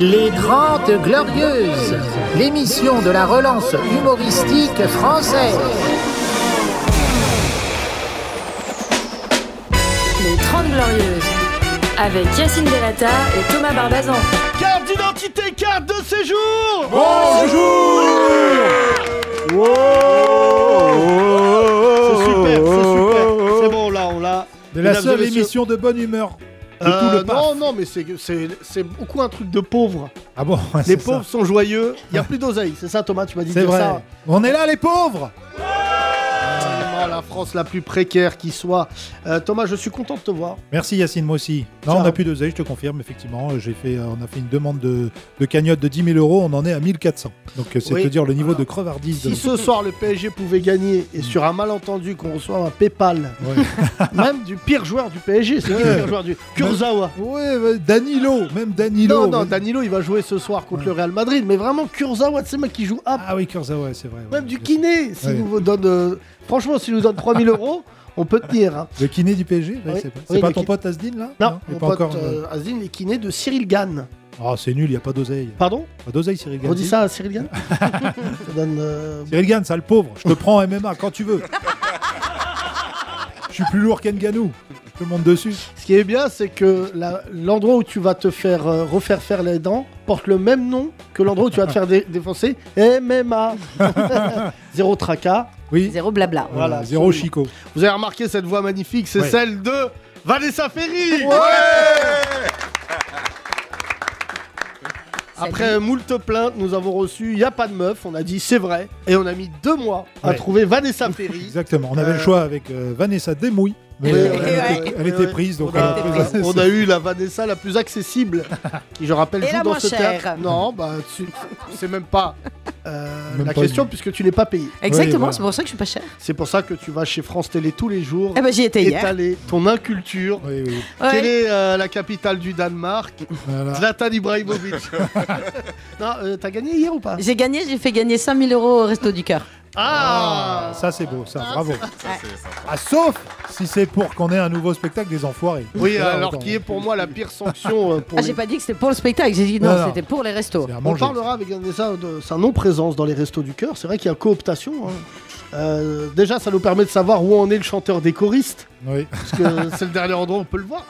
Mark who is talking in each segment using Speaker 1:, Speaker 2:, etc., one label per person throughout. Speaker 1: Les Grandes Glorieuses, l'émission de la relance humoristique française.
Speaker 2: Les 30 Glorieuses, avec Yacine Delata et Thomas Barbazan.
Speaker 3: Carte d'identité, carte de séjour
Speaker 4: Oh, Bonjour oh,
Speaker 3: C'est super, c'est super. C'est bon, là, on l'a.
Speaker 4: De la
Speaker 3: Mesdames et
Speaker 4: seule
Speaker 3: messieurs.
Speaker 4: émission de bonne humeur de
Speaker 3: Euh,
Speaker 4: tout le paf.
Speaker 3: non, non, mais c'est- c'est c'est beaucoup un truc de pauvres.
Speaker 4: Ah bon, ouais,
Speaker 3: Les
Speaker 4: c'est ça.
Speaker 3: pauvres sont joyeux, il n'y a plus d'oseille. C'est ça, Thomas, tu m'as dit de
Speaker 4: C'est
Speaker 3: dire
Speaker 4: vrai.
Speaker 3: ça.
Speaker 4: On est là, les pauvres
Speaker 3: Vraiment, la France la plus précaire qui soit. Euh, Thomas, je suis content de te voir.
Speaker 4: Merci Yacine, moi aussi. Non,
Speaker 3: Ça
Speaker 4: on
Speaker 3: va.
Speaker 4: n'a plus d'oseille, je te confirme, effectivement. euh, J'ai fait, euh, on a fait une demande de, de cagnotte de 10 000 euros, on en est à 1400. Donc euh, c'est
Speaker 3: Oui.
Speaker 4: te dire le niveau de crevardise. de-
Speaker 3: Si ce soir le PSG pouvait gagner
Speaker 4: Mm.
Speaker 3: et sur un malentendu qu'on reçoit un PayPal,
Speaker 4: Ouais.
Speaker 3: même du pire joueur du PSG, c'est qui le
Speaker 4: Ouais.
Speaker 3: pire joueur du Kurzawa.
Speaker 4: Ouais, ouais, Danilo, même Danilo.
Speaker 3: Non, non,
Speaker 4: même-
Speaker 3: Danilo, il va jouer ce soir contre le Real Madrid, mais vraiment Kurzawa, c'est mec qui joue à
Speaker 4: Ah oui, Kurzawa, c'est vrai. ouais.
Speaker 3: Même du kiné, s'il
Speaker 4: Ouais.
Speaker 3: nous donne. euh, franchement, s'il nous donne 3000 euros, on peut tenir. hein.
Speaker 4: Le kiné du PSG ouais,
Speaker 3: Oui.
Speaker 4: C'est pas,
Speaker 3: Oui,
Speaker 4: c'est pas
Speaker 3: le
Speaker 4: ton
Speaker 3: kiné.
Speaker 4: pote Asdin, là
Speaker 3: Non,
Speaker 4: il est
Speaker 3: mon
Speaker 4: pas
Speaker 3: pote
Speaker 4: encore. euh,
Speaker 3: euh, Asdin, les kinés de Cyril Gann.
Speaker 4: Oh, c'est nul, il n'y a pas d'oseille.
Speaker 3: Pardon
Speaker 4: Pas d'oseille, Cyril Gann.
Speaker 3: Redis ça à Cyril Gann Ça donne. euh,
Speaker 4: Cyril Gann, sale pauvre, je te prends en MMA quand tu veux. Je suis plus lourd qu'Enganou. Je te monte dessus.
Speaker 3: Ce qui est bien, c'est que la- l'endroit où tu vas te faire euh, refaire faire les dents porte le même nom que l'endroit où tu vas te faire dé- défoncer MMA. Zéro tracas.
Speaker 4: Oui.
Speaker 2: Zéro blabla.
Speaker 4: Voilà,
Speaker 3: Voilà,
Speaker 4: zéro
Speaker 3: absolument.
Speaker 4: Chico.
Speaker 3: Vous avez remarqué cette voix magnifique, c'est
Speaker 4: Ouais.
Speaker 3: celle de Vanessa Ferry Après moult plaintes, nous avons reçu Y a pas de meuf, on a dit c'est vrai, et on a mis deux mois à
Speaker 4: Ouais.
Speaker 3: trouver Vanessa Ferry.
Speaker 4: Exactement. On avait le choix avec euh, Vanessa Desmouilles, mais
Speaker 3: Ouais, ouais,
Speaker 4: euh, elle,
Speaker 3: ouais.
Speaker 4: était, elle
Speaker 3: Ouais,
Speaker 4: était
Speaker 3: ouais.
Speaker 4: prise, donc
Speaker 3: on, a,
Speaker 4: on a pris-
Speaker 3: on a eu la Vanessa la plus accessible, qui je rappelle
Speaker 2: Et
Speaker 3: joue
Speaker 2: la
Speaker 3: dans
Speaker 2: moins
Speaker 3: ce
Speaker 2: chère.
Speaker 3: théâtre. Non, bah tu- c'est même pas euh,
Speaker 4: Même
Speaker 3: la
Speaker 4: pas
Speaker 3: question
Speaker 4: une-
Speaker 3: puisque tu n'es pas payé.
Speaker 2: Exactement,
Speaker 4: voilà.
Speaker 2: c'est pour ça que je suis pas chère.
Speaker 3: C'est pour ça que tu vas chez France Télé tous les jours.
Speaker 2: Ah bah j'y étais hier.
Speaker 3: Étaler ton inculture.
Speaker 4: Oui, oui.
Speaker 2: Ouais.
Speaker 3: Quelle est euh, la capitale du Danemark
Speaker 4: Voilà.
Speaker 3: Zlatan Ibrahimovic. non, euh, t'as gagné hier ou pas
Speaker 2: J'ai gagné, j'ai fait gagner 5000 euros au Resto du Cœur.
Speaker 3: Ah,
Speaker 4: Ça, c'est beau, ça, bravo.
Speaker 2: Ouais.
Speaker 4: Ah, sauf si c'est pour qu'on ait un nouveau spectacle des enfoirés.
Speaker 3: Oui,
Speaker 4: Là,
Speaker 3: alors
Speaker 4: autant-
Speaker 3: qui est pour moi la pire sanction euh, pour
Speaker 2: Ah,
Speaker 3: les-
Speaker 2: j'ai pas dit que c'était pour le spectacle, j'ai dit non,
Speaker 4: Non, non.
Speaker 2: c'était pour les restos.
Speaker 4: C'est à
Speaker 3: On
Speaker 4: manger.
Speaker 3: parlera avec Vanessa de sa non-présence dans les restos du cœur. C'est vrai qu'il y a cooptation. hein. Euh, déjà, ça nous permet de savoir où en est le chanteur des choristes,
Speaker 4: Oui.
Speaker 3: parce que c'est le dernier endroit où on peut le voir.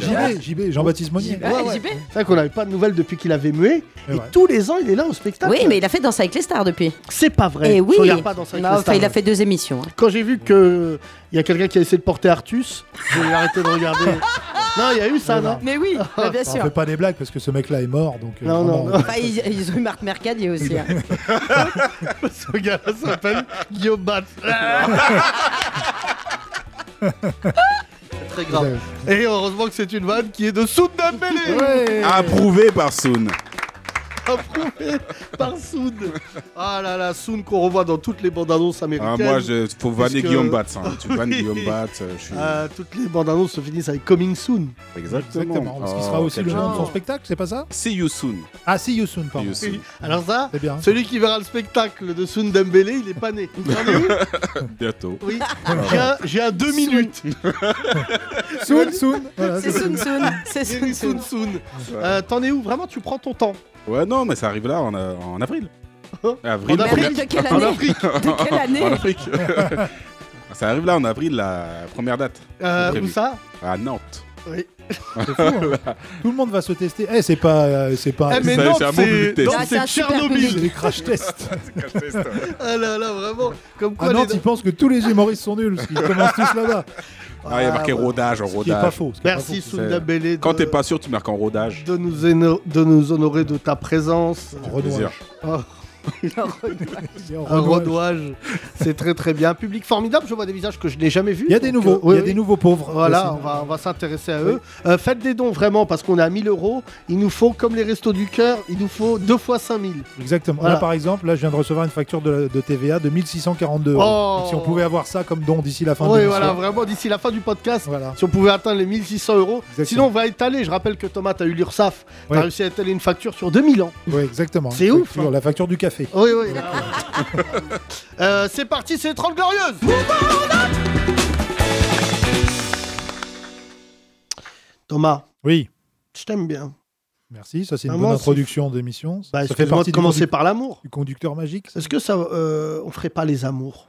Speaker 3: C'est
Speaker 4: JB, JB, Jean-Baptiste Monnier.
Speaker 2: Ouais,
Speaker 3: ouais.
Speaker 2: j'y vais.
Speaker 3: vrai qu'on n'avait pas de nouvelles depuis qu'il avait mué.
Speaker 4: C'est
Speaker 3: Et
Speaker 4: vrai.
Speaker 3: tous les ans, il est là au spectacle.
Speaker 2: Oui, mais il a fait Danser avec les stars depuis.
Speaker 3: c'est pas vrai.
Speaker 2: Eh oui.
Speaker 3: Tu regardes pas dans sa
Speaker 2: Bah, enfin, il a fait deux émissions. hein.
Speaker 3: Quand j'ai vu que euh, il y a quelqu'un qui a essayé de porter Artus, j'ai arrêté de regarder. non, il y a eu ça,
Speaker 4: Mais
Speaker 3: non
Speaker 2: Mais oui, bah, bien
Speaker 4: On fait pas des blagues parce que ce mec-là est mort, donc. euh,
Speaker 3: Non, non,
Speaker 4: vraiment,
Speaker 3: non.
Speaker 2: Enfin, ils, ils ont eu Marc Mercadier aussi. hein.
Speaker 3: Ce gars-là s'appelle Guillaume Bat. Très grave. Et heureusement que c'est une vanne qui est de Soudan Dembélé
Speaker 4: Ouais.
Speaker 5: Approuvé par Soun.
Speaker 3: approuvée par Soud. Ah là là, Soud qu'on revoit dans toutes les bandes annonces américaines.
Speaker 5: Ah, moi, je, faut vanner
Speaker 3: Parce que-
Speaker 5: Guillaume Batz. hein. Tu vannes
Speaker 3: Oui.
Speaker 5: Guillaume Batz. euh, Je suis...
Speaker 4: Ah.
Speaker 3: Euh, toutes les bandes annonces se finissent avec Coming Soon.
Speaker 4: Exactement, parce qu'il
Speaker 5: Oh,
Speaker 4: sera aussi
Speaker 5: quel
Speaker 4: le nom de
Speaker 5: génie.
Speaker 4: son spectacle, c'est pas ça
Speaker 5: See you soon.
Speaker 4: Ah, si, You Soon, pardon.
Speaker 5: You soon.
Speaker 3: Alors ça,
Speaker 4: C'est bien.
Speaker 3: celui qui verra le spectacle de Soun Dembélé, il est pas né. Vous savez où
Speaker 5: Bientôt.
Speaker 3: Oui, j'ai un- j'ai un deux minutes.
Speaker 4: Soon, Soon. Voilà,
Speaker 2: C'est
Speaker 4: c'est-
Speaker 2: Sun Sun. C'est Sun
Speaker 3: Soon,
Speaker 2: Sun.
Speaker 3: Soon, Soon. Euh, T'en es où Vraiment, tu prends ton temps.
Speaker 5: Ouais, non, mais ça arrive là en, euh, en avril. Avril,
Speaker 3: En
Speaker 2: Mais
Speaker 3: avril,
Speaker 5: première-
Speaker 2: de quelle
Speaker 3: En
Speaker 2: année
Speaker 3: Afrique.
Speaker 2: De quelle
Speaker 5: en
Speaker 2: année
Speaker 5: Afrique. ça arrive là en avril, la première date.
Speaker 3: Euh,
Speaker 5: Prévu.
Speaker 3: où ça
Speaker 5: À Nantes.
Speaker 3: Oui.
Speaker 4: c'est fou, hein. Tout le monde va se tester. Eh, c'est pas. euh, c'est pas.
Speaker 3: Eh, mais
Speaker 5: ça,
Speaker 3: non,
Speaker 5: c'est un bon
Speaker 3: c'est
Speaker 5: but de test.
Speaker 3: Nantes,
Speaker 2: Ah, c'est
Speaker 3: c'est
Speaker 2: un super
Speaker 4: c'est
Speaker 3: Tchernobyl.
Speaker 2: public.
Speaker 4: des crash tests.
Speaker 3: Ah là là, vraiment. Comme quoi,
Speaker 4: À
Speaker 3: les-
Speaker 4: Nantes, ils pensent que tous les humoristes sont nuls, parce qu'ils commencent tous là-bas.
Speaker 5: Ah, il y a marqué rodage, en
Speaker 4: Ce qui est pas
Speaker 5: rodage.
Speaker 4: faux. ce qui est pas
Speaker 3: Merci
Speaker 4: faux.
Speaker 3: Sounda Bellé
Speaker 5: Quand
Speaker 3: de,
Speaker 5: t'es pas sûr, tu marques en rodage.
Speaker 3: de nous éno- de nous honorer de ta présence.
Speaker 4: En renouage.
Speaker 3: Oh,
Speaker 4: C'est en
Speaker 3: un
Speaker 4: renouage.
Speaker 3: renouage, c'est très très bien. Un public formidable, je vois des visages que je n'ai jamais vus.
Speaker 4: Il y a des
Speaker 3: donc,
Speaker 4: nouveaux,
Speaker 3: euh, oui,
Speaker 4: il y a
Speaker 3: oui.
Speaker 4: des nouveaux pauvres.
Speaker 3: Voilà,
Speaker 4: Ouais,
Speaker 3: on va, on va s'intéresser à
Speaker 4: Oui.
Speaker 3: eux. Euh, faites des dons vraiment parce qu'on est à 1000 euros. Il nous faut, comme les restos du cœur, il nous faut deux fois 5000.
Speaker 4: c'est- Exactement.
Speaker 3: Voilà.
Speaker 4: Là, par exemple, là, je viens de recevoir une facture de, de TVA de 1642 euros.
Speaker 3: Oh.
Speaker 4: Donc, Si on pouvait avoir ça comme don d'ici la fin de
Speaker 3: oui,
Speaker 4: l'émission.
Speaker 3: voilà, vraiment d'ici la fin du podcast.
Speaker 4: Voilà.
Speaker 3: Si on pouvait atteindre les 1600 euros,
Speaker 4: Exactement.
Speaker 3: sinon on va étaler. Je rappelle que Thomas, t'as eu l'URSAF, t'as
Speaker 4: Ouais.
Speaker 3: réussi à étaler une facture sur 2000 ans.
Speaker 4: Ouais, exactement.
Speaker 3: C'est
Speaker 4: La
Speaker 3: ouf,
Speaker 4: facture-
Speaker 3: hein.
Speaker 4: La facture du café.
Speaker 3: Oui, oui. Euh, c'est parti, c'est les 30 glorieuses. Thomas,
Speaker 4: Oui.
Speaker 3: je t'aime bien.
Speaker 4: Merci, ça c'est une
Speaker 3: Ah,
Speaker 4: bonne
Speaker 3: moi,
Speaker 4: introduction d'émission. Ça-
Speaker 3: Bah,
Speaker 4: ça fait
Speaker 3: excuse-moi
Speaker 4: partie
Speaker 3: de
Speaker 4: du,
Speaker 3: commencer
Speaker 4: conduc-
Speaker 3: par l'amour.
Speaker 4: du conducteur magique. ça.
Speaker 3: Est-ce que ça, euh, on ferait pas les amours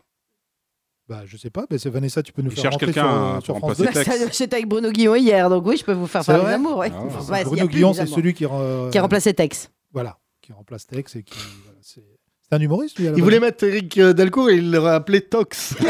Speaker 4: Bah, je sais pas, mais c'est Vanessa, tu peux nous
Speaker 5: Il
Speaker 4: faire
Speaker 5: cherche
Speaker 4: rentrer
Speaker 5: quelqu'un
Speaker 4: sur,
Speaker 5: à-
Speaker 4: euh, sur
Speaker 5: pour
Speaker 4: France
Speaker 5: remplacer.
Speaker 2: Bah,
Speaker 4: Deux.
Speaker 5: Des textes.
Speaker 6: Ça, J'étais avec Bruno Guillon hier, donc oui, je peux vous faire
Speaker 4: C'est
Speaker 6: parler
Speaker 4: vrai
Speaker 6: d'amour. ouais.
Speaker 5: Ah, ouais.
Speaker 6: Enfin, il y a
Speaker 4: Bruno
Speaker 6: plus
Speaker 4: Guillon,
Speaker 6: les
Speaker 4: c'est
Speaker 6: amours.
Speaker 4: celui qui, re-
Speaker 2: euh,
Speaker 6: qui remplaçait Tex.
Speaker 4: Voilà, qui remplace Tex et qui. voilà, c'est c'est un humoriste, lui. à la
Speaker 3: Il
Speaker 4: base.
Speaker 3: voulait mettre Eric euh, Delcourt et il l'aurait appelé Tox. il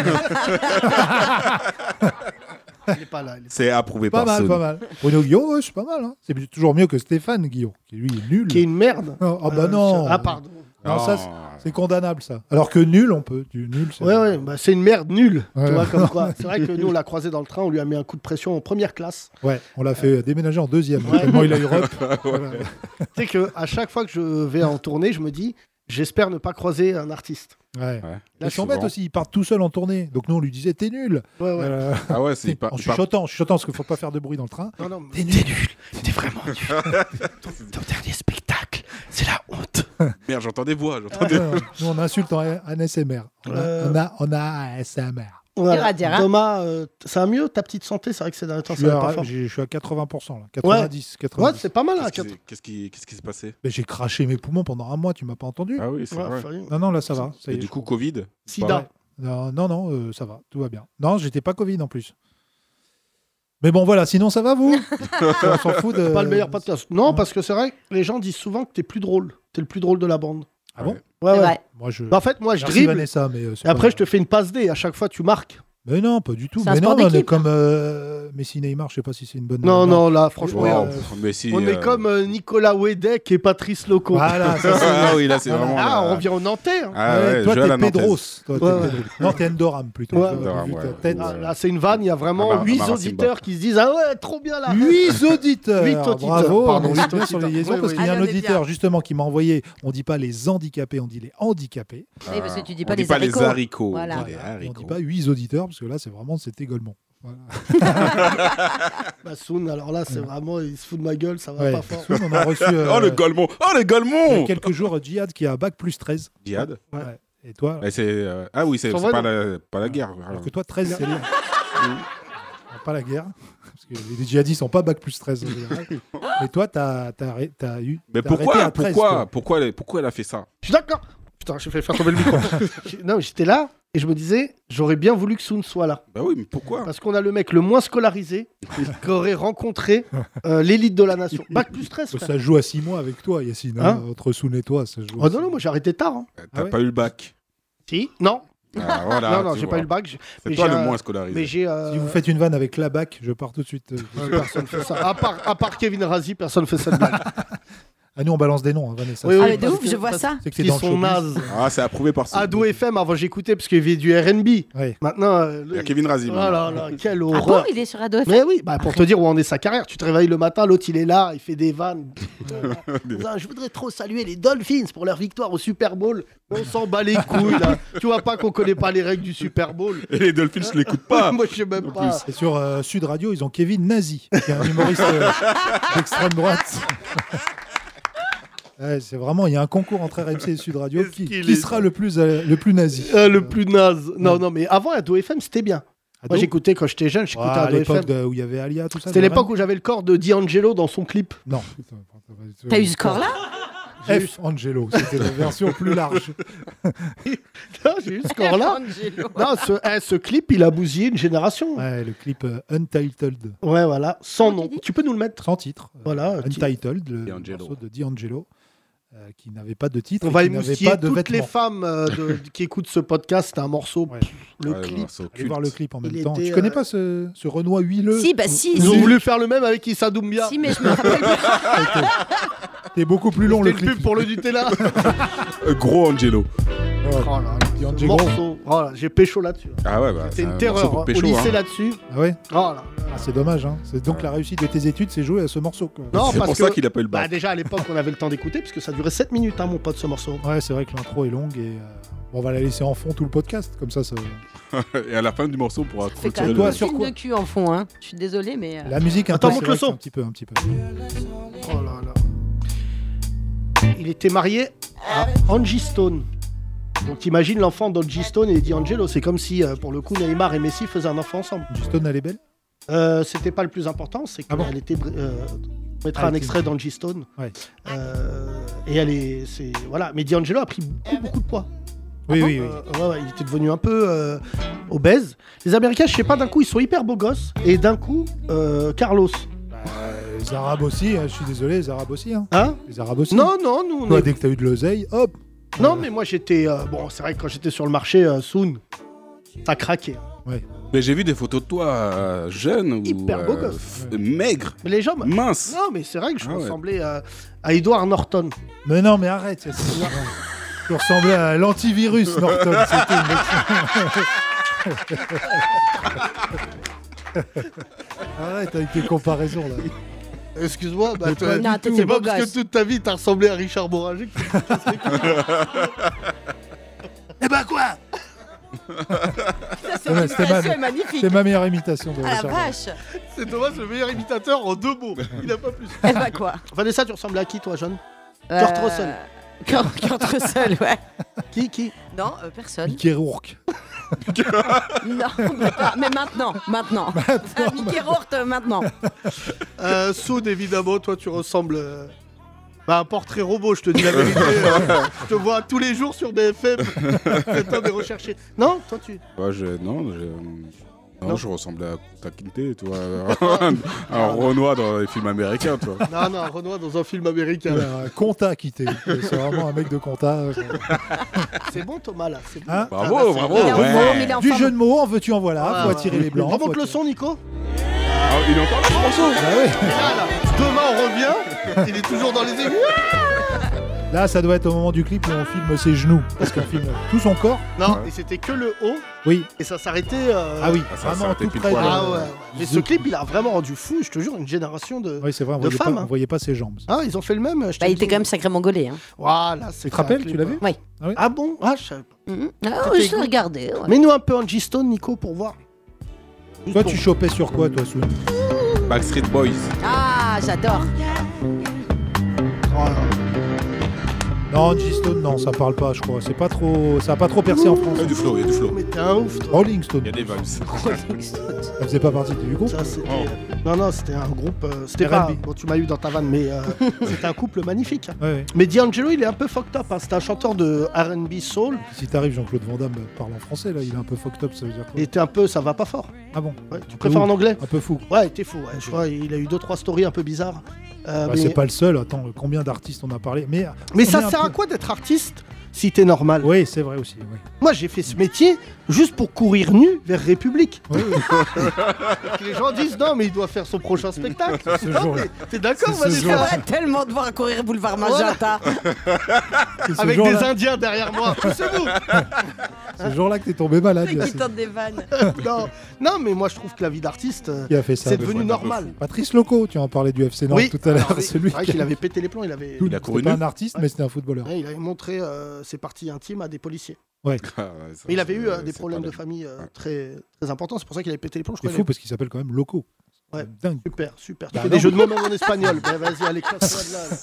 Speaker 3: est pas là. il est-
Speaker 5: C'est approuvé
Speaker 4: Pas
Speaker 5: par
Speaker 4: mal,
Speaker 5: Sony.
Speaker 4: pas mal. Bruno Guillon, ouais, c'est pas mal. hein. C'est toujours mieux que Stéphane Guillon, qui lui est nul.
Speaker 3: Qui est une merde.
Speaker 4: Ah ah bah
Speaker 3: Euh,
Speaker 4: non.
Speaker 3: Ah pardon.
Speaker 4: Non, ça, c'est-
Speaker 5: Oh.
Speaker 4: c'est condamnable ça. Alors que nul, on peut. Du nul, c'est-
Speaker 3: Ouais, ouais, bah, c'est une merde nulle.
Speaker 4: Ouais.
Speaker 3: Tu vois, comme quoi. C'est vrai que nous, on l'a croisé dans le train, on lui a mis un coup de pression en première classe.
Speaker 4: Ouais, on l'a fait déménager en deuxième.
Speaker 3: Ouais.
Speaker 4: Tellement il a eu rep. Voilà.
Speaker 3: Tu sais que à chaque fois que je vais en tournée, je me dis, j'espère ne pas croiser un artiste.
Speaker 4: Ouais.
Speaker 5: Ouais.
Speaker 4: Là, ils sont
Speaker 5: Souvent.
Speaker 4: bêtes aussi, ils partent tout seuls en tournée. Donc nous, on lui disait t'es nul.
Speaker 3: Ouais, ouais.
Speaker 4: Euh,
Speaker 5: Ah ouais, c'est pas.
Speaker 4: en chuchotant, en chuchotant, parce qu'il faut pas faire de bruit dans le train.
Speaker 3: Non, non, mais-
Speaker 4: T'es nul.
Speaker 5: Merde, j'entends des voix. j'entends des-
Speaker 4: Euh, nous, on insulte en, en SMR. On a,
Speaker 3: Euh.
Speaker 4: on a, on a ASMR.
Speaker 3: Voilà.
Speaker 6: Dur à dire, hein.
Speaker 3: Thomas, euh, ça va mieux ta petite santé C'est vrai que ces derniers temps,
Speaker 4: Je
Speaker 3: ça
Speaker 4: suis,
Speaker 3: va pas
Speaker 4: à,
Speaker 3: fort.
Speaker 4: j'ai- je suis à 80%, là. 90,
Speaker 3: Ouais,
Speaker 4: 90.
Speaker 3: c'est pas mal. hein,
Speaker 5: Qu'est-ce
Speaker 3: quatre-
Speaker 5: qui- Qu'est-ce qui qu'est-ce qui s'est passé
Speaker 4: Mais j'ai craché mes poumons pendant un mois, tu m'as pas entendu
Speaker 5: Ah oui, c'est
Speaker 3: Ouais,
Speaker 5: vrai.
Speaker 3: enfin,
Speaker 4: Non, non, là, ça va. Ça y
Speaker 5: Et
Speaker 4: est,
Speaker 5: du
Speaker 4: je
Speaker 5: coup,
Speaker 4: crois.
Speaker 5: Covid
Speaker 3: Sida.
Speaker 4: Non, non, non, euh, ça va, tout va bien. Non, j'étais pas Covid en plus. Mais bon, voilà, sinon ça va, vous On s'en fout de...
Speaker 3: Pas le meilleur podcast. Non,
Speaker 4: Euh, ouais.
Speaker 3: parce que c'est vrai que les gens disent souvent que t'es plus drôle. T'es le plus drôle de la bande.
Speaker 4: Ah bon
Speaker 5: Ouais.
Speaker 3: Ouais,
Speaker 6: C'est
Speaker 3: ouais.
Speaker 6: vrai.
Speaker 4: Moi, je...
Speaker 3: Bah, en fait, moi, je
Speaker 4: Merci,
Speaker 3: dribble.
Speaker 4: Vanessa, mais... euh, c'est
Speaker 3: Et après,
Speaker 4: pas-
Speaker 3: je te fais une passe D. À chaque fois, tu marques.
Speaker 4: Mais non, pas du tout.
Speaker 6: C'est un
Speaker 4: Mais non,
Speaker 6: sport
Speaker 4: on est
Speaker 6: d'équipe.
Speaker 4: comme... euh, Messi Neymar, je sais pas si c'est une bonne...
Speaker 3: Non, non, là, franchement.
Speaker 5: Wow,
Speaker 3: euh,
Speaker 5: mais si,
Speaker 3: on
Speaker 5: euh,
Speaker 3: est comme euh, Nicolas Wedek et Patrice Loco.
Speaker 4: Voilà, ça, c'est-
Speaker 5: Ah oui, là, c'est
Speaker 4: Voilà.
Speaker 5: vraiment.
Speaker 3: Ah,
Speaker 5: la-
Speaker 3: on revient au Nantais. hein.
Speaker 5: Ah ouais,
Speaker 4: toi,
Speaker 5: je
Speaker 4: t'es
Speaker 5: la Nantaise.
Speaker 4: Pedros. Toi, t'es
Speaker 3: Ouais, ouais.
Speaker 4: Pedros. Non, t'es Endoram, plutôt.
Speaker 3: Ouais.
Speaker 4: J'avais
Speaker 5: Endoram,
Speaker 4: vu ta
Speaker 5: ouais.
Speaker 4: tête.
Speaker 3: Ah, là, c'est une vanne. Il y a vraiment
Speaker 5: Amar-
Speaker 3: 8
Speaker 5: Amar
Speaker 3: auditeurs
Speaker 5: Simba.
Speaker 3: qui se disent Ah ouais, trop bien là.
Speaker 4: 8 auditeurs.
Speaker 3: Huit auditeurs.
Speaker 4: Bravo,
Speaker 3: Pardon,
Speaker 4: on
Speaker 3: huit
Speaker 4: est bien sur
Speaker 3: auditeurs. Ah,
Speaker 4: les liaisons
Speaker 3: Oui,
Speaker 4: parce
Speaker 3: oui.
Speaker 4: qu'il y a
Speaker 6: Allez,
Speaker 4: un
Speaker 6: on est
Speaker 4: auditeur
Speaker 6: bien.
Speaker 4: justement qui m'a envoyé. On dit pas les handicapés, on dit les handicapés.
Speaker 6: Oui, parce que tu dis
Speaker 5: On
Speaker 6: pas
Speaker 5: dit
Speaker 6: les
Speaker 5: pas
Speaker 6: haricots.
Speaker 5: les haricots.
Speaker 6: Voilà.
Speaker 5: on dit
Speaker 4: Voilà.
Speaker 5: Ah, les
Speaker 4: Et on
Speaker 5: haricots.
Speaker 4: dit pas 8 auditeurs parce que là c'est vraiment c'était Golemont.
Speaker 3: Bassoun, Bah, alors là, c'est vraiment. Il se fout de ma gueule, ça va
Speaker 4: Ouais.
Speaker 3: pas fort.
Speaker 4: On a reçu euh,
Speaker 5: Oh le Golemont Oh
Speaker 4: il
Speaker 5: le
Speaker 4: y a
Speaker 5: Golemont
Speaker 4: quelques jours Djihad qui a bac plus 13.
Speaker 5: Djihad
Speaker 4: Ouais. Et toi
Speaker 5: Mais c'est, euh, Ah oui, c'est
Speaker 3: Sur
Speaker 5: c'est pas
Speaker 3: Val-
Speaker 5: la, pas la guerre.
Speaker 4: Alors que toi 13 c'est bien. Ah, Pas la guerre. Parce que les djihadistes sont pas bac plus 13 en général. Mais toi t'as as, eu.
Speaker 5: Mais
Speaker 4: t'as arrêté
Speaker 5: pourquoi
Speaker 4: à 13,
Speaker 5: pourquoi,
Speaker 4: toi.
Speaker 5: pourquoi, elle, pourquoi elle a fait ça
Speaker 3: Je suis d'accord. Putain, j'ai fait faire tomber le micro. J'ai- non, j'étais là et je me disais, j'aurais bien voulu que Soun soit là.
Speaker 5: Bah oui, mais pourquoi
Speaker 3: Parce qu'on a le mec le moins scolarisé qui aurait rencontré euh, l'élite de la nation. Bac plus 13. frère.
Speaker 4: ça joue à 6 mois avec toi, Yacine. hein, entre Soun et toi, ça joue. à
Speaker 3: Oh
Speaker 4: six
Speaker 3: non, non, moi j'ai arrêté tard. hein.
Speaker 5: T'as
Speaker 4: Ah ouais
Speaker 5: pas eu le bac.
Speaker 3: Si Non,
Speaker 5: Ah, voilà,
Speaker 3: non, non,
Speaker 5: tu
Speaker 3: j'ai
Speaker 5: vois.
Speaker 3: pas eu le bac. j'ai-
Speaker 5: C'est
Speaker 3: mais
Speaker 5: toi
Speaker 3: j'ai
Speaker 5: le
Speaker 3: un-
Speaker 5: moins
Speaker 3: Mais
Speaker 5: scolarisé.
Speaker 3: j'ai. euh,
Speaker 4: Si vous faites une vanne avec la bac, je pars tout de suite. euh,
Speaker 3: ouais, Personne fait ça. À part, à part Kevin Razi, personne fait cette blague.
Speaker 4: Ah, nous, on balance des noms, hein, Vanessa.
Speaker 3: Oui,
Speaker 6: Ah,
Speaker 3: oui,
Speaker 6: mais de
Speaker 3: parce
Speaker 6: ouf,
Speaker 3: que-
Speaker 6: je vois
Speaker 3: parce
Speaker 6: ça.
Speaker 4: C'est que t'es
Speaker 3: Ils
Speaker 4: dans le
Speaker 3: sont
Speaker 4: showbiz.
Speaker 3: nazes.
Speaker 5: Ah, c'est approuvé par ça.
Speaker 3: Ado FM, avant j'écoutais parce qu'il y avait du RB.
Speaker 4: Ouais.
Speaker 3: Maintenant. euh,
Speaker 5: Il y
Speaker 3: le-
Speaker 5: a Kevin Razim.
Speaker 3: Oh là là,
Speaker 6: Ah
Speaker 3: quelle
Speaker 6: bon,
Speaker 3: horreur.
Speaker 6: il est sur Ado FM
Speaker 3: Mais oui, bah, pour te dire où en est sa carrière, tu te réveilles le matin, l'autre il est là, il fait des vannes. Putain, Je voudrais trop saluer les Dolphins pour leur victoire au Super Bowl. On s'en bat les couilles là. Tu vois pas qu'on connaît pas les règles du Super Bowl.
Speaker 5: Et les Dolphins, je l'écoute pas.
Speaker 3: Moi je sais même pas.
Speaker 4: Et sur euh, Sud Radio, ils ont Kevin Nazi, qui est un humoriste euh, d'extrême droite. Ouais, c'est vraiment, il y a un concours entre RMC et Sud Radio. Qui,
Speaker 3: qu'il
Speaker 4: qui
Speaker 3: est-
Speaker 4: sera le plus, euh, le plus nazi
Speaker 3: Euh, le plus naze. Non, non, mais avant, Ado FM, c'était bien.
Speaker 4: Ado
Speaker 3: Moi, j'écoutais quand j'étais jeune,
Speaker 4: Ah, Ouais,
Speaker 3: j'écoutais
Speaker 4: à
Speaker 3: Ado FM.
Speaker 4: l'époque de- où il y avait Alia, tout ça.
Speaker 3: C'était l'époque où j'avais le corps de D'Angelo dans son clip.
Speaker 4: Non.
Speaker 6: T'as eu ce corps-là
Speaker 4: F. Angelo, c'était la version plus large.
Speaker 3: Non, J'ai eu ce corps là.
Speaker 6: Euh,
Speaker 3: Non, ce, eh, ce clip, il a bousillé une génération. Ouais,
Speaker 4: Ouais, le clip euh, Untitled,
Speaker 3: voilà, sans
Speaker 6: Comment
Speaker 3: nom.
Speaker 6: tu dis
Speaker 3: Tu peux nous le mettre
Speaker 4: sans titre. Euh,
Speaker 3: Voilà, ti-
Speaker 4: Untitled, le
Speaker 5: D'Angelo.
Speaker 4: morceau de D'Angelo, euh, qui n'avait pas de titre,
Speaker 3: On
Speaker 4: et
Speaker 3: va
Speaker 4: qui n'avait
Speaker 3: émoustiller
Speaker 4: pas de
Speaker 3: toutes les
Speaker 4: vêtements.
Speaker 3: femmes euh, de- qui écoutent ce podcast. C'est un morceau.
Speaker 4: Ouais.
Speaker 3: pff, le
Speaker 5: Ouais,
Speaker 3: clip.
Speaker 5: non, c'est au
Speaker 4: Allez
Speaker 5: culte.
Speaker 4: voir le clip en même
Speaker 3: Il
Speaker 4: temps.
Speaker 3: était,
Speaker 4: Tu connais
Speaker 3: euh,
Speaker 4: pas ce, ce Renoir huileux
Speaker 6: Si, bah si,
Speaker 3: Ils ont
Speaker 6: si.
Speaker 3: voulu faire le même avec Issa Doumbia.
Speaker 6: Si, mais je me rappelle pas.
Speaker 4: T'es beaucoup plus long
Speaker 3: C'était
Speaker 4: le
Speaker 3: le
Speaker 4: clip.
Speaker 3: pub pour le Nutella.
Speaker 5: Euh, Gros Angelo.
Speaker 3: Oh
Speaker 4: Ouais.
Speaker 3: là là,
Speaker 4: Dis
Speaker 3: ce
Speaker 4: Angelo.
Speaker 3: morceau. Oh là, J'ai pécho là-dessus.
Speaker 5: Ah ouais, bah.
Speaker 3: C'était
Speaker 5: un
Speaker 3: une
Speaker 5: morceau
Speaker 3: terreur.
Speaker 5: pour
Speaker 3: hein.
Speaker 5: Pécho,
Speaker 3: Au lycée
Speaker 5: hein.
Speaker 3: là-dessus.
Speaker 4: Ah ouais
Speaker 3: Oh là là.
Speaker 4: Ah, C'est dommage. Hein. C'est donc la réussite de tes études, c'est jouer à ce morceau. quoi.
Speaker 3: Non,
Speaker 5: C'est
Speaker 3: parce
Speaker 5: pour
Speaker 3: que-
Speaker 5: ça qu'il appelle
Speaker 3: Bah
Speaker 5: bac.
Speaker 3: déjà à l'époque on avait le temps d'écouter parce que ça durait 7 minutes hein, mon pote ce morceau.
Speaker 4: Ouais, c'est vrai que l'intro est longue et euh, bon, on va la laisser en fond tout le podcast comme ça. ça-
Speaker 3: Bah,
Speaker 5: Et à la fin du morceau, on pourra
Speaker 6: Fait quand
Speaker 5: clôturer
Speaker 6: même
Speaker 5: le.
Speaker 4: Toi,
Speaker 6: un
Speaker 4: sur
Speaker 6: film
Speaker 4: quoi
Speaker 6: de cul en fond, hein. Je suis désolée, mais. euh,
Speaker 4: La musique. un
Speaker 3: Attends,
Speaker 4: peu,
Speaker 3: monte
Speaker 4: c'est vrai
Speaker 3: le son.
Speaker 4: que c'est Un petit peu, un petit peu.
Speaker 3: Oh là là. Il était marié à Angie Stone. Donc t'imagines l'enfant d'Angie Stone et D'Angelo, c'est comme si euh, pour le coup Neymar et Messi faisaient un enfant ensemble.
Speaker 4: Justone, elle est belle.
Speaker 3: Euh, C'était pas le plus important, c'est qu'elle
Speaker 4: Ah bon
Speaker 3: était br- euh, On mettra
Speaker 4: Ah,
Speaker 3: un
Speaker 4: ok.
Speaker 3: extrait d'Angie Stone.
Speaker 4: Ouais.
Speaker 3: Euh, et elle est, c'est voilà. Mais D'Angelo a pris beaucoup, beaucoup de poids.
Speaker 4: Oui, oui, oui.
Speaker 3: Euh, ouais, ouais, il était devenu un peu euh, obèse. Les Américains, je sais pas, d'un coup, ils sont hyper beaux gosses. Et d'un coup, euh, Carlos.
Speaker 4: Bah, les Arabes aussi, hein, je suis désolé, les Arabes aussi. Hein.
Speaker 3: Hein
Speaker 4: Les Arabes aussi.
Speaker 3: Non, non, nous, on
Speaker 4: Toi,
Speaker 3: est-
Speaker 4: dès que t'as eu de l'oseille, hop
Speaker 3: Non, mais moi, j'étais. euh, bon, c'est vrai que quand j'étais sur le marché, euh, Soon, ça craquait.
Speaker 5: Mais j'ai vu des photos de toi euh, jeune ou euh,
Speaker 3: Hyper beau gosse.
Speaker 5: f- maigre,
Speaker 3: Mais les gens. m-
Speaker 5: mince.
Speaker 3: Non, mais c'est vrai que je
Speaker 5: Ah ouais.
Speaker 3: ressemblais euh, à Edward Norton.
Speaker 4: Mais non, mais arrête ça, c'est- Tu ressemblais à l'antivirus, Norton. c'était une bonne- Arrête avec tes comparaisons là.
Speaker 3: Excuse-moi, bah,
Speaker 6: pas Non, du tout. t'étais beau gosse.
Speaker 3: toute ta vie, t'as ressemblé à Richard Boranger.
Speaker 4: Eh ben quoi
Speaker 6: Cette
Speaker 4: Ouais, c'était imitation mal. est
Speaker 6: magnifique.
Speaker 4: C'est ma meilleure imitation de
Speaker 6: Ah la
Speaker 4: Richard
Speaker 6: vache
Speaker 3: C'est Thomas, le meilleur imitateur en deux mots. Il a pas plus.
Speaker 6: Eh bah quoi
Speaker 3: Vanessa, tu ressembles à qui, toi, jeune
Speaker 6: Euh,
Speaker 3: Kurt Russell.
Speaker 6: Kurt Kurt Russell, ouais.
Speaker 3: Qui, qui
Speaker 6: Non, euh, personne.
Speaker 4: Mickey Rourke.
Speaker 6: Non, mais pas- mais maintenant, maintenant. Euh, Mickey Rourke, euh, maintenant.
Speaker 3: Euh, Soud, évidemment, toi tu ressembles euh, à un portrait robot, je te dis la vérité. euh, je te vois tous les jours sur BFM. C'est un des recherchés. Non, toi tu.
Speaker 5: Ouais, je, non, je, non,
Speaker 3: Non.
Speaker 5: je ressemblais à ta Quinté, toi. un un Renoir dans les films américains, toi.
Speaker 3: Non, non, Renoir dans un film américain.
Speaker 4: Euh, Conta quitté. C'est vraiment un mec de Conta.
Speaker 3: C'est bon, Thomas, là. C'est bon.
Speaker 4: Hein
Speaker 3: Ah, bah,
Speaker 5: Bravo,
Speaker 3: c'est
Speaker 5: bravo.
Speaker 6: Il est en
Speaker 5: ouais.
Speaker 6: forme, il est en
Speaker 4: Du
Speaker 6: forme.
Speaker 4: jeu de mots, en veux-tu, en voilà.
Speaker 3: Ah,
Speaker 4: faut
Speaker 3: ouais.
Speaker 4: attirer les blancs.
Speaker 3: Remonte
Speaker 4: faut
Speaker 3: le
Speaker 4: attirer-
Speaker 3: son, Nico.
Speaker 5: Ah, il est encore là, ce morceau
Speaker 4: Bah ouais.
Speaker 3: Et là, là, demain on revient. Il est toujours dans les aigus.
Speaker 4: Là, ça doit être au moment du clip où on filme ses genoux. Parce qu'on filme tout son corps.
Speaker 3: Non, et c'était que le haut.
Speaker 4: Oui.
Speaker 3: Et ça s'arrêtait. euh,
Speaker 4: Ah oui,
Speaker 5: Ah, ça, ça
Speaker 4: vraiment
Speaker 5: aurait été
Speaker 4: tout
Speaker 5: pile
Speaker 4: près.
Speaker 5: poil.
Speaker 4: de-
Speaker 3: Ah ouais. Mais ce clip, il a vraiment rendu fou, je te jure, une génération de.
Speaker 4: Oui, c'est vrai, on
Speaker 3: De
Speaker 4: voyait,
Speaker 3: femmes,
Speaker 4: pas,
Speaker 3: hein.
Speaker 4: on voyait pas ses jambes.
Speaker 3: Ah, ils ont fait le même. Je
Speaker 6: Bah, il était quand même sacrément gaulé. Hein.
Speaker 3: Voilà, c'est
Speaker 4: Tu te rappelles, tu l'as vu
Speaker 3: Ah bon Ah, je savais pas.
Speaker 6: Mhm. Ah,
Speaker 3: C'était
Speaker 6: oui, je
Speaker 3: goût.
Speaker 6: l'ai regardé. ouais.
Speaker 3: Mets-nous un peu Angie Stone, Nico, pour voir.
Speaker 4: Toi, tu chopais sur quoi, toi, Soun
Speaker 5: Backstreet Boys.
Speaker 6: Ah, j'adore.
Speaker 4: euh, Non, G-Stone, non, ça parle pas, je crois. C'est pas trop, ça a pas trop percé en France.
Speaker 5: Il y a du flow, il y a du flow.
Speaker 3: Mais t'es un ouf, toi.
Speaker 4: Rolling Stone.
Speaker 5: Il y a des vibes.
Speaker 4: Ça faisait pas partie du groupe.
Speaker 3: Ça, c'était- euh,
Speaker 5: Oh.
Speaker 3: Non, non, c'était un groupe. euh, c'était pas.
Speaker 4: R&B.
Speaker 3: Bon, tu m'as eu dans ta vanne, mais euh, c'était un couple magnifique. hein.
Speaker 4: Ouais, ouais.
Speaker 3: Mais D'Angelo, il est un peu fucked up. hein. C'est un chanteur de RB Soul.
Speaker 4: Si t'arrives, Jean-Claude Van Damme parle en français, là, il est un peu fucked up, ça veut dire quoi
Speaker 3: Il était un peu. Ça va pas fort.
Speaker 4: Ah bon
Speaker 3: Ouais, tu préfères
Speaker 4: Ouh.
Speaker 3: en anglais
Speaker 4: Un peu fou.
Speaker 3: Ouais, t'es fou. ouais. Je crois il a eu deux, trois stories un peu bizarres. Euh,
Speaker 4: Bah,
Speaker 3: mais
Speaker 4: C'est pas le seul, attends, combien d'artistes on a parlé Mais,
Speaker 3: mais
Speaker 4: on est
Speaker 3: ça
Speaker 4: un
Speaker 3: sert à
Speaker 4: peu-
Speaker 3: quoi d'être artiste si t'es normal
Speaker 4: Oui, c'est vrai aussi. ouais.
Speaker 3: Moi, j'ai fait ce métier juste pour courir nu vers République.
Speaker 4: Oui, oui.
Speaker 3: Que les gens disent non, mais il doit faire son prochain spectacle.
Speaker 4: Ce
Speaker 3: Non,
Speaker 4: jour-là.
Speaker 3: mais T'es d'accord,
Speaker 4: C'est ce
Speaker 3: Vanessa
Speaker 6: J'aimerais tellement de voir courir boulevard Magenta.
Speaker 4: C'est ce
Speaker 3: Avec des
Speaker 4: jour-là-
Speaker 3: Indiens derrière moi, poussez-vous
Speaker 4: ce jour-là que t'es tombé malade,
Speaker 6: Ceux
Speaker 4: là,
Speaker 6: qui
Speaker 4: c'est-
Speaker 6: tentent des vannes.
Speaker 3: non, non, mais moi je trouve que la vie d'artiste, euh,
Speaker 4: qui a fait ça
Speaker 3: c'est
Speaker 5: de-
Speaker 3: devenu
Speaker 5: un peu
Speaker 3: normal.
Speaker 4: Patrice Loco, tu en parlais du FC Nantes
Speaker 3: Oui,
Speaker 4: tout à l'heure,
Speaker 3: alors, oui,
Speaker 4: celui
Speaker 3: c'est vrai
Speaker 4: qui
Speaker 3: qu'il avait pété les plombs, il avait,
Speaker 5: Il a couru
Speaker 4: C'était pas
Speaker 5: nu.
Speaker 4: un artiste, mais c'était un footballeur.
Speaker 3: Ouais, il avait montré euh, ses parties intimes à des policiers.
Speaker 5: Ah, ouais, ça,
Speaker 3: Mais il avait
Speaker 5: c'est-
Speaker 3: eu euh, des
Speaker 5: c'est
Speaker 3: problèmes
Speaker 5: pas
Speaker 3: de
Speaker 5: la-
Speaker 3: famille euh,
Speaker 5: Ouais.
Speaker 3: très, très importants, c'est pour ça qu'il avait pété les plombs, je
Speaker 4: C'est
Speaker 3: crois.
Speaker 4: fou
Speaker 3: qu'il avait-
Speaker 4: parce qu'il s'appelle quand même Loco.
Speaker 3: Ouais.
Speaker 4: Dingue.
Speaker 3: Super, super. Tu
Speaker 4: Bah
Speaker 3: fais
Speaker 4: non.
Speaker 3: des jeux de mots même en espagnol. Bah, vas-y, allez, classe-toi de là.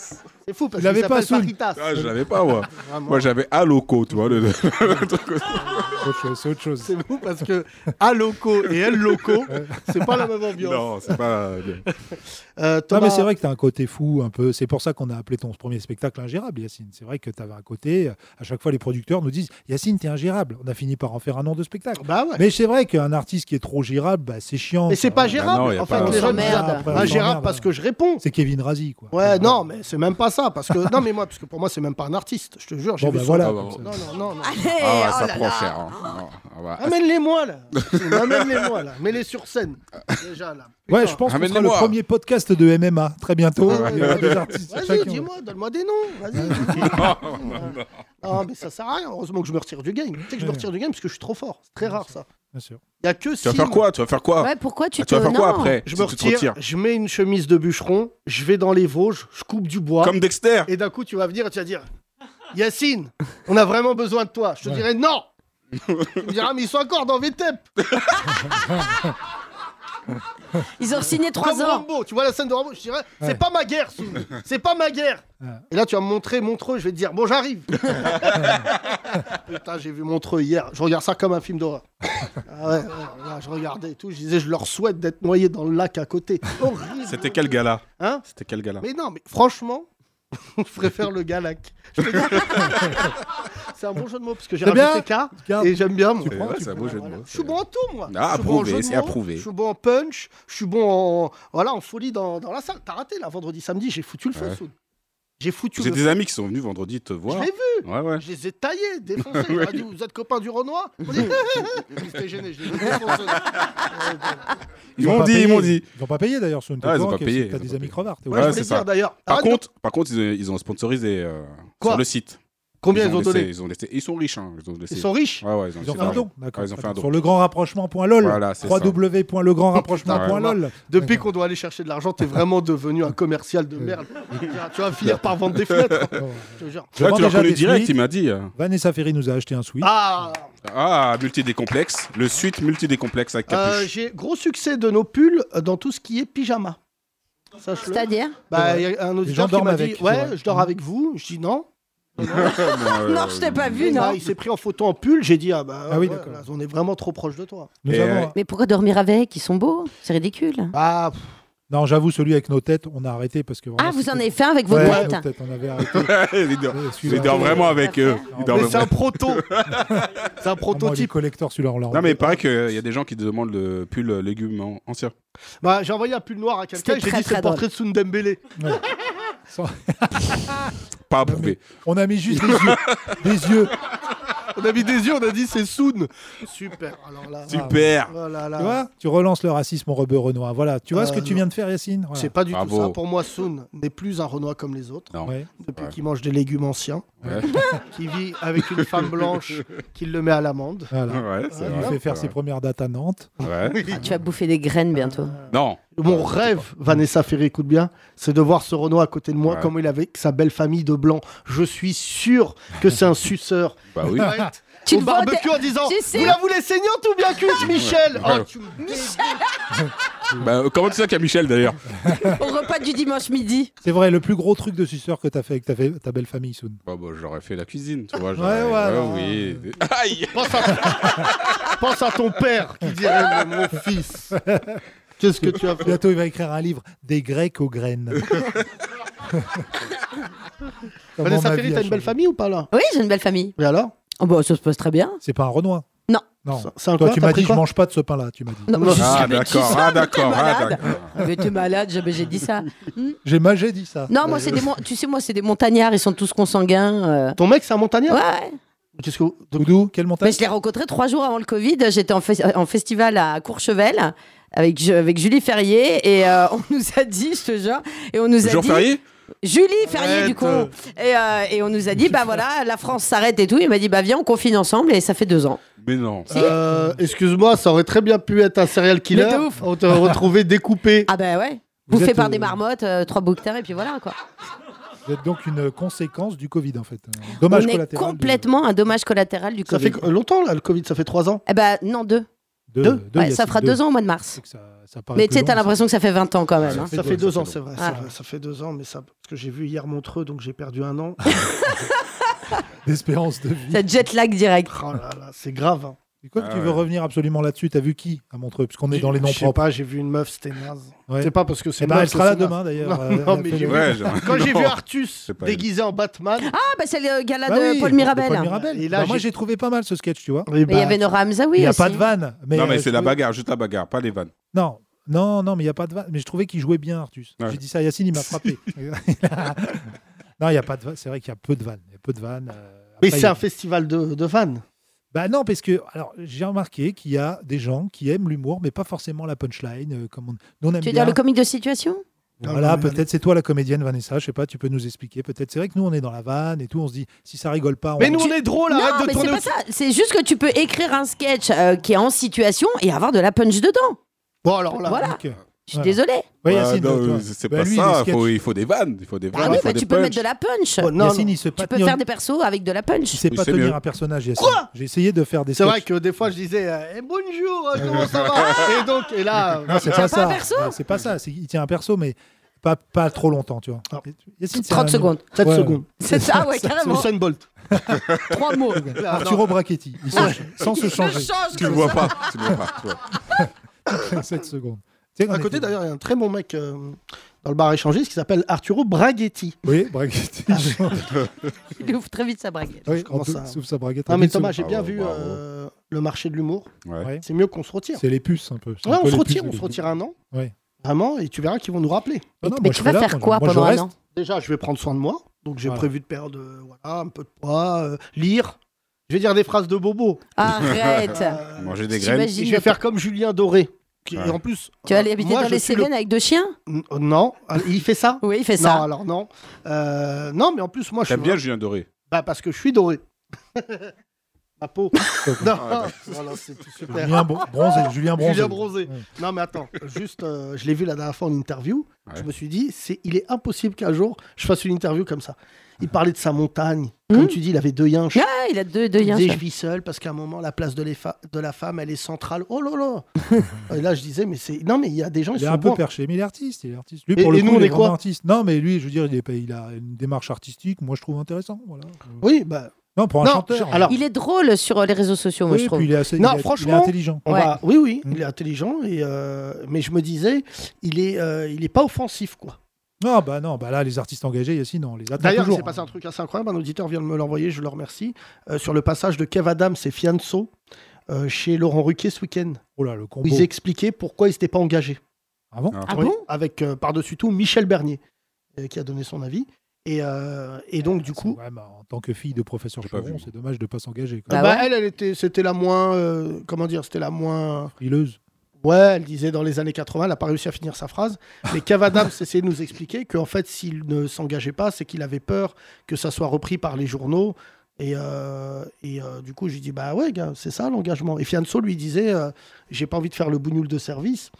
Speaker 3: C'est fou parce
Speaker 4: Il avait
Speaker 3: qu'il
Speaker 4: pas
Speaker 3: s'appelle
Speaker 4: Soul.
Speaker 3: Paritas.
Speaker 5: Ah, je l'avais pas, moi.
Speaker 3: Vraiment.
Speaker 5: Moi, j'avais Aloco, tu vois. Le, le truc aussi.
Speaker 4: Autre chose, C'est autre chose.
Speaker 3: C'est bon parce que à loco et elle loco, c'est pas la même ambiance.
Speaker 5: Non, c'est pas. euh,
Speaker 3: Euh,
Speaker 4: Non,
Speaker 3: Thomas,
Speaker 4: mais c'est vrai que t'as un côté fou un peu. C'est pour ça qu'on a appelé ton premier spectacle ingérable, Yacine. C'est vrai que t'avais un côté. euh, À chaque fois, les producteurs nous disent Yacine, t'es ingérable. On a fini par en faire un nom de spectacle.
Speaker 3: Bah ouais.
Speaker 4: Mais c'est vrai qu'un artiste qui est trop gérable, bah, c'est chiant.
Speaker 3: Mais c'est pas
Speaker 5: Ah, non,
Speaker 3: gérable.
Speaker 5: y a
Speaker 3: en
Speaker 5: pas-
Speaker 3: fait, les
Speaker 6: On
Speaker 3: gens disent
Speaker 6: s'emmerde.
Speaker 3: ah,
Speaker 4: Après, on
Speaker 3: ingérable
Speaker 4: s'emmerde,
Speaker 3: parce
Speaker 4: ouais.
Speaker 3: que je réponds.
Speaker 4: C'est Kevin Razi, quoi.
Speaker 3: Ouais, non, mais c'est même pas ça. Parce que non, mais moi, parce que pour moi, c'est même pas un artiste. Je te jure, j'ai
Speaker 4: Bon,
Speaker 3: vu
Speaker 4: bah
Speaker 3: son-
Speaker 4: voilà.
Speaker 5: Ah, bah,
Speaker 4: comme ça.
Speaker 3: Non, non, non, non.
Speaker 6: Allez,
Speaker 5: Ah,
Speaker 6: oh
Speaker 5: ça
Speaker 6: là
Speaker 5: prend
Speaker 6: là.
Speaker 5: cher. hein. Ah, ah, bah.
Speaker 3: Amène-les-moi là. Amène-les-moi là. Mets-les sur scène. Déjà là.
Speaker 4: Ouais,
Speaker 3: Putain.
Speaker 4: je pense que ce sera le
Speaker 5: Ramenez-moi.
Speaker 4: premier podcast de MMA très bientôt.
Speaker 3: Ouais,
Speaker 4: Il y aura des artistes.
Speaker 3: Vas-y,
Speaker 4: chacun.
Speaker 3: dis-moi, donne-moi des noms. Vas-y. Non, mais ça sert à rien. Heureusement que je me retire du game. Tu sais que je me
Speaker 4: Ouais.
Speaker 3: retire du game parce que je suis trop fort. C'est très rare ça.
Speaker 4: Bien sûr.
Speaker 3: Il y a que
Speaker 5: Tu vas
Speaker 3: si-
Speaker 5: faire quoi Tu vas faire quoi
Speaker 6: Ouais, pourquoi tu
Speaker 5: Ah,
Speaker 6: te.
Speaker 5: Tu vas faire quoi
Speaker 6: non.
Speaker 5: après
Speaker 3: Je
Speaker 5: si
Speaker 3: me
Speaker 5: tu te
Speaker 3: retire, je mets une chemise de bûcheron, je vais dans les Vosges, je coupe du bois.
Speaker 5: Comme Dexter.
Speaker 3: Ah. Et d'un coup, tu vas venir et tu vas dire Yacine, on a vraiment besoin de toi. Je te
Speaker 4: Ouais.
Speaker 3: E dirai non Tu me diras, mais ils sont encore dans VTEP
Speaker 6: Ils ont signé 3
Speaker 3: Comme
Speaker 6: ans.
Speaker 3: Rambo, tu vois la scène de Rambo, je dirais,
Speaker 4: Ouais.
Speaker 3: c'est pas ma guerre, Soul. c'est pas ma guerre.
Speaker 4: Ouais.
Speaker 3: Et là, tu vas me montrer Montreux, je vais te dire, bon, j'arrive. Putain, j'ai vu Montreux hier, je regarde ça comme un film d'horreur. Ah ouais, ouais, là, je regardais et tout, je disais, je leur souhaite d'être noyés dans le lac à côté. Horrible.
Speaker 5: C'était quel gala
Speaker 3: Hein
Speaker 5: C'était quel gala
Speaker 3: euh, Mais non, mais franchement, je préfère le Galac. Je te dis- c'est un bon jeu de mots, parce que j'ai
Speaker 4: C'est bien.
Speaker 3: rajouté K,
Speaker 4: Regarde,
Speaker 3: et j'aime bien, moi.
Speaker 5: Eh
Speaker 4: prends,
Speaker 5: ouais,
Speaker 4: tu
Speaker 5: c'est un
Speaker 4: prends,
Speaker 5: beau jeu de
Speaker 3: Voilà.
Speaker 5: mots.
Speaker 3: Je suis bon en tout, moi.
Speaker 5: Ah,
Speaker 3: Je suis bon en
Speaker 5: approuvé,
Speaker 3: jeu de
Speaker 5: c'est
Speaker 3: mots,
Speaker 5: approuvé.
Speaker 3: Je suis bon en punch, je suis bon en, voilà, en folie dans, dans la salle. T'as raté, là, vendredi, samedi, j'ai foutu le feu,
Speaker 5: Ouais.
Speaker 3: Soud. J'ai foutu
Speaker 5: J'ai
Speaker 3: le
Speaker 5: des amis qui sont venus vendredi te
Speaker 3: Je
Speaker 5: voir.
Speaker 3: l'ai vu,
Speaker 5: Ouais, ouais.
Speaker 3: je les ai taillés, défoncés. J'aurais dit, vous êtes copains du Renoir On dit, J'étais gêné, je les ai défoncés. Euh,
Speaker 5: Ils
Speaker 4: ont
Speaker 5: m'ont
Speaker 4: pas
Speaker 5: dit,
Speaker 4: payé.
Speaker 5: ils m'ont dit.
Speaker 4: Ils n'ont pas payé d'ailleurs sur une
Speaker 5: Ah, ils ont pas payé,
Speaker 4: T'as
Speaker 5: ils ont
Speaker 4: des
Speaker 5: pas
Speaker 4: amis
Speaker 5: payé.
Speaker 4: crevards. t'es
Speaker 3: Ouais, je
Speaker 4: obligé.
Speaker 5: c'est
Speaker 3: voulais
Speaker 5: ça.
Speaker 3: dire d'ailleurs.
Speaker 5: Par
Speaker 3: arrête de-
Speaker 5: contre, par contre, ils ont, ils ont sponsorisé euh,
Speaker 3: Ah, Quoi
Speaker 5: sur le site.
Speaker 3: combien ils ont
Speaker 5: laissé-
Speaker 3: donné
Speaker 5: Ils ont laissé. Ils sont riches, hein. Ils ont laissé.
Speaker 3: Ils sont riches.
Speaker 5: Ouais, ouais, ils ont
Speaker 4: Ils ont
Speaker 5: laissé
Speaker 4: fait un
Speaker 5: d'argent.
Speaker 4: don, d'accord.
Speaker 5: Ouais, ils ont
Speaker 4: très
Speaker 5: fait un
Speaker 4: bien. Sur
Speaker 5: don.
Speaker 4: legrandrapprochement.lol,
Speaker 5: Voilà, c'est ça.
Speaker 4: www.legrandrapprochement.lol.
Speaker 3: Depuis qu'on doit aller chercher de l'argent, t'es vraiment devenu un commercial de merde. tu vas finir par vendre des fenêtres.
Speaker 4: D'accord.
Speaker 3: je te jure.
Speaker 4: Je
Speaker 5: Ouais,
Speaker 4: vends
Speaker 5: tu l'as
Speaker 4: déjà
Speaker 5: reconnu
Speaker 4: des
Speaker 5: direct, il
Speaker 4: tweets.
Speaker 5: m'a dit. euh,
Speaker 4: Vanessa Ferry nous a acheté un sweat.
Speaker 3: Ah,
Speaker 5: Ah, multi-décomplexe. Le suite multi-décomplexe avec
Speaker 3: euh,
Speaker 5: capuche.
Speaker 3: j'ai gros succès de nos pulls euh, dans tout ce qui est pyjama. Sache-le.
Speaker 6: C'est-à-dire
Speaker 3: Bah, il y a un auditeur
Speaker 4: gens
Speaker 3: qui m'a
Speaker 4: dorment
Speaker 3: dit
Speaker 4: avec, c'est
Speaker 3: Ouais,
Speaker 4: vrai. Mmh.
Speaker 3: je dors avec vous. Je dis non.
Speaker 6: Non, je t'ai pas vu,
Speaker 3: Bah,
Speaker 6: non.
Speaker 3: il s'est pris en photo en pull. J'ai dit Ah, bah,
Speaker 4: Ah oui,
Speaker 3: ouais,
Speaker 4: d'accord.
Speaker 3: là, on est vraiment trop proche de toi.
Speaker 4: Nous
Speaker 5: Et,
Speaker 4: avons-
Speaker 5: euh,
Speaker 6: Mais pourquoi dormir avec Ils sont beaux, c'est ridicule.
Speaker 4: Bah,
Speaker 3: Ah, pff,
Speaker 4: Non, j'avoue, celui avec nos têtes, on a arrêté parce que.
Speaker 6: Ah,
Speaker 4: vraiment,
Speaker 6: vous en
Speaker 4: c'était-
Speaker 6: avez fait un avec vos
Speaker 4: Ouais,
Speaker 6: têtes
Speaker 4: nos têtes, on avait arrêté.
Speaker 5: il dort, il dort vraiment avec eux. Il dort
Speaker 3: mais c'est
Speaker 5: vraiment-
Speaker 3: un proto. c'est un prototype.
Speaker 4: collector celui-là, on l'a
Speaker 5: Non, mais il
Speaker 4: rendu.
Speaker 5: paraît qu'il y a des gens qui demandent le pull euh, légumes en- ancien.
Speaker 3: Bah, j'ai envoyé un pull noir à quelqu'un.
Speaker 6: C'était
Speaker 3: et J'ai
Speaker 6: très,
Speaker 3: dit C'est
Speaker 6: très
Speaker 3: le portrait de Sundembele.
Speaker 4: Ouais. Sans-
Speaker 5: Pas approuvé.
Speaker 4: On a mis juste des yeux. Des yeux.
Speaker 5: Ah.
Speaker 3: On a mis des yeux, on a dit C'est Soun. Super. Alors là.
Speaker 5: Super
Speaker 3: oh là là.
Speaker 4: Tu vois, tu relances le racisme au rebeu renoir. Voilà, tu vois
Speaker 3: Euh,
Speaker 4: ce que tu
Speaker 3: non.
Speaker 4: viens de faire, Yacine Voilà.
Speaker 3: C'est pas du tout
Speaker 5: Bravo.
Speaker 3: ça. Pour moi, Soun n'est plus un Renoir comme les autres.
Speaker 5: Non.
Speaker 4: Ouais.
Speaker 3: Depuis
Speaker 5: Ouais.
Speaker 3: qu'il mange des légumes anciens,
Speaker 5: Ouais,
Speaker 3: qui vit avec une femme blanche qui le met à l'amende.
Speaker 4: Voilà.
Speaker 5: Ouais, c'est
Speaker 4: Il
Speaker 5: vrai,
Speaker 4: fait faire
Speaker 5: c'est
Speaker 4: ses premières dates à Nantes.
Speaker 5: vrai. Ouais.
Speaker 6: Ah, Tu vas bouffer des graines bientôt.
Speaker 5: Non.
Speaker 3: Mon rêve, Vanessa Ferré, écoute bien, c'est de voir ce Renault à côté de moi,
Speaker 5: Ouais.
Speaker 3: comme il avait avec sa belle famille de blancs. Je suis sûr que c'est un suceur.
Speaker 5: Bah oui.
Speaker 3: Arrête.
Speaker 6: Tu
Speaker 3: Au
Speaker 6: le vois,
Speaker 3: barbecue en disant
Speaker 6: tu sais-
Speaker 3: Vous la voulez saignante ou bien cuite, Michel Oh, tu me dégoûtes.
Speaker 5: Bah, euh, comment tu sais qu'il y a Michel d'ailleurs
Speaker 6: Au repas du dimanche midi.
Speaker 4: C'est vrai, le plus gros truc de suceur que t'as fait avec ta, fa- ta belle famille, Soun.
Speaker 5: Bah, bah, j'aurais fait la cuisine, tu vois.
Speaker 4: Ouais, voilà.
Speaker 5: ouais, oui. Aïe
Speaker 3: pense, à... pense à ton père qui dirait Mon fils, qu'est-ce que tu as fait
Speaker 4: Bientôt, il va écrire un livre Des Grecs aux graines. Comment
Speaker 3: Vanessa
Speaker 4: ma
Speaker 3: Ferré,
Speaker 4: vie a
Speaker 3: t'as une belle
Speaker 4: changé.
Speaker 3: famille ou pas là
Speaker 6: Oui, j'ai une belle famille.
Speaker 3: Et alors
Speaker 6: Oh, bah, ça se passe très bien.
Speaker 4: C'est pas un renoir.
Speaker 6: Non.
Speaker 4: Non.
Speaker 3: C'est- C'est un
Speaker 4: Toi,
Speaker 3: quoi
Speaker 4: tu
Speaker 3: T'as
Speaker 4: m'as
Speaker 3: pris
Speaker 4: dit, je
Speaker 3: quoi
Speaker 4: mange pas de ce pain-là. Tu m'as dit.
Speaker 6: Non, mais je
Speaker 5: Ah,
Speaker 6: savais qui
Speaker 5: d'accord,
Speaker 6: ça,
Speaker 5: ah,
Speaker 6: mais t'es
Speaker 5: d'accord, ah,
Speaker 6: malade.
Speaker 5: d'accord.
Speaker 6: Mais t'es malade, jamais j'ai dit ça.
Speaker 4: J'ai mal, j'ai dit ça.
Speaker 6: Non, moi, c'est des, mon- tu sais, moi, c'est des montagnards, ils sont tous consanguins. euh.
Speaker 3: Ton mec, c'est un montagnard
Speaker 6: Ouais.
Speaker 3: Qu'est-ce que vous-
Speaker 4: Doudou, quelle montagne
Speaker 6: Mais je l'ai rencontré trois jours avant le Covid. J'étais en, fes- en festival à Courchevel avec, Ju- avec Julie Ferrier et euh, on nous a dit, je te jure, et on nous a
Speaker 5: Jour
Speaker 6: dit.
Speaker 5: férié
Speaker 6: Julie Ferrier, du coup.
Speaker 5: Arrête.
Speaker 6: Et, euh, et on nous a dit, bah voilà, la France s'arrête et tout. Il m'a dit, bah viens, on confine ensemble et ça fait deux ans.
Speaker 5: Mais non.
Speaker 3: Euh, Excuse-moi, ça aurait très bien pu être un serial killer.
Speaker 6: Mais de ouf.
Speaker 3: On te retrouvé découpé.
Speaker 6: Ah bah ouais.
Speaker 4: Vous
Speaker 6: Bouffé
Speaker 4: êtes,
Speaker 6: par
Speaker 4: euh,
Speaker 6: des marmottes, euh, trois bouquetins et puis voilà quoi.
Speaker 4: Vous êtes donc une conséquence du Covid, en fait. Un Dommage
Speaker 6: on est
Speaker 4: collatéral. de-
Speaker 6: complètement un dommage collatéral du
Speaker 3: Ça
Speaker 6: Covid.
Speaker 3: fait euh, longtemps là, le Covid, ça fait trois ans.
Speaker 6: Eh bah non, deux.
Speaker 3: Deux.
Speaker 4: de- de
Speaker 6: Ouais, ça
Speaker 4: Yacine,
Speaker 6: fera deux ans au mois de mars.
Speaker 4: C'est que ça- ça paraît
Speaker 6: Mais
Speaker 4: plus
Speaker 6: tu sais, t'as
Speaker 4: long, ça.
Speaker 6: l'impression que ça fait 20 ans quand même.
Speaker 4: Ouais.
Speaker 6: hein.
Speaker 4: fait
Speaker 3: Ça
Speaker 4: deux
Speaker 3: fait
Speaker 4: ans,
Speaker 3: deux
Speaker 4: ça
Speaker 3: ans,
Speaker 4: fait
Speaker 3: c'est vrai.
Speaker 6: Ah.
Speaker 3: c'est vrai, Ça fait deux ans, mais ça, parce que j'ai vu hier Montreux, donc j'ai perdu un an.
Speaker 4: D'espérance de vie.
Speaker 6: Ça jet lag direct.
Speaker 3: Oh là là, c'est grave. hein.
Speaker 4: Et comme
Speaker 5: Ah
Speaker 4: tu
Speaker 5: ouais.
Speaker 4: veux revenir absolument là-dessus, t'as vu qui à Montreux Puisqu'on est dans les noms
Speaker 3: Je sais
Speaker 4: propres.
Speaker 3: pas, j'ai vu une meuf, c'était naze.
Speaker 4: Ouais.
Speaker 3: C'est pas parce que c'est.
Speaker 4: Eh ben,
Speaker 3: meuf
Speaker 4: elle
Speaker 3: que
Speaker 4: sera là
Speaker 3: c'est naze.
Speaker 4: demain d'ailleurs.
Speaker 3: Non,
Speaker 4: Euh,
Speaker 3: non,
Speaker 4: elle a
Speaker 3: mais
Speaker 4: fait
Speaker 3: j'ai
Speaker 4: le-
Speaker 3: vu-
Speaker 5: Ouais, genre.
Speaker 3: Quand j'ai
Speaker 5: Non.
Speaker 3: vu Artus
Speaker 5: C'est pas elle.
Speaker 3: déguisé en Batman,
Speaker 6: Ah bah c'est le gala
Speaker 4: Bah
Speaker 6: de
Speaker 4: oui,
Speaker 6: Paul Mirabel.
Speaker 4: Paul Mirabel.
Speaker 3: Et là,
Speaker 4: Bah, moi
Speaker 3: j'ai-
Speaker 4: j'ai trouvé pas mal ce sketch, tu vois.
Speaker 3: eh
Speaker 6: Mais il y
Speaker 3: ben,
Speaker 6: avait Nora Hamzaoui
Speaker 4: Bah, il n'y a
Speaker 6: aussi.
Speaker 4: pas de vanne. Mais
Speaker 5: non, mais
Speaker 4: euh,
Speaker 5: c'est
Speaker 4: je
Speaker 5: la
Speaker 4: trouvais-
Speaker 5: bagarre, juste la bagarre, pas les vannes.
Speaker 4: Non, non, non, mais il n'y a pas de vanne. Mais je trouvais qu'il jouait bien, Artus.
Speaker 5: Ouais.
Speaker 4: J'ai dit ça à Yacine, il m'a frappé. Il a- non, il n'y a pas de vanne. C'est vrai qu'il y a peu de vannes. Il y a peu de vannes. euh,
Speaker 3: Mais
Speaker 4: après, il
Speaker 3: c'est
Speaker 4: y a-
Speaker 3: un festival de, de vannes.
Speaker 4: Bah non, parce que alors j'ai remarqué qu'il y a des gens qui aiment l'humour, mais pas forcément la punchline. euh, comme on... Nous, on aime
Speaker 6: Tu veux
Speaker 4: bien.
Speaker 6: dire le comique de situation
Speaker 4: Voilà,
Speaker 3: Non, mais-
Speaker 4: peut-être c'est toi la comédienne Vanessa, je sais pas, tu peux nous expliquer. Peut-être c'est vrai que nous on est dans la vanne et tout, on se dit si ça rigole pas, on
Speaker 3: Mais nous, on est drôle,
Speaker 6: Non,
Speaker 3: arrête de
Speaker 6: mais c'est
Speaker 3: tourner.
Speaker 6: pas ça. C'est juste que tu peux écrire un sketch euh, qui est en situation et avoir de la punch dedans.
Speaker 3: Bon, alors là.
Speaker 6: voilà.
Speaker 4: Donc, euh,
Speaker 6: Je suis
Speaker 4: Voilà.
Speaker 6: désolée.
Speaker 4: Ouais,
Speaker 5: Bah,
Speaker 4: Yacine,
Speaker 5: non,
Speaker 4: toi.
Speaker 5: c'est
Speaker 4: Bah,
Speaker 5: pas
Speaker 4: lui, il
Speaker 5: ça.
Speaker 4: est
Speaker 5: Il faut,
Speaker 4: sketch.
Speaker 5: il faut des vannes. Il faut des
Speaker 6: Ah
Speaker 5: vannes.
Speaker 6: oui,
Speaker 5: il faut
Speaker 6: bah,
Speaker 5: des
Speaker 6: tu peux mettre
Speaker 5: punchs.
Speaker 6: de la punch.
Speaker 3: Oh, non,
Speaker 4: Yacine,
Speaker 3: non.
Speaker 4: il se
Speaker 6: Tu
Speaker 4: pas
Speaker 6: peux
Speaker 4: tenir-
Speaker 6: faire des persos avec de la
Speaker 4: il
Speaker 6: punch.
Speaker 4: sait pas
Speaker 5: c'est
Speaker 4: tenir
Speaker 5: mieux.
Speaker 4: un personnage, Yacine.
Speaker 3: Quoi
Speaker 4: J'ai essayé de faire des
Speaker 3: C'est vrai
Speaker 4: sketchs.
Speaker 3: que des fois je disais euh, Eh, bonjour, euh, comment ça va Et donc, et là,
Speaker 4: Non, c'est pas
Speaker 6: pas
Speaker 4: ça.
Speaker 6: un perso
Speaker 4: Ouais, C'est pas ça. C'est- Il tient un perso, mais pas, pas trop longtemps, tu vois.
Speaker 3: Ah.
Speaker 4: Yacine, c'est
Speaker 6: 30
Speaker 4: un-
Speaker 6: secondes.
Speaker 3: 7
Speaker 4: Ouais.
Speaker 3: secondes.
Speaker 6: C'est ça, ah ouais,
Speaker 3: C'est
Speaker 6: carrément.
Speaker 3: Usain Bolt.
Speaker 6: 3 mots.
Speaker 3: Là, non.
Speaker 4: Arturo Brachetti, il se- sans se changer.
Speaker 6: change
Speaker 5: Tu le vois pas. Tu le vois pas. tu vois.
Speaker 4: 7 secondes.
Speaker 3: À côté d'ailleurs, il y a un très bon mec euh, dans le bar échangiste qui s'appelle Arturo Braghetti.
Speaker 4: Oui, Brachetti.
Speaker 6: Il ouvre très vite sa braguette.
Speaker 4: Oui,
Speaker 3: commence
Speaker 4: en tout-
Speaker 3: à-
Speaker 4: sauf sa braguette.
Speaker 3: Non mais Thomas, j'ai
Speaker 5: Ah,
Speaker 3: bien
Speaker 5: bah,
Speaker 3: vu
Speaker 5: bravo.
Speaker 3: euh, le marché de l'humour.
Speaker 5: Ouais.
Speaker 4: Ouais.
Speaker 3: C'est mieux qu'on se retire.
Speaker 4: C'est les puces un peu. C'est
Speaker 3: Ouais,
Speaker 4: un peu
Speaker 3: on se
Speaker 4: les
Speaker 3: retire,
Speaker 4: puces
Speaker 3: on
Speaker 4: de
Speaker 3: se retire un an.
Speaker 4: Ouais.
Speaker 3: Vraiment, et tu verras qu'ils vont nous rappeler.
Speaker 4: Ah non,
Speaker 6: Mais
Speaker 4: moi, je
Speaker 6: tu
Speaker 4: suis
Speaker 6: vas
Speaker 4: là,
Speaker 6: faire
Speaker 4: moi, je-
Speaker 6: quoi
Speaker 4: moi, je
Speaker 6: pendant un
Speaker 4: reste.
Speaker 6: an
Speaker 3: Déjà, je vais prendre soin de moi. Donc j'ai
Speaker 4: Voilà.
Speaker 3: prévu de perdre euh, voilà, un peu de poids, euh, lire. Je vais dire des phrases de bobo.
Speaker 6: Arrête.
Speaker 3: Euh,
Speaker 5: Manger des graines.
Speaker 3: et
Speaker 6: T'imagines
Speaker 3: je vais
Speaker 6: notre-
Speaker 3: faire comme Julien Doré. Qui,
Speaker 5: Ouais.
Speaker 3: et en plus, euh,
Speaker 6: Tu vas aller habiter
Speaker 3: moi,
Speaker 6: dans
Speaker 3: je
Speaker 6: les
Speaker 3: suis le-
Speaker 6: Cévennes avec deux chiens
Speaker 3: N- euh, Non, Ah, il fait ça
Speaker 6: Oui, il fait
Speaker 3: Non,
Speaker 6: ça.
Speaker 3: alors non. Euh, non, mais en plus, moi, je suis.
Speaker 5: J'aime bien Julien Doré.
Speaker 3: Bah, parce que je suis doré. Ma peau. non,
Speaker 5: Ah,
Speaker 3: voilà, c'est tout super.
Speaker 4: Julien Bro- Bronzé. Julien Ah, Bronzé.
Speaker 3: Julien Bronzé.
Speaker 4: Ouais.
Speaker 3: Non, mais attends, juste, euh, je l'ai vu la dernière fois en interview.
Speaker 5: Ouais.
Speaker 3: Je me suis dit, c'est, il est impossible qu'un jour je fasse une interview comme ça.
Speaker 4: Ah.
Speaker 3: Il parlait de sa montagne. Comme
Speaker 6: Mhm.
Speaker 3: tu dis, il avait deux yinches.
Speaker 6: Ah, il a deux, deux
Speaker 3: il
Speaker 6: yens.
Speaker 3: disait, je vis seul parce qu'à un moment, la place de, les fa- de la femme, elle est centrale. Oh là là Et là, je disais, mais c'est. Non, mais il y a des gens, ils
Speaker 4: Il est
Speaker 3: sont
Speaker 4: un peu
Speaker 3: bons.
Speaker 4: perché, mais il est artiste. Il est artiste. Lui,
Speaker 3: Et-
Speaker 4: pour le
Speaker 3: et
Speaker 4: coup,
Speaker 3: nous, on
Speaker 4: il
Speaker 3: est
Speaker 4: est vraiment
Speaker 3: quoi
Speaker 4: artiste. Non, mais lui, je veux dire, il, est, pas- il a une démarche artistique, moi, je trouve intéressant. Voilà.
Speaker 3: Oui, bah.
Speaker 4: Non, pour un
Speaker 3: Non,
Speaker 4: chanteur.
Speaker 3: je- alors-
Speaker 6: Il est drôle sur euh, les réseaux sociaux, moi,
Speaker 4: Oui,
Speaker 6: je trouve.
Speaker 4: puis il est assez-
Speaker 3: Non,
Speaker 4: il est- il est
Speaker 3: franchement,
Speaker 4: intelligent.
Speaker 3: On
Speaker 6: Ouais.
Speaker 3: va... Oui, oui,
Speaker 4: Mm.
Speaker 3: il est intelligent, et euh, mais je me disais, il est, euh, il est pas offensif, quoi.
Speaker 4: Non, bah non, bah là, les artistes engagés, Yacine, on les attend
Speaker 3: D'ailleurs, il
Speaker 4: toujours. hein.
Speaker 3: s'est passé un truc assez incroyable. Un auditeur vient de me l'envoyer, je le remercie. euh, sur le passage de Kev Adams et Fianso euh, chez Laurent Ruquier ce week-end.
Speaker 6: Ah
Speaker 4: Oh là, le combo.
Speaker 3: Où ils expliquaient pourquoi ils s'étaient pas engagés.
Speaker 4: Ah bon
Speaker 6: Ah
Speaker 3: Oui,
Speaker 6: bon
Speaker 3: Avec euh, par-dessus tout Michel Bernier, euh, qui a donné son avis. Et, euh, et donc, du
Speaker 4: C'est
Speaker 3: coup.
Speaker 4: quand même, hein, en tant que fille de professeur
Speaker 5: J'ai pas
Speaker 4: Chevron,
Speaker 5: vu.
Speaker 4: c'est dommage de pas s'engager. quoi.
Speaker 6: Bah
Speaker 3: bah,
Speaker 6: ouais.
Speaker 3: Elle, elle était, c'était la moins. euh, comment dire C'était la moins.
Speaker 4: Frileuse.
Speaker 3: Ouais, elle disait dans les années 80, elle n'a pas réussi à finir sa phrase. Mais Kev Adams essayait de nous expliquer qu'en fait, s'il ne s'engageait pas, c'est qu'il avait peur que ça soit repris par les journaux. Et, euh, et euh, du coup, j'ai dit, bah ouais, gars, c'est ça l'engagement. Et Fianso lui disait, euh, j'ai pas envie de faire le bougnoule de service.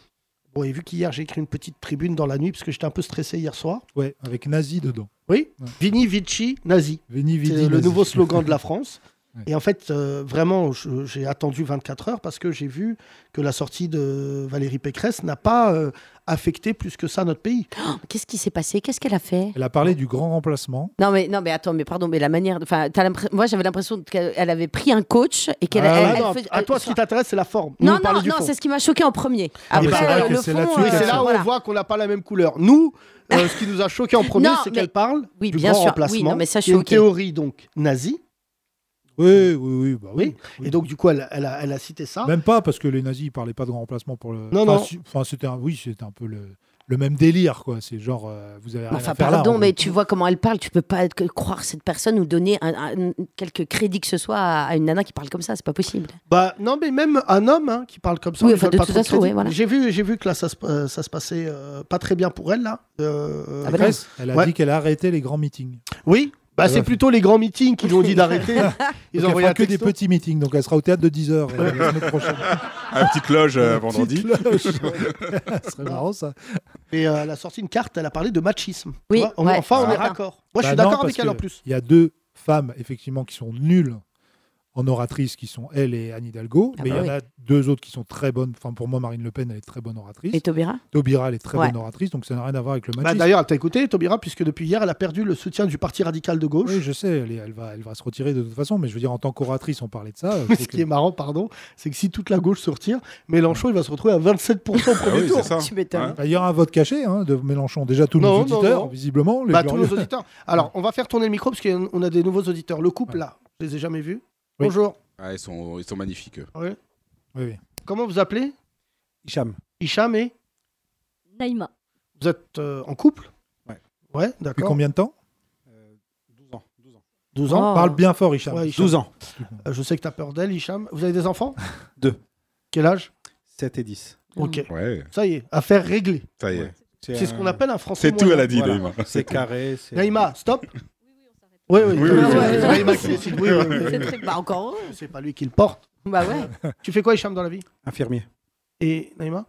Speaker 3: Bon, et vu qu'hier, j'ai écrit une petite tribune dans la nuit, parce que j'étais un peu stressé hier soir.
Speaker 4: Ouais, avec nazi dedans.
Speaker 3: Oui,
Speaker 4: Ouais.
Speaker 3: Vini Vici Nazi.
Speaker 4: Veni, vidi,
Speaker 3: C'est le
Speaker 4: nazi.
Speaker 3: nouveau slogan de la France.
Speaker 4: Ouais.
Speaker 3: Et en fait, euh, vraiment, je- j'ai attendu 24 heures parce que j'ai vu que la sortie de Valérie Pécresse n'a pas euh, affecté plus que ça notre pays.
Speaker 6: Oh, Qu'est-ce qui s'est passé Qu'est-ce qu'elle a fait
Speaker 4: Elle a parlé du grand remplacement.
Speaker 6: non mais, non mais attends, mais pardon, mais la manière... de- Enfin, t'as l'impression- moi j'avais l'impression qu'elle avait pris un coach et qu'elle...
Speaker 4: Ah,
Speaker 6: elle-
Speaker 3: Ah
Speaker 6: elle
Speaker 3: non,
Speaker 6: faisait-
Speaker 3: à toi,
Speaker 6: elle-
Speaker 3: ce qui t'intéresse, c'est la forme. Nous,
Speaker 6: Non,
Speaker 3: on parlait
Speaker 6: non,
Speaker 3: du
Speaker 6: non,
Speaker 3: fond. Ah
Speaker 6: c'est ce qui m'a choqué en premier. Après,
Speaker 4: mais c'est vrai
Speaker 6: euh,
Speaker 4: que
Speaker 6: le
Speaker 4: c'est
Speaker 6: fond,
Speaker 4: là-dessus
Speaker 3: Oui,
Speaker 6: euh,
Speaker 4: qu'elle
Speaker 3: c'est là où
Speaker 6: voilà.
Speaker 3: on voit qu'on n'a pas la même couleur. Nous, euh, ce qui nous a choqué en premier,
Speaker 6: Non,
Speaker 3: c'est
Speaker 6: mais-
Speaker 3: qu'elle parle
Speaker 6: Oui,
Speaker 3: du
Speaker 6: bien
Speaker 3: grand
Speaker 6: sûr.
Speaker 3: remplacement.
Speaker 6: Oui, non, mais ça, je
Speaker 3: qui
Speaker 6: suis
Speaker 3: est une
Speaker 6: OK.
Speaker 3: théorie donc nazie.
Speaker 4: Oui, oui, oui. Bah oui,
Speaker 3: Oui, Et donc, du coup, elle, elle a, elle a cité ça.
Speaker 4: Même pas, parce que les nazis, ils parlaient pas de grand remplacement pour le.
Speaker 3: Non,
Speaker 4: enfin,
Speaker 3: non.
Speaker 4: si- Enfin, c'était un... Oui, c'était un peu le... le même délire, quoi. C'est genre, euh, vous avez rien
Speaker 6: Enfin,
Speaker 4: à faire là.
Speaker 6: pardon,
Speaker 4: en
Speaker 6: mais
Speaker 4: gros.
Speaker 6: tu vois comment elle parle. Tu peux pas que- croire cette personne ou donner un, un- quelque crédit que ce soit à, à une nana qui parle comme ça. C'est pas possible.
Speaker 3: Bah, non, mais même un homme hein, qui parle comme ça.
Speaker 6: Oui,
Speaker 3: on
Speaker 6: enfin,
Speaker 3: lui donne
Speaker 6: de
Speaker 3: pas
Speaker 6: toute
Speaker 3: trop
Speaker 6: façon,
Speaker 3: crédit.
Speaker 6: oui, voilà.
Speaker 3: J'ai vu, j'ai vu que là, ça se, euh, ça se passait euh, pas très bien pour elle, là. Euh,
Speaker 6: Ah bah non.
Speaker 4: Pécresse, elle a
Speaker 3: Ouais.
Speaker 4: dit qu'elle a arrêté les grands meetings.
Speaker 3: Oui, bah,
Speaker 4: Elle
Speaker 3: c'est
Speaker 4: a
Speaker 3: plutôt les grands meetings qui lui ont dit d'arrêter. Ils ont
Speaker 4: Ah Donc, elle
Speaker 3: envoyé
Speaker 4: fera
Speaker 3: un
Speaker 4: que des
Speaker 3: texto.
Speaker 4: petits meetings. Donc, elle sera au théâtre de 10h la semaine prochaine.
Speaker 5: Un petit cloche euh, vendredi.
Speaker 4: Petite cloche. Ce serait marrant, ça.
Speaker 3: Et euh, elle a sorti une carte, elle a parlé de machisme. Tu
Speaker 6: Oui,
Speaker 3: vois, on-
Speaker 6: ouais.
Speaker 3: Enfin, on est
Speaker 6: Voilà.
Speaker 3: raccord. Moi, je
Speaker 4: Bah
Speaker 3: suis
Speaker 4: non,
Speaker 3: d'accord
Speaker 4: parce
Speaker 3: avec elle
Speaker 4: que
Speaker 3: en plus.
Speaker 4: Il y a deux femmes, effectivement, qui sont nulles en oratrice, qui sont elle et Anne Hidalgo.
Speaker 6: Ah
Speaker 4: mais
Speaker 6: bah
Speaker 4: il y
Speaker 6: oui.
Speaker 4: en a deux autres qui sont très bonnes. Enfin, pour moi, Marine Le Pen, elle est très bonne oratrice.
Speaker 6: Et Taubira
Speaker 4: Taubira, elle est très
Speaker 6: Ouais.
Speaker 4: bonne oratrice. Donc, ça n'a rien à voir avec le
Speaker 3: Bah,
Speaker 4: machisme.
Speaker 3: D'ailleurs, elle t'a écouté, Taubira, puisque depuis hier, elle a perdu le soutien du Parti radical de gauche.
Speaker 4: oui, je sais, elle, est- elle va, elle va se retirer de toute façon, mais je veux dire, en tant qu'oratrice, on parlait de ça.
Speaker 3: Mais ce qui est marrant, pardon, c'est que si toute la gauche se retire, Mélenchon, il va se retrouver à 27% au
Speaker 5: Ah
Speaker 3: premier
Speaker 5: oui,
Speaker 3: tour.
Speaker 5: c'est ça.
Speaker 6: Tu m'étonnes.
Speaker 5: Ouais.
Speaker 4: Bah, il y aura un vote caché hein, de Mélenchon. Déjà, tous
Speaker 3: Non,
Speaker 4: nos
Speaker 3: non,
Speaker 4: auditeurs,
Speaker 3: non.
Speaker 4: visiblement. Les
Speaker 3: Bah, tous nos
Speaker 4: glorieux-
Speaker 3: auditeurs. Alors, on va faire tourner le micro, parce qu'on a des nouveaux auditeurs. Le couple, là, je les ai jamais vus.
Speaker 4: Oui.
Speaker 3: Bonjour.
Speaker 5: Ah, ils, sont, ils sont magnifiques. eux.
Speaker 3: Ouais.
Speaker 4: Oui, oui.
Speaker 3: Comment vous appelez
Speaker 7: Hicham.
Speaker 3: Hicham et
Speaker 8: Naïma.
Speaker 3: vous êtes euh, en couple
Speaker 7: Ouais.
Speaker 3: Ouais,
Speaker 4: Depuis
Speaker 3: d'accord.
Speaker 4: combien de temps
Speaker 7: 12 ans. 12 ans.
Speaker 3: 12 ans.
Speaker 6: Oh.
Speaker 4: Parle bien fort, Richard.
Speaker 3: Ouais, Hicham.
Speaker 7: 12 ans.
Speaker 3: Euh, Je sais que t'as peur d'elle, Hicham. Vous avez des enfants
Speaker 7: Deux.
Speaker 3: Quel âge
Speaker 7: 7 et 10.
Speaker 3: Ok.
Speaker 5: Ouais,
Speaker 3: Ça y est, affaire réglée.
Speaker 5: ça y est.
Speaker 7: Ouais.
Speaker 3: C'est ce qu'on appelle un français.
Speaker 5: C'est tout,
Speaker 3: moyen.
Speaker 5: elle a dit,
Speaker 7: Voilà.
Speaker 5: Naïma.
Speaker 7: C'est carré. c'est-
Speaker 3: Naïma, stop. Oui, oui,
Speaker 5: Oui, oui,
Speaker 3: Naïma,
Speaker 6: oui, oui.
Speaker 3: c'est Naïma qui décide. Oui, oui, oui.
Speaker 6: C'est très- Bah encore heureux.
Speaker 3: C'est pas lui qui le porte.
Speaker 6: Bah ouais.
Speaker 3: Tu fais quoi, Hicham, dans la vie
Speaker 7: Infirmier.
Speaker 3: Et Naïma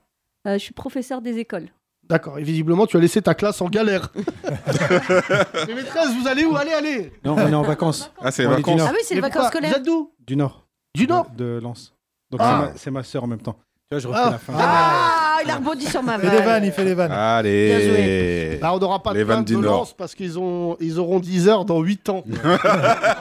Speaker 8: Euh, je suis professeur des écoles.
Speaker 3: D'accord, et visiblement, tu as laissé ta classe en galère. Mais maîtresse, vous allez où Allez, allez
Speaker 7: Non, on est en vacances.
Speaker 5: Ah, c'est les
Speaker 7: On est du
Speaker 5: vacances.
Speaker 7: Nord.
Speaker 6: Ah oui, c'est les
Speaker 3: Mais
Speaker 6: vacances
Speaker 3: pourquoi
Speaker 6: scolaires.
Speaker 3: Vous êtes d'où
Speaker 7: Du Nord.
Speaker 3: Du Nord
Speaker 7: De, de Lens. Donc
Speaker 5: Ah.
Speaker 7: c'est ma- c'est ma sœur en même temps. Tu vois, je refais
Speaker 3: Ah.
Speaker 7: la fin.
Speaker 6: Ah, il a rebondi sur ma
Speaker 4: Il fait les vannes,
Speaker 6: vanne.
Speaker 4: il fait les vannes.
Speaker 6: Bien
Speaker 5: Allez. Ah,
Speaker 3: Là, Bah, on n'aura pas
Speaker 5: Les
Speaker 3: de
Speaker 5: vannes
Speaker 3: plainte
Speaker 5: du
Speaker 3: de
Speaker 5: Nord.
Speaker 3: Lens parce qu'ils ont... ils auront 10 heures dans 8 ans.
Speaker 5: Ah,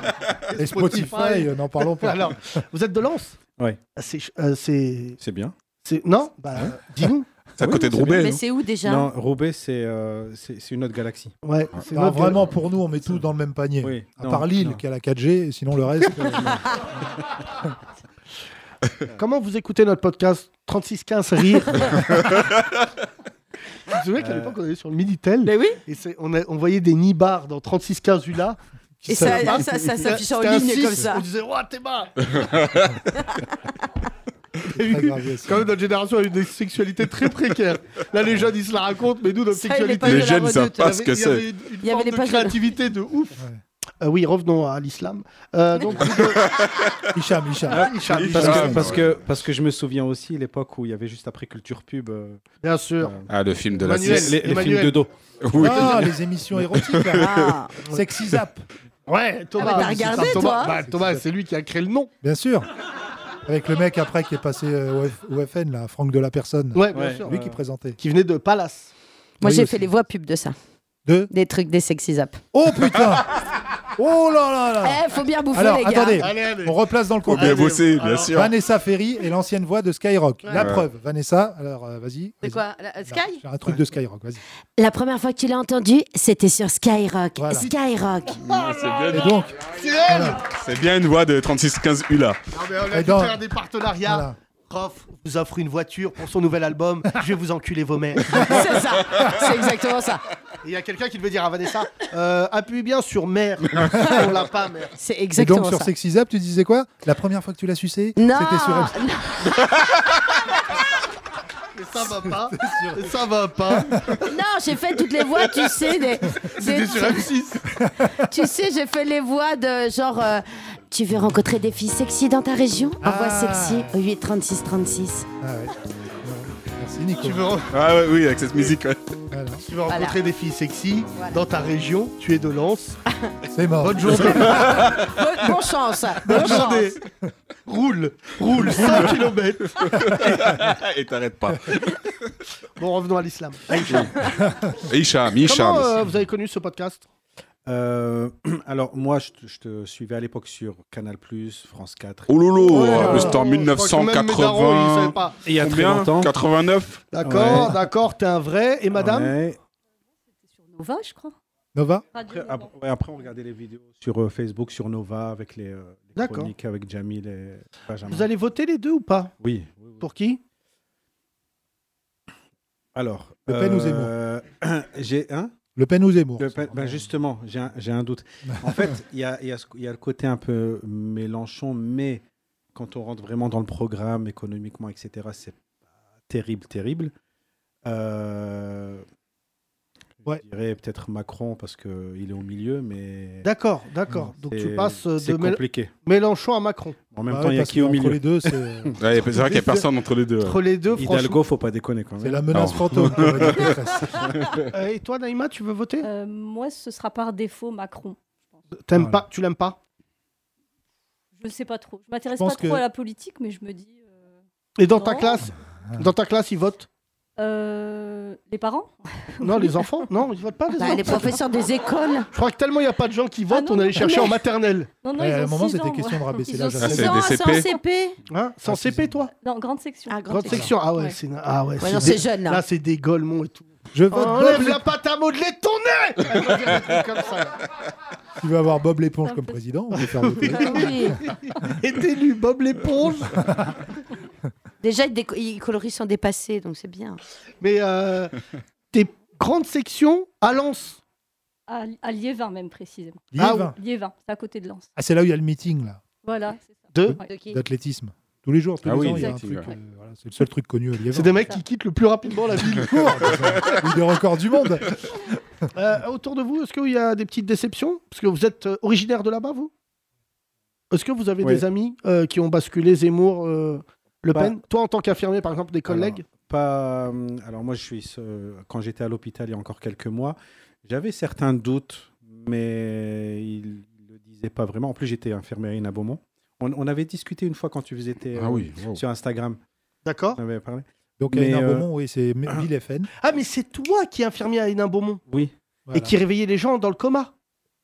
Speaker 4: Et Spotify, euh, n'en parlons pas.
Speaker 3: Alors, vous êtes de Lens
Speaker 7: Ouais.
Speaker 3: Ah, C'est. ch- euh, c'est-
Speaker 7: C'est bien.
Speaker 3: c'est- non Bah, dis-nous.
Speaker 5: C'est à
Speaker 7: Oui,
Speaker 5: côté de
Speaker 7: c'est
Speaker 5: Roubaix.
Speaker 6: Mais
Speaker 5: non
Speaker 6: c'est où déjà
Speaker 7: Non, Roubaix, c'est euh, c'est c'est une autre galaxie.
Speaker 3: Ouais,
Speaker 5: Ah,
Speaker 3: c'est
Speaker 4: Alors,
Speaker 3: notre-
Speaker 4: bah, vraiment, pour nous, on met tout dans le même panier.
Speaker 7: Oui.
Speaker 4: À
Speaker 7: Non,
Speaker 4: part Lille
Speaker 7: non.
Speaker 4: qui a la 4G, et sinon le reste. euh,
Speaker 3: Comment vous écoutez notre podcast 3615 Rire Je me souviens qu'à
Speaker 7: Euh.
Speaker 3: l'époque, on allait sur le Minitel
Speaker 6: Mais oui.
Speaker 3: et c'est- on, a- on voyait des nibards dans 3615 ULA. qui
Speaker 6: Et ça,
Speaker 3: s'appellent-
Speaker 6: ça, ça s'affiche en
Speaker 3: C'était un
Speaker 6: ligne
Speaker 3: six,
Speaker 6: comme ça.
Speaker 3: On disait, ouah, t'es bas
Speaker 4: très grave, Yacine.
Speaker 3: Quand même, notre génération a eu des sexualités très précaires. Là, les jeunes, ils se la racontent, mais nous, notre
Speaker 6: Ça, il est
Speaker 3: sexualité.
Speaker 6: pas
Speaker 5: Les
Speaker 6: de la
Speaker 5: jeunes ne savent
Speaker 6: redoute.
Speaker 5: pas ce que
Speaker 3: il y avait une,
Speaker 5: c'est.
Speaker 3: une
Speaker 6: Il y
Speaker 3: forme
Speaker 6: avait les
Speaker 3: de
Speaker 6: pages de-
Speaker 3: créativité de ouf.
Speaker 4: Ouais.
Speaker 3: Euh, oui, revenons à l'islam. Euh, donc, euh,
Speaker 4: Hicham, Hicham.
Speaker 3: Hicham,
Speaker 7: Parce
Speaker 5: Ah,
Speaker 3: Hicham,
Speaker 7: que, parce, que, parce que je me souviens aussi l'époque où il y avait juste après Culture Pub euh,
Speaker 3: bien sûr.
Speaker 7: euh,
Speaker 5: Ah, le film de la
Speaker 3: Manuel.
Speaker 5: sieste.
Speaker 7: les, les films
Speaker 3: Emmanuel.
Speaker 7: de dos.
Speaker 5: Oui.
Speaker 4: Ah, les émissions érotiques. là.
Speaker 6: Ah.
Speaker 4: Sexy Zap,
Speaker 3: Ouais, Thomas.
Speaker 6: Ah, bah, t'as
Speaker 3: c'est ça,
Speaker 6: regardé, toi
Speaker 3: Thomas, bah, Thomas, c'est lui qui a créé le nom.
Speaker 4: bien sûr. Avec le mec après qui est passé euh, au, F- au FN, là, Franck de la Personne.
Speaker 3: Ouais, bien
Speaker 7: Ouais.
Speaker 3: sûr.
Speaker 4: Lui qui présentait.
Speaker 3: Qui venait de Palace.
Speaker 6: Moi,
Speaker 4: Oui,
Speaker 6: j'ai
Speaker 4: aussi.
Speaker 6: fait les voix pub de ça.
Speaker 4: Deux.
Speaker 6: Des trucs, des sexy zap.
Speaker 4: Oh putain Oh là là là
Speaker 6: Eh, faut bien bouffer,
Speaker 4: Alors,
Speaker 6: les gars.
Speaker 4: attendez,
Speaker 3: Allez, allez.
Speaker 4: on replace dans le
Speaker 5: Faut
Speaker 4: contexte.
Speaker 5: Oh, bien
Speaker 3: Allez,
Speaker 5: bosser, bien
Speaker 3: alors.
Speaker 5: sûr.
Speaker 4: Vanessa Ferry est l'ancienne voix de Skyrock. La
Speaker 5: Ouais.
Speaker 4: preuve. Vanessa, alors euh, vas-y.
Speaker 6: C'est
Speaker 4: vas-y.
Speaker 6: quoi la- euh,
Speaker 4: Là,
Speaker 6: Sky
Speaker 4: j'ai Bah, Un truc de Skyrock, vas-y.
Speaker 6: La première fois que tu l'as entendu, c'était sur Skyrock.
Speaker 4: Voilà.
Speaker 6: Skyrock.
Speaker 5: Ah, C'est bien-
Speaker 4: Et donc,
Speaker 3: C'est elle
Speaker 4: voilà,
Speaker 5: c'est bien une voix de 36-15 ULA.
Speaker 3: Non, Ah, mais on a
Speaker 4: Et
Speaker 3: dû
Speaker 4: dans-
Speaker 3: faire des partenariats.
Speaker 4: voilà.
Speaker 3: Prof vous offre une voiture pour son nouvel album. Je vais vous enculer vos mères.
Speaker 6: c'est ça. C'est exactement ça.
Speaker 3: Et Il y a quelqu'un qui devait dire à Vanessa euh, appuie bien sur mère. On l'a pas, mère.
Speaker 6: C'est
Speaker 4: Et donc
Speaker 6: exactement
Speaker 4: sur
Speaker 6: ça.
Speaker 4: Sexy Zap, tu disais quoi La première fois que tu l'as sucé
Speaker 6: Non.
Speaker 4: C'était sur M6.
Speaker 3: Mais ça va pas. Et ça va pas.
Speaker 6: Non, j'ai fait toutes les voix, tu sais. Des, des-
Speaker 3: C'était sur M6.
Speaker 6: tu sais, j'ai fait les voix de genre. euh, tu veux rencontrer des filles sexy dans ta région Envoie
Speaker 4: Ah.
Speaker 6: sexy au 8 36 36.
Speaker 4: Ah ouais. Merci Nico.
Speaker 3: Tu veux,
Speaker 5: Ah ouais, oui, avec cette musique. ouais.
Speaker 4: Voilà.
Speaker 3: tu veux rencontrer
Speaker 6: Voilà.
Speaker 3: des filles sexy
Speaker 6: Voilà.
Speaker 3: dans ta région. Tu es de Lens.
Speaker 4: C'est mort.
Speaker 3: Oh. Bonne journée.
Speaker 6: Euh, Bon, bon chance. Bon
Speaker 3: Bonne
Speaker 6: chance.
Speaker 3: journée. Roule. Roule 100 km.
Speaker 5: Ah, Et t'arrêtes pas.
Speaker 3: Bon, revenons à l'islam.
Speaker 5: Hicham,
Speaker 3: Comment
Speaker 5: Hicham.
Speaker 3: euh, vous avez connu ce podcast
Speaker 7: Euh, alors moi, je te, je te suivais à l'époque sur Canal+, France 4.
Speaker 5: Oh lolo,
Speaker 4: là
Speaker 5: en plus,
Speaker 4: là.
Speaker 5: c'était en
Speaker 3: euh, Je crois que même mes darons, ils savaient
Speaker 5: 1980.
Speaker 3: pas.
Speaker 7: Et il y a très
Speaker 5: Combien
Speaker 7: longtemps.
Speaker 5: 89
Speaker 3: D'accord,
Speaker 7: Ouais.
Speaker 3: d'accord, t'es un vrai. Et madame
Speaker 7: Ouais.
Speaker 6: Nova, je crois.
Speaker 4: Nova
Speaker 7: Après, ap- ouais, après, on regardait les vidéos sur euh, Facebook, sur Nova, avec les, euh, les
Speaker 3: D'accord.
Speaker 7: chroniques avec Jamil et Benjamin.
Speaker 3: Vous allez voter les deux ou pas
Speaker 7: Oui. oui, oui.
Speaker 3: Pour qui
Speaker 7: Alors. euh,
Speaker 4: Le Pen ou
Speaker 7: J'ai un.
Speaker 4: Le Pen ou Zemmour
Speaker 7: Le Pen- ben justement, j'ai un, j'ai un doute. En fait, il y a, il y a ce- il y a le côté un peu Mélenchon, mais quand on rentre vraiment dans le programme économiquement, etc., c'est pas terrible, terrible. Euh,
Speaker 4: Ouais.
Speaker 7: Je dirais peut-être Macron parce qu'il est au milieu, mais.
Speaker 3: D'accord, d'accord. Donc tu
Speaker 7: c'est-
Speaker 3: passes euh,
Speaker 7: C'est
Speaker 3: de Mél-
Speaker 7: compliqué.
Speaker 3: Mélenchon à Macron.
Speaker 7: En même
Speaker 4: Bah
Speaker 7: temps,
Speaker 4: ouais,
Speaker 7: il y a
Speaker 4: parce
Speaker 7: qui au
Speaker 4: qu'entre
Speaker 7: milieu
Speaker 4: les deux, c'est
Speaker 5: Ouais, c'est vrai qu'il n'y a personne entre les deux. ouais.
Speaker 3: Entre les deux, franchement.
Speaker 7: Hidalgo, faut pas déconner quand
Speaker 4: c'est
Speaker 7: même.
Speaker 4: la menace
Speaker 5: Non.
Speaker 4: fantôme. comme l'a dit Pécresse.
Speaker 3: Euh, et toi, Naïma, tu veux voter
Speaker 8: Euh, moi, ce sera par défaut Macron.
Speaker 3: T'aimes
Speaker 4: voilà.
Speaker 3: pas Tu l'aimes pas
Speaker 8: Je ne sais pas trop. Je m'intéresse
Speaker 4: Je pense
Speaker 8: pas trop
Speaker 4: que-
Speaker 8: à la politique, mais je me dis. euh,
Speaker 3: Et dans ta
Speaker 8: Non.
Speaker 3: classe
Speaker 7: Ah.
Speaker 3: Dans ta classe, ils votent
Speaker 8: euh, les parents
Speaker 3: Non, les enfants Non, ils votent pas les
Speaker 6: Bah, les
Speaker 3: enfants.
Speaker 6: professeurs des écoles.
Speaker 3: Je crois que tellement il n'y a pas de gens qui votent,
Speaker 8: Ah non,
Speaker 3: on allait
Speaker 8: non,
Speaker 3: chercher
Speaker 8: mais-
Speaker 3: en maternelle.
Speaker 8: Non, non,
Speaker 4: Ouais,
Speaker 8: ils
Speaker 4: à un
Speaker 8: ont
Speaker 4: moment,
Speaker 8: six
Speaker 4: c'était
Speaker 8: ans,
Speaker 4: question de
Speaker 8: moi.
Speaker 4: rabaisser
Speaker 8: Ils
Speaker 4: l'âge
Speaker 8: ont
Speaker 5: Ah,
Speaker 4: à
Speaker 8: six
Speaker 5: c'est
Speaker 8: ans.
Speaker 5: des CP.
Speaker 6: CP.
Speaker 3: Hein C'est en
Speaker 4: Ah,
Speaker 3: CP,
Speaker 4: c'est-
Speaker 3: toi
Speaker 8: Non, grande section.
Speaker 6: Ah, grande
Speaker 3: Grande section. Ah ouais,
Speaker 8: Ouais.
Speaker 3: c'est ah ouais,
Speaker 6: Ouais,
Speaker 3: c'est
Speaker 6: non,
Speaker 3: des-
Speaker 6: c'est jeune, là.
Speaker 3: Là, c'est des Golemont et tout.
Speaker 4: Je vote
Speaker 8: Oh,
Speaker 4: Bob,
Speaker 3: Enlève la pâte à modeler de ton nez Elle va dire des trucs comme ça, là.
Speaker 4: l'Éponge. Tu veux avoir Bob l'éponge comme président On peut faire voter.
Speaker 8: Ah
Speaker 6: Oui.
Speaker 3: Est élu Bob l'éponge
Speaker 6: Déjà, ils, déco- ils colorient sans dépasser, donc c'est bien.
Speaker 3: Mais euh, tes grandes sections à Lens.
Speaker 8: À, à Liévin, même précisément.
Speaker 4: Liévin.
Speaker 8: Liévin, c'est à côté de Lens.
Speaker 4: Ah, c'est là où il y a le meeting là,
Speaker 8: Voilà, c'est ça.
Speaker 3: Deux.
Speaker 8: Ouais.
Speaker 6: Hum.
Speaker 4: d'athlétisme. Tous les jours, tous
Speaker 5: Ah
Speaker 4: les
Speaker 5: oui,
Speaker 4: ans, il y a un
Speaker 5: exact,
Speaker 4: truc.
Speaker 5: ouais.
Speaker 4: euh, voilà, c'est le seul truc connu à Liévin.
Speaker 3: C'est des mecs qui quittent le plus rapidement la ville.
Speaker 4: Ou des records du monde.
Speaker 3: Euh, autour de vous, est-ce qu'il y a des petites déceptions Parce que vous êtes euh, originaire de là-bas, vous Est-ce que vous avez
Speaker 7: Oui.
Speaker 3: des amis euh, qui ont basculé Zemmour, euh, Le
Speaker 7: Pas-
Speaker 3: Pen Toi, en tant qu'infirmier, par exemple, des collègues
Speaker 7: Alors, pas. hum, Alors moi, je suis euh, quand j'étais à l'hôpital il y a encore quelques mois, j'avais certains doutes, mais il ne le disait pas vraiment. En plus, j'étais infirmière à Beaumont. On, on avait discuté une fois quand tu étais
Speaker 5: Ah
Speaker 7: euh,
Speaker 5: oui, wow.
Speaker 7: sur Instagram.
Speaker 3: Oh. D'accord
Speaker 7: On avait parlé.
Speaker 4: Donc,
Speaker 7: Mais,
Speaker 4: Hénin
Speaker 7: euh,
Speaker 4: Beaumont, oui, c'est M- Ville FN.
Speaker 3: Ah, mais c'est toi qui est infirmier à Hénin Beaumont
Speaker 7: Oui.
Speaker 4: Voilà.
Speaker 3: et qui réveillait les gens dans le coma.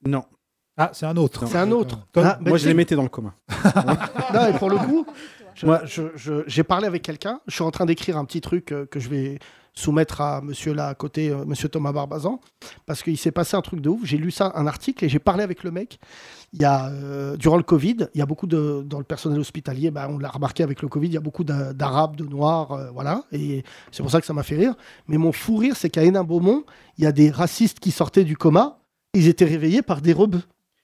Speaker 7: Non.
Speaker 4: Ah, c'est un autre.
Speaker 7: Non.
Speaker 3: C'est un autre.
Speaker 4: Tom-
Speaker 3: Ah, ben,
Speaker 7: moi,
Speaker 3: tu
Speaker 7: je les mettais dans le commun.
Speaker 3: Non, et pour le coup, je-
Speaker 7: Ouais.
Speaker 3: je- je- j'ai parlé avec quelqu'un. Je suis en train d'écrire un petit truc euh, que je vais soumettre à monsieur là à côté, euh, monsieur Thomas Barbazan, parce qu'il s'est passé un truc de ouf. J'ai lu ça, un article, et j'ai parlé avec le mec. Il y a, euh, durant le Covid, il y a beaucoup de, dans le personnel hospitalier, bah, on l'a remarqué avec le Covid, il y a beaucoup d'A- d'Arabes, de Noirs, euh, voilà, et c'est pour ça que ça m'a fait rire. Mais mon fou rire, c'est qu'à Hénin-Beaumont, il y a des racistes qui sortaient du coma, ils étaient réveillés par des robes.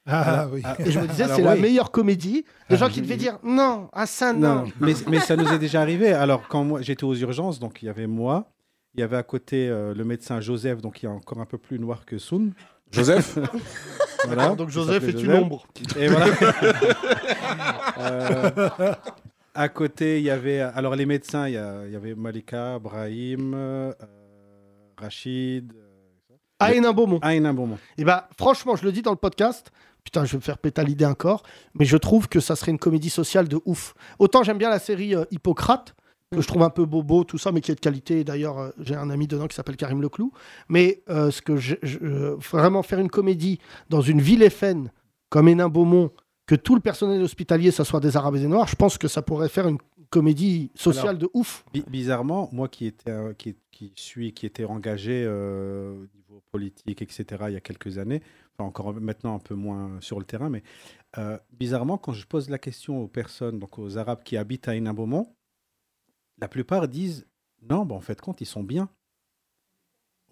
Speaker 4: Ah, oui.
Speaker 3: Et je me disais,
Speaker 7: Alors,
Speaker 3: c'est la
Speaker 7: oui. Ah,
Speaker 3: meilleure comédie. Les gens qui devaient dire non, à ça, Ah non.
Speaker 7: Non, mais, mais ça nous est déjà arrivé. Alors, quand moi j'étais aux urgences, donc il y avait moi, il y avait à côté euh, le médecin Joseph, donc il est encore un peu plus noir que Soun.
Speaker 5: Joseph
Speaker 7: Voilà,
Speaker 3: donc
Speaker 7: il
Speaker 3: Joseph
Speaker 7: s'appelait
Speaker 3: est une ombre.
Speaker 7: Et voilà. Euh, à côté, il y avait. Alors, les médecins, il y, a- il y avait Malika, Brahim, euh, Rachid,
Speaker 3: À Hénin Beaumont.
Speaker 7: Aïn un bon moment.
Speaker 3: Et bah, franchement, je le dis dans le podcast. Putain, je vais me faire pétalider un corps. Mais je trouve que ça serait une comédie sociale de ouf. Autant j'aime bien la série euh, Hippocrate, que je trouve un peu bobo, tout ça, mais qui est de qualité. Et D'ailleurs, euh, j'ai un ami dedans qui s'appelle Karim Leclou. Mais euh, ce que je, je- euh, vraiment faire une comédie dans une ville FN comme Hénin Beaumont, que tout le personnel hospitalier, ça soit des Arabes et des Noirs, je pense que ça pourrait faire une comédie sociale de ouf.
Speaker 7: Bi- bizarrement, moi qui, était, euh, qui, qui suis, qui était engagé euh, au niveau politique, etc., il y a quelques années, enfin, encore maintenant un peu moins sur le terrain, mais euh, bizarrement, quand je pose la question aux personnes, donc aux Arabes qui habitent à Hénin-Beaumont, la plupart disent Non, bah, en fait, compte, ils sont bien.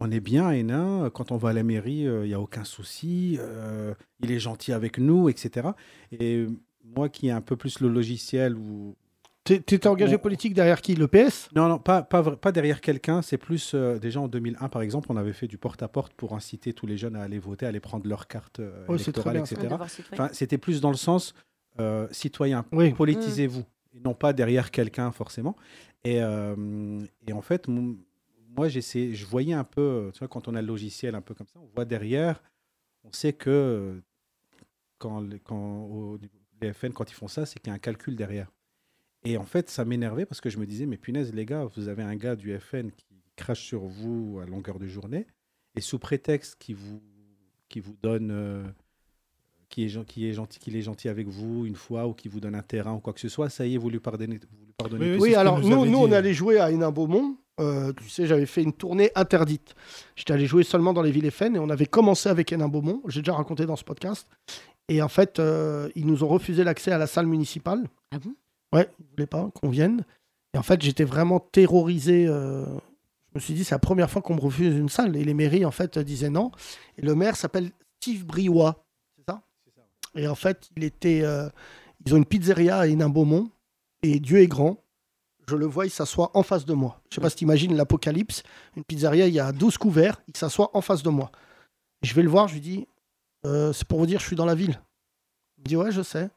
Speaker 7: On est bien à Hénin, quand on va à la mairie, euh, il n'y a aucun souci, euh, il est gentil avec nous, etc. Et moi qui ai un peu plus le logiciel ou
Speaker 3: T'es- T'étais engagé
Speaker 7: On-
Speaker 3: politique derrière qui Le PS
Speaker 7: non, non, pas, pas, vra- pas derrière quelqu'un. C'est plus, euh, déjà en 2001, par exemple, on avait fait du porte-à-porte pour inciter tous les jeunes à aller voter, à aller prendre leur carte euh,
Speaker 3: Ouais, Oh, c'est très
Speaker 7: électorale,
Speaker 3: bien,
Speaker 7: etc.
Speaker 3: ça.
Speaker 6: Devoir citoyen.
Speaker 7: Enfin, C'était plus dans le sens euh, citoyen,
Speaker 3: Oui.
Speaker 7: politisez-vous, et non pas derrière quelqu'un, forcément. Et, euh, et en fait, mon- moi, j'essayais- je voyais un peu, euh, tu vois, quand on a le logiciel un peu comme ça, on voit derrière, on sait que euh, quand, les- quand au- les FN, quand ils font ça, c'est qu'il y a un calcul derrière. Et en fait, ça m'énervait parce que je me disais, mais punaise, les gars, vous avez un gars du FN qui crache sur vous à longueur de journée, et sous prétexte qu'il vous, qu'il vous donne, euh, qu'il est, gen- qu'il est gentil, qu'il est gentil avec vous une fois, ou qu'il vous donne un terrain ou quoi que ce soit, ça y est, vous lui pardonnez, vous lui pardonnez
Speaker 4: Oui, oui, c'est
Speaker 7: tout.
Speaker 3: Oui,
Speaker 4: ce que
Speaker 3: alors
Speaker 4: nous
Speaker 3: nous,
Speaker 4: avait
Speaker 3: nous
Speaker 4: dit,
Speaker 3: on
Speaker 4: euh.
Speaker 3: allait jouer à Hénin-Beaumont. Euh, tu sais, j'avais fait une tournée interdite. J'étais allé jouer seulement dans les villes FN et on avait commencé avec Hénin-Beaumont. J'ai déjà raconté dans ce podcast. Et en fait, euh, ils nous ont refusé l'accès à la salle municipale.
Speaker 6: Ah bon
Speaker 3: Ouais, ils voulaient pas qu'on vienne. Et en fait, j'étais vraiment terrorisé. euh, Je me suis dit, c'est la première fois qu'on me refuse une salle. Et les mairies, en fait, disaient non. Et le maire s'appelle Steve Briois. C'est ça Et en fait, il était. euh, Ils ont une pizzeria à Hénin-Beaumont. Et Dieu est grand. Je le vois, il s'assoit en face de moi. Je sais pas si t'imagines l'apocalypse. Une pizzeria, il y a 12 couverts. Il s'assoit en face de moi. Je vais le voir, je lui dis, Euh, c'est pour vous dire, je suis dans la ville. Il me dit, ouais, je sais.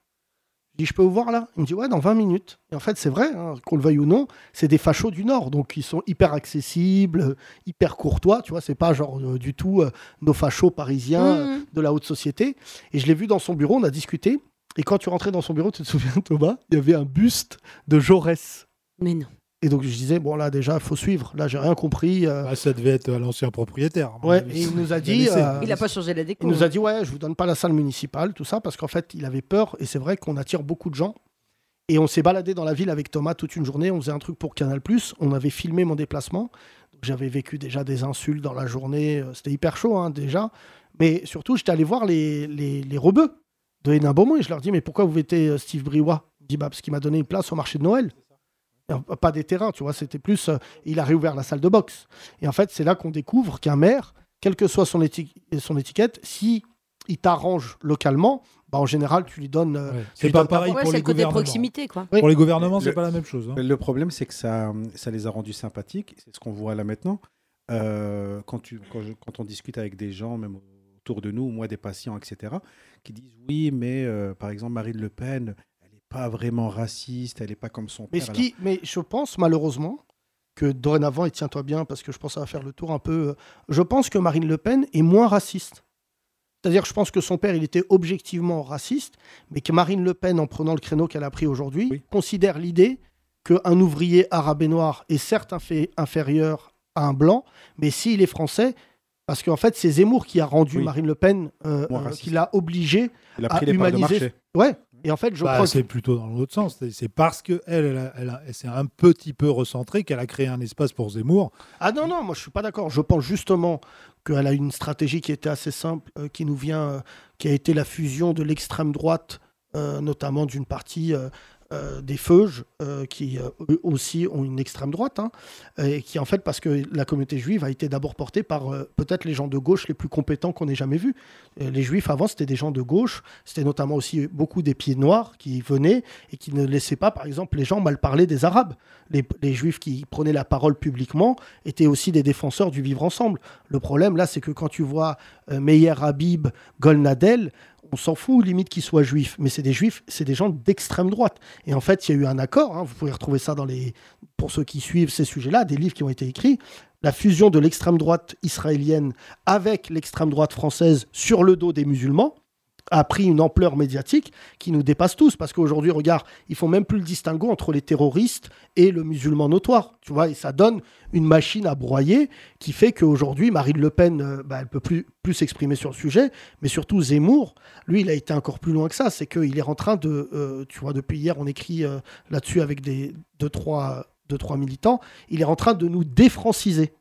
Speaker 3: Je dis, je peux vous voir là Il me dit, ouais, dans 20 minutes. Et en fait, c'est vrai, hein, qu'on le veuille ou non, c'est des fachos du Nord. Donc, ils sont hyper accessibles, euh, hyper courtois. Tu vois, c'est pas genre euh, du tout euh, nos fachos parisiens euh,
Speaker 6: Mhm.
Speaker 3: de la haute société. Et je l'ai vu dans son bureau, on a discuté. Et quand tu rentrais dans son bureau, tu te souviens, Thomas, il y avait un buste de Jaurès.
Speaker 6: Mais non.
Speaker 3: Et donc, je disais, bon, là, déjà, faut suivre. Là, j'ai rien compris. euh,
Speaker 4: Bah, ça devait être à l'ancien propriétaire. à mon
Speaker 3: ouais, et
Speaker 4: avis.
Speaker 3: il nous a
Speaker 4: Il a
Speaker 3: dit.
Speaker 4: laissé.
Speaker 3: euh,
Speaker 6: Il n'a pas changé la déco.
Speaker 3: il nous a dit ouais, je vous donne pas la salle municipale, tout ça, parce qu'en fait, il avait peur. Et c'est vrai qu'on attire beaucoup de gens. Et on s'est baladé dans la ville avec Thomas toute une journée. On faisait un truc pour Canal+. On avait filmé mon déplacement. Donc, J'avais vécu déjà des insultes dans la journée. euh, C'était hyper chaud hein, déjà. Mais surtout, j'étais allé voir les, les, les rebeux de Hénin Beaumont et je leur dis mais pourquoi vous vêtez euh, Steve Briois Il me dit bah parce qu'il m'a donné une place au marché de Noël. Euh, Pas des terrains, tu vois. C'était plus euh, il a réouvert la salle de boxe. Et en fait, c'est là qu'on découvre qu'un maire, quelle que soit son, éti- son étiquette, si il t'arrange localement, bah, en général, tu lui donnes. euh,
Speaker 4: Ouais.
Speaker 3: tu
Speaker 4: C'est pas
Speaker 3: donnes ta
Speaker 4: pareil
Speaker 6: Ouais,
Speaker 4: pour
Speaker 6: c'est
Speaker 4: les
Speaker 6: le côté
Speaker 4: gouvernements.
Speaker 6: proximité, quoi.
Speaker 3: Oui.
Speaker 4: Pour les gouvernements,
Speaker 7: Le-
Speaker 4: c'est pas la même chose. hein.
Speaker 7: Le problème, c'est que ça, ça les a rendus sympathiques. C'est ce qu'on voit là maintenant. Euh, quand, tu, quand, je- quand on discute avec des gens, même autour de nous, moi, des patients, etc., qui disent oui, mais euh, par exemple, Marine Le Pen, elle n'est pas vraiment raciste, elle n'est pas comme son
Speaker 3: Mais,
Speaker 7: père.
Speaker 3: ce qui, mais je pense, malheureusement, que dorénavant, et tiens-toi bien, parce que je pense que ça va faire le tour un peu. euh, Je pense que Marine Le Pen est moins raciste. C'est-à-dire que je pense que son père, il était objectivement raciste, mais que Marine Le Pen, en prenant le créneau qu'elle a pris aujourd'hui,
Speaker 7: Oui.
Speaker 3: considère l'idée qu'un ouvrier arabe et noir est certes infé- inférieur à un blanc, mais s'il est français, parce qu'en fait, c'est Zemmour qui a rendu
Speaker 7: Oui.
Speaker 3: Marine Le Pen, euh,
Speaker 7: Moins
Speaker 3: euh,
Speaker 7: raciste.
Speaker 3: qui l'a obligée.
Speaker 7: Il a
Speaker 3: à
Speaker 7: pris les parts de
Speaker 3: humaniser-
Speaker 7: marché.
Speaker 3: Ouais, et en fait, je
Speaker 4: Bah,
Speaker 3: crois que
Speaker 4: c'est plutôt dans l'autre sens. C'est- C'est parce que elle, elle, a- elle a- elle s'est un petit peu recentrée qu'elle a créé un espace pour Zemmour.
Speaker 3: Ah non, non, moi je suis pas d'accord. Je pense justement qu'elle a une stratégie qui était assez simple, euh, qui nous vient, euh, qui a été la fusion de l'extrême droite, euh, notamment d'une partie euh, euh, des Feuges, euh, qui euh, eux aussi ont une extrême droite, hein, et qui en fait, parce que la communauté juive a été d'abord portée par euh, peut-être les gens de gauche les plus compétents qu'on ait jamais vus. Euh, les juifs avant, c'était des gens de gauche, c'était notamment aussi beaucoup des pieds noirs qui venaient et qui ne laissaient pas, par exemple, les gens mal parler des Arabes. Les- les juifs qui prenaient la parole publiquement étaient aussi des défenseurs du vivre ensemble. Le problème, là, c'est que quand tu vois euh, Meyer Habib, Golnadel, on s'en fout limite qu'ils soient juifs, mais c'est des juifs, c'est des gens d'extrême droite. Et en fait, il y a eu un accord, hein, vous pouvez retrouver ça dans les, pour ceux qui suivent ces sujets-là, des livres qui ont été écrits, la fusion de l'extrême droite israélienne avec l'extrême droite française sur le dos des musulmans a pris une ampleur médiatique qui nous dépasse tous, parce qu'aujourd'hui, regarde, ils font même plus le distinguo entre les terroristes et le musulman notoire, tu vois, et ça donne une machine à broyer qui fait qu'aujourd'hui, Marine Le Pen, euh, bah, elle peut plus plus s'exprimer sur le sujet, mais surtout Zemmour, lui, il a été encore plus loin que ça. C'est qu'il est en train de, euh, tu vois, depuis hier, on écrit euh, là-dessus avec des deux trois, deux, trois militants, il est en train de nous défranciser.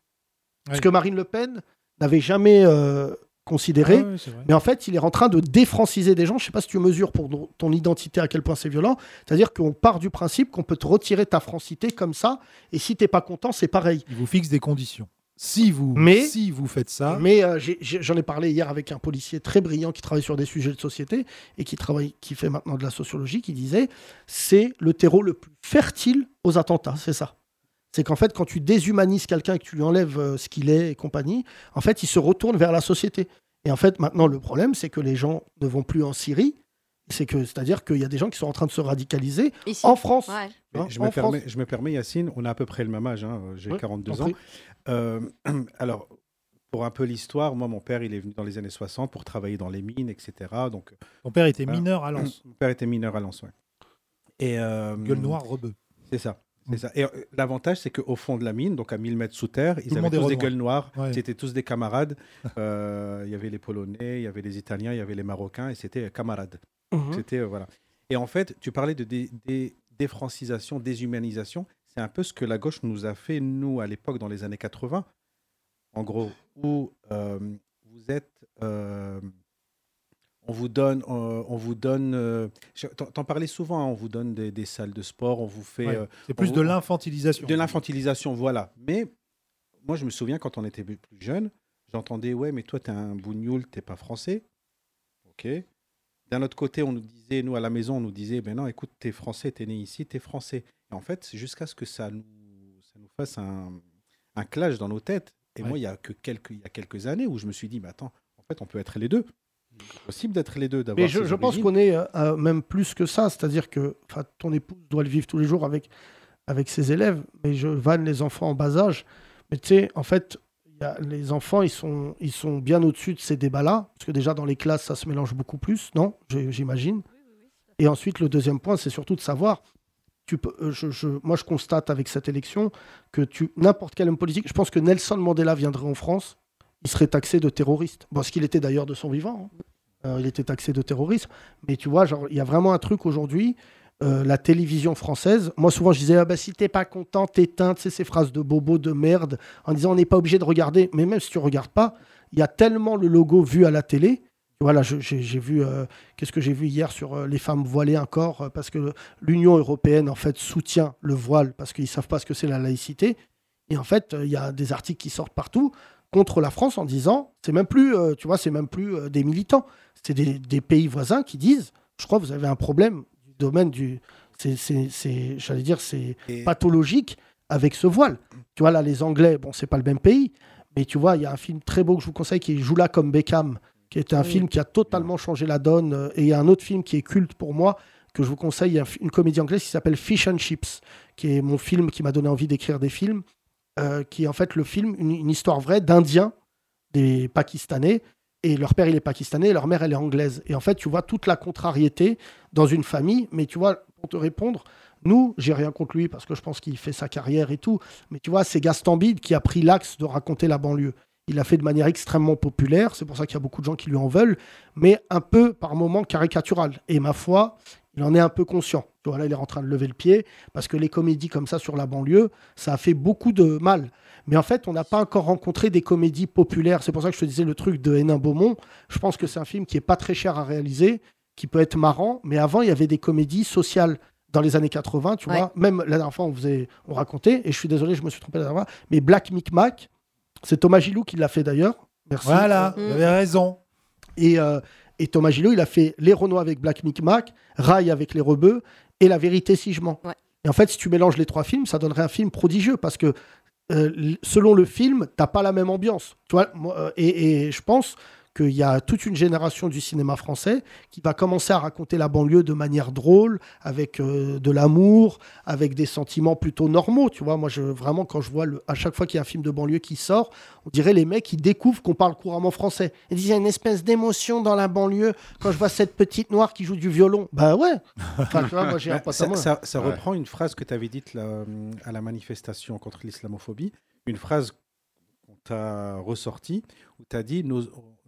Speaker 3: Parce
Speaker 4: Ouais.
Speaker 3: que Marine Le Pen n'avait jamais euh, considéré
Speaker 4: Ah ouais, c'est vrai.
Speaker 3: mais en fait, il est en train de défranciser des gens. Je sais pas si tu mesures pour no- ton identité à quel point c'est violent. C'est-à-dire qu'on part du principe qu'on peut te retirer ta francité comme ça. Et si t'es pas content, c'est pareil.
Speaker 4: Il vous fixe des conditions. Si vous,
Speaker 3: Mais-
Speaker 4: si vous faites ça,
Speaker 3: Mais euh, j'ai- j'ai- j'en ai parlé hier avec un policier très brillant qui travaille sur des sujets de société et qui travaille, qui fait maintenant de la sociologie, qui disait c'est le terreau le plus fertile aux attentats. C'est ça. C'est qu'en fait, quand tu déshumanises quelqu'un et que tu lui enlèves euh, ce qu'il est et compagnie, en fait, il se retourne vers la société. Et en fait, maintenant, le problème, c'est que les gens ne vont plus en Syrie. C'est que, c'est-à-dire qu'il y a des gens qui sont en train de se radicaliser
Speaker 6: Ici.
Speaker 3: en France.
Speaker 6: Ouais.
Speaker 7: Mais
Speaker 3: Hein,
Speaker 7: je,
Speaker 3: en
Speaker 7: me
Speaker 3: France.
Speaker 7: permets, je me permets, Yacine, on a à peu près le même âge, hein, j'ai
Speaker 3: Oui,
Speaker 7: 42
Speaker 3: t'en
Speaker 7: ans.
Speaker 3: prie.
Speaker 7: Euh, alors, pour un peu l'histoire, moi, mon père, il est venu dans les années 60 pour travailler dans les mines, etc. Donc,
Speaker 4: ton père était
Speaker 7: Ah.
Speaker 4: mineur à Lens.
Speaker 7: mon père était mineur à Lens, ouais. Et, euh,
Speaker 4: Gueule noire, rebeu.
Speaker 7: C'est ça.
Speaker 4: Mm.
Speaker 7: C'est ça. Et euh, l'avantage, c'est qu'au fond de la mine, donc à 1000 mètres sous terre,
Speaker 4: le
Speaker 7: ils avaient
Speaker 4: monde est
Speaker 7: tous des
Speaker 4: renoir.
Speaker 7: gueules noires.
Speaker 4: Ouais.
Speaker 7: C'était tous des camarades. Euh, Il y avait les Polonais, il y avait les Italiens, il y avait les Marocains, et c'était euh, camarades.
Speaker 4: Mm.
Speaker 3: Mhm.
Speaker 7: C'était euh, voilà. Et en fait, tu parlais de dé- dé- défrancisation, déshumanisation. C'est un peu ce que la gauche nous a fait nous à l'époque dans les années 80. En gros, où euh, vous êtes, euh, on vous donne, euh, on vous donne. euh, je- T'en t'en parlais souvent. hein, on vous donne des, des salles de sport, on vous fait
Speaker 4: Ouais.
Speaker 7: euh,
Speaker 4: C'est plus
Speaker 7: on-
Speaker 4: de l'infantilisation.
Speaker 7: de l'infantilisation, voilà. Mais moi, je me souviens quand on était plus plus jeune, j'entendais Ouais, mais toi, t'es un bougnoul, t'es pas français. Ok. D'un autre côté, on nous disait, nous à la maison, on nous disait Ben non, écoute, t'es français, t'es né ici, t'es français. Et en fait, c'est jusqu'à ce que ça nous, ça nous fasse un, un clash dans nos têtes. Et
Speaker 4: Ouais.
Speaker 7: moi, il y, a que quelques, il y a quelques années où je me suis dit Mais attends, en fait, on peut être les deux. C'est possible d'être les deux. d'avoir
Speaker 3: Mais je,
Speaker 7: ces
Speaker 3: je pense
Speaker 7: origines.
Speaker 3: qu'on est euh, euh, même plus que ça, c'est-à-dire que enfin, ton épouse doit le vivre tous les jours avec, avec ses élèves, mais je vanne les enfants en bas âge. Mais tu sais, en fait, il y a- les enfants, ils sont, ils sont bien au-dessus de ces débats-là, parce que déjà dans les classes, ça se mélange beaucoup plus, non Je- J'imagine. Et ensuite, le deuxième point, c'est surtout de savoir. Tu peux, euh, je, je- moi, je constate avec cette élection que tu n'importe quel homme politique, je pense que Nelson Mandela viendrait en France, il serait taxé de terroriste. Bon, ce qu'il était d'ailleurs de son vivant. hein. Euh, il était taxé de terrorisme. Mais tu vois, genre, il y a vraiment un truc aujourd'hui. euh, la télévision française, moi souvent je disais ah bah, si t'es pas content, t'éteins, tu sais, ces phrases de bobo de merde, en disant on n'est pas obligé de regarder, mais même si tu regardes pas, il y a tellement le logo vu à la télé. Voilà, je- j'ai j'ai vu, euh, qu'est-ce que j'ai vu hier sur euh, les femmes voilées un corps, euh, parce que l'Union européenne en fait soutient le voile parce qu'ils savent pas ce que c'est la laïcité. Et en fait, euh, il y a des articles qui sortent partout contre la France en disant, c'est même plus, euh, tu vois, c'est même plus euh, des militants c'est des, des pays voisins qui disent je crois que vous avez un problème du domaine du c'est- c'est c'est- j'allais dire c'est
Speaker 7: Et-
Speaker 3: pathologique avec ce voile tu vois là les anglais bon c'est pas le même pays mais tu vois il y a un film très beau que je vous conseille qui est joue là comme Beckham qui est un
Speaker 6: Oui.
Speaker 3: film qui a totalement changé la donne euh, et il y a un autre film qui est culte pour moi que je vous conseille il y a un fi- une comédie anglaise qui s'appelle Fish and Chips qui est mon film qui m'a donné envie d'écrire des films euh, qui est en fait le film, une, une histoire vraie d'Indiens, des Pakistanais. Et leur père, il est pakistanais, et leur mère, elle est anglaise. Et en fait, tu vois toute la contrariété dans une famille. Mais tu vois, pour te répondre, nous, j'ai rien contre lui parce que je pense qu'il fait sa carrière et tout. Mais tu vois, c'est Gaston Bide qui a pris l'axe de raconter la banlieue. Il l'a fait de manière extrêmement populaire. C'est pour ça qu'il y a beaucoup de gens qui lui en veulent. Mais un peu, par moments, caricatural. Et ma foi, il en est un peu conscient. Tu vois, là, il est en train de lever le pied parce que les comédies comme ça sur la banlieue, ça a fait beaucoup de mal. Mais en fait, on n'a pas encore rencontré des comédies populaires. C'est pour ça que je te disais le truc de Hénin Beaumont. Je pense que c'est un film qui est pas très cher à réaliser, qui peut être marrant. Mais avant, il y avait des comédies sociales dans les années 80, tu
Speaker 6: Ouais.
Speaker 3: vois. Même la dernière fois, on, faisait, on racontait, et je suis désolé, je me suis trompé la dernière fois, mais Black Micmac, c'est Thomas Gilou qui l'a fait d'ailleurs. Merci.
Speaker 4: Voilà,
Speaker 6: Mm.
Speaker 4: vous avez raison.
Speaker 3: Et, euh, et Thomas Gillot, il a fait Les Renois avec Black Micmac, Rail avec Les Rebeux et La Vérité si je mens.
Speaker 6: Ouais.
Speaker 3: Et en fait, si tu mélanges les trois films, ça donnerait un film prodigieux parce que euh, l- selon le film, t'as pas la même ambiance. Tu vois, moi, euh, et, et je pense qu'il y a toute une génération du cinéma français qui va commencer à raconter la banlieue de manière drôle, avec euh, de l'amour, avec des sentiments plutôt normaux. Tu vois, moi, je, vraiment, quand je vois le, à chaque fois qu'il y a un film de banlieue qui sort, on dirait les mecs qui découvrent qu'on parle couramment français. Ils disent, il y a une espèce d'émotion dans la banlieue quand je vois cette petite noire qui joue du violon. Bah ouais. Enfin, tu vois, moi, j'ai un
Speaker 7: Bah,
Speaker 3: pote à
Speaker 7: ça
Speaker 3: moi.
Speaker 7: ça- ça
Speaker 5: Ouais.
Speaker 7: reprend une phrase que tu avais dite là, hum, à la manifestation contre l'islamophobie, une phrase qu'on t'a ressortie, où tu as dit nos,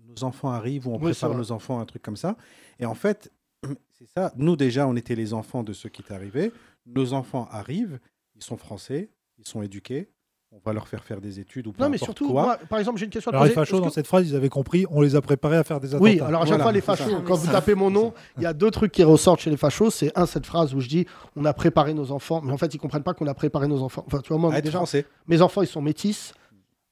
Speaker 7: nos enfants arrivent, ou on
Speaker 3: Oui, c'est
Speaker 7: prépare
Speaker 3: vrai.
Speaker 7: nos enfants, un truc comme ça. Et en fait, c'est ça. Nous, déjà, on était les enfants de ceux qui t'arrivaient. Nos enfants arrivent, ils sont français, ils sont éduqués, on va leur faire faire des études ou peu
Speaker 3: Non, mais
Speaker 7: importe
Speaker 3: surtout,
Speaker 7: quoi.
Speaker 3: moi, par exemple, j'ai une question à te
Speaker 4: Alors, les
Speaker 3: poser.
Speaker 4: fachos,
Speaker 3: Est-ce
Speaker 4: dans
Speaker 3: que-
Speaker 4: cette phrase, ils avaient compris, on les a préparés à faire des attentats.
Speaker 3: Oui, alors à chaque
Speaker 7: Voilà,
Speaker 3: fois, les
Speaker 7: c'est ça.
Speaker 3: fachos,
Speaker 6: Ah, mais
Speaker 3: quand vous
Speaker 6: ça-
Speaker 3: tapez mon nom, il y a deux trucs qui ressortent chez les fachos. C'est un, cette phrase où je dis on a préparé nos enfants, mais en fait, ils comprennent pas qu'on a préparé nos enfants. Enfin, tu vois, moi,
Speaker 7: À être
Speaker 3: déjà,
Speaker 7: français.
Speaker 3: mes enfants, ils sont métis.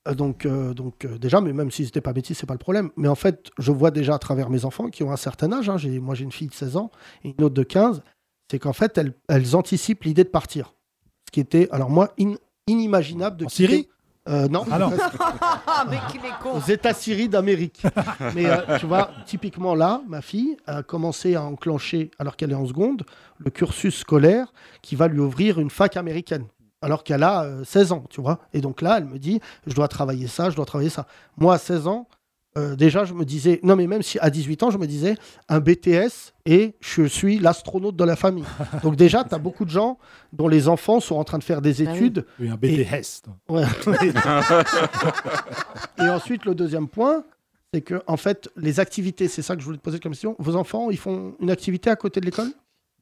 Speaker 3: Euh, Donc, euh, donc euh, déjà, mais même s'ils n'étaient pas métis, c'est pas le problème. Mais en fait, je vois déjà à travers mes enfants qui ont un certain âge. hein, j'ai- moi, j'ai une fille de 16 ans et une autre de 15. C'est qu'en fait, elles, elles anticipent l'idée de partir. Ce qui était, alors moi, in- inimaginable de
Speaker 4: En
Speaker 3: quitter-
Speaker 4: Syrie
Speaker 3: Euh, Non,
Speaker 4: Ah non.
Speaker 6: Ah, mais qu'il est con.
Speaker 3: aux États syries d'Amérique. Mais euh, tu vois, typiquement là, ma fille a commencé à enclencher, alors qu'elle est en seconde, le cursus scolaire qui va lui ouvrir une fac américaine. Alors qu'elle a euh, 16 ans, tu vois. Et donc là, elle me dit, je dois travailler ça, je dois travailler ça. Moi, à 16 ans, euh, déjà, je me disais, non, mais même si à 18 ans, je me disais, un BTS et je suis l'astronaute de la famille. Donc déjà, tu as beaucoup de gens dont les enfants sont en train de faire des
Speaker 6: Ah oui.
Speaker 3: études
Speaker 4: Oui, un BTS. donc.
Speaker 3: Ouais. et ensuite, le deuxième point, c'est que, en fait, les activités, c'est ça que je voulais te poser comme question. Vos enfants, ils font une activité à côté de l'école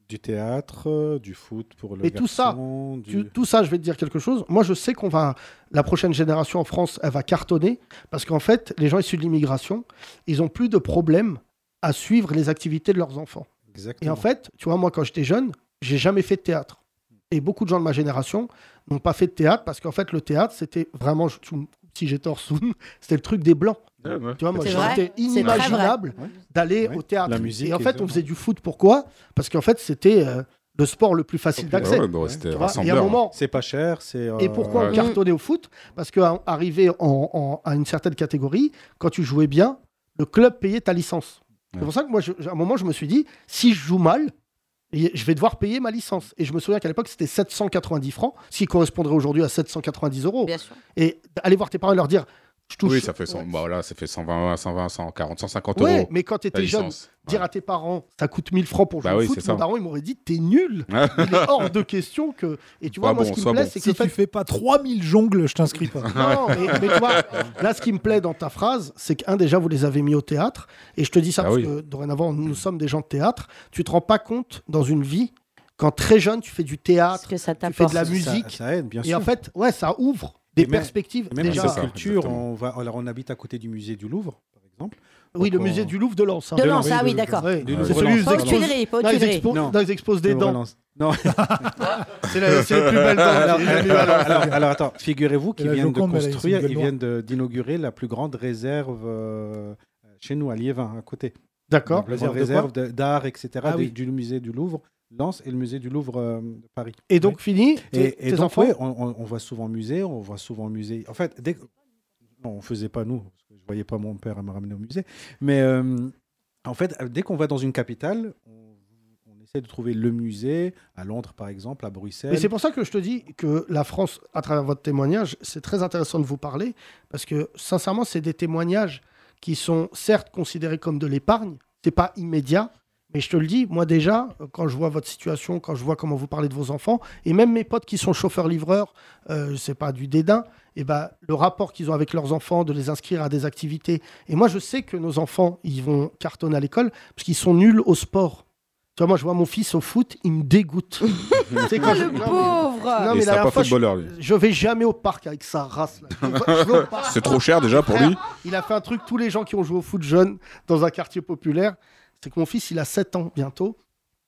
Speaker 7: Du théâtre, euh, du foot pour le
Speaker 3: Et tout ça,
Speaker 7: garçon, du-
Speaker 3: Tu- Tout ça, je vais te dire quelque chose. Moi, je sais qu'on va. La prochaine génération en France, elle va cartonner parce qu'en fait, les gens issus de l'immigration, ils ont plus de problème à suivre les activités de leurs enfants. Et
Speaker 7: Exactement.
Speaker 3: en fait, tu vois, moi, quand j'étais jeune, j'ai jamais fait de théâtre. Et beaucoup de gens de ma génération n'ont pas fait de théâtre parce qu'en fait, le théâtre, c'était vraiment, je- tu me- si j'ai tort, Soum, c'était le truc des blancs.
Speaker 5: Ouais, ouais.
Speaker 3: Tu vois, moi,
Speaker 6: C'est vrai.
Speaker 3: c'était
Speaker 6: C'est très vrai.
Speaker 3: inimaginable
Speaker 7: Ouais.
Speaker 3: d'aller
Speaker 7: Ouais.
Speaker 3: au théâtre.
Speaker 7: La musique
Speaker 3: et en
Speaker 7: et
Speaker 3: fait,
Speaker 7: tout,
Speaker 3: on faisait
Speaker 7: non.
Speaker 3: du foot. Pourquoi Parce qu'en fait, c'était euh, le sport le plus facile
Speaker 5: Ah
Speaker 3: d'accès.
Speaker 5: ouais, bah, c'était
Speaker 3: Tu vois, et à un
Speaker 5: rassembleur.
Speaker 3: moment,
Speaker 7: C'est pas cher, c'est. euh,
Speaker 3: et pourquoi
Speaker 5: ouais.
Speaker 3: on cartonnait au foot Parce qu'arrivé en, en- à une certaine catégorie, quand tu jouais bien, le club payait ta licence. C'est
Speaker 5: Ouais.
Speaker 3: pour ça que moi, je- à un moment, je me suis dit, si je joue mal, y- je vais devoir payer ma licence. Et je me souviens qu'à l'époque, c'était 790 francs, ce qui correspondrait aujourd'hui à 790 euros.
Speaker 6: Bien sûr.
Speaker 3: Et aller voir tes parents et leur dire, je touche.
Speaker 5: Oui, ça fait, 100, bah, là, ça fait 120, 120, 140, 150
Speaker 3: Ouais,
Speaker 5: euros.
Speaker 3: mais quand tu
Speaker 5: ta
Speaker 3: étais jeune,
Speaker 5: licence.
Speaker 3: dire à tes parents, ça coûte 1000 francs pour jouer
Speaker 5: Bah
Speaker 3: au
Speaker 5: oui,
Speaker 3: foot,
Speaker 5: c'est
Speaker 3: mon
Speaker 5: ça.
Speaker 3: daron, il m'aurait dit, t'es nul.
Speaker 5: Ouais.
Speaker 3: Il est hors de question que. Et tu vois,
Speaker 5: Sois
Speaker 3: moi,
Speaker 5: bon,
Speaker 3: ce qui me
Speaker 5: sois
Speaker 3: plaît,
Speaker 5: bon.
Speaker 3: c'est que
Speaker 4: Si
Speaker 3: le
Speaker 4: tu
Speaker 3: fait
Speaker 4: fais pas 3000 jongles, je t'inscris pas.
Speaker 3: Non, mais, mais tu vois, là, ce qui me plaît dans ta phrase, c'est qu'un, déjà, vous les avez mis au théâtre. Et je te dis ça
Speaker 5: Ah
Speaker 3: parce
Speaker 5: oui.
Speaker 3: que dorénavant, nous sommes des gens de théâtre. Tu te rends pas compte dans une vie, quand très jeune, tu fais du
Speaker 6: Parce
Speaker 3: théâtre,
Speaker 6: que ça
Speaker 3: tu fais
Speaker 6: t'apporte.
Speaker 3: de la
Speaker 7: ça-
Speaker 3: musique.
Speaker 7: Ça, aide, bien
Speaker 3: et
Speaker 7: sûr.
Speaker 3: en fait, ouais, ça ouvre des
Speaker 7: Et même-
Speaker 3: perspectives.
Speaker 7: Même
Speaker 3: déjà,
Speaker 7: la
Speaker 5: ça.
Speaker 7: culture,
Speaker 5: Exactement.
Speaker 7: on, va, alors on habite à côté du musée du Louvre, par exemple.
Speaker 3: oui, le
Speaker 7: Donc,
Speaker 3: musée
Speaker 7: on-
Speaker 3: du Louvre de Lens. hein.
Speaker 6: De
Speaker 7: De
Speaker 6: Lens,
Speaker 7: Lens,
Speaker 6: ah
Speaker 7: oui,
Speaker 6: oui,
Speaker 7: de-
Speaker 6: d'accord.
Speaker 3: Ouais.
Speaker 7: Du
Speaker 3: C'est
Speaker 7: Louvre
Speaker 3: celui où
Speaker 7: Lens.
Speaker 3: ils
Speaker 6: Pas aux
Speaker 7: Lens.
Speaker 3: exposent,
Speaker 6: Tuileries, pas aux
Speaker 3: non, ils
Speaker 6: Tuileries.
Speaker 3: expo-
Speaker 7: Non.
Speaker 3: non, ils exposent des
Speaker 7: Le
Speaker 3: dents.
Speaker 7: Relance. Non,
Speaker 3: C'est la- c'est les plus belles dents.
Speaker 7: alors,
Speaker 3: J'ai jamais-
Speaker 7: alors- alors- alors, attends, figurez-vous
Speaker 4: Et
Speaker 7: qu'ils
Speaker 4: la
Speaker 7: viennent de
Speaker 4: Joconde, Ah, elle a une
Speaker 7: construire,
Speaker 4: gueule
Speaker 7: ils
Speaker 4: noire.
Speaker 7: viennent de- d'inaugurer la plus grande réserve euh, chez nous, à Liévin, à côté.
Speaker 3: D'accord.
Speaker 7: La grande
Speaker 4: Réserve de
Speaker 7: réserve de- d'art, etc.,
Speaker 4: Ah
Speaker 7: du,
Speaker 4: oui.
Speaker 7: du musée du Louvre, Lens et le musée du Louvre euh, de Paris.
Speaker 3: Et donc, fini, tes
Speaker 7: Et, et
Speaker 3: tes
Speaker 7: donc,
Speaker 3: enfants
Speaker 7: ouais, on, on- on voit souvent musée, on voit souvent musée. En fait, dès que... non, on faisait pas nous, parce que je voyais pas mon euh, père à me ramener au musée. Mais euh, en fait, dès qu'on va dans une capitale, on, on essaie essaie de trouver le musée, à Londres par exemple, à Bruxelles.
Speaker 3: Mais c'est pour ça que je te dis que la France, à travers votre témoignage, c'est très intéressant de vous parler, parce que sincèrement, c'est des témoignages qui sont certes considérés comme de l'épargne, c'est pas immédiat, mais je te le dis, moi déjà, euh, quand je vois votre situation, quand je vois comment vous parlez de vos enfants, et même mes potes qui sont chauffeurs-livreurs, euh, c'est pas du dédain, et ben le rapport qu'ils ont avec leurs enfants, de les inscrire à des activités, et moi je sais que nos enfants, ils vont cartonner à l'école, parce qu'ils sont nuls au sport. Tu vois, moi, je vois mon fils au foot, il me dégoûte. C'est quand je-
Speaker 6: Le pauvre
Speaker 3: non,
Speaker 5: Et
Speaker 3: mais la
Speaker 5: c'est
Speaker 3: dernière
Speaker 5: pas
Speaker 3: fois, je-
Speaker 5: footballeur, lui.
Speaker 3: je vais jamais au parc avec sa race. là. Je vais- je vais au parc.
Speaker 5: C'est trop cher déjà pour
Speaker 3: Ah,
Speaker 5: lui.
Speaker 3: Il a fait un truc, tous les gens qui ont joué au foot jeune dans un quartier populaire, c'est que mon fils, il a 7 ans bientôt.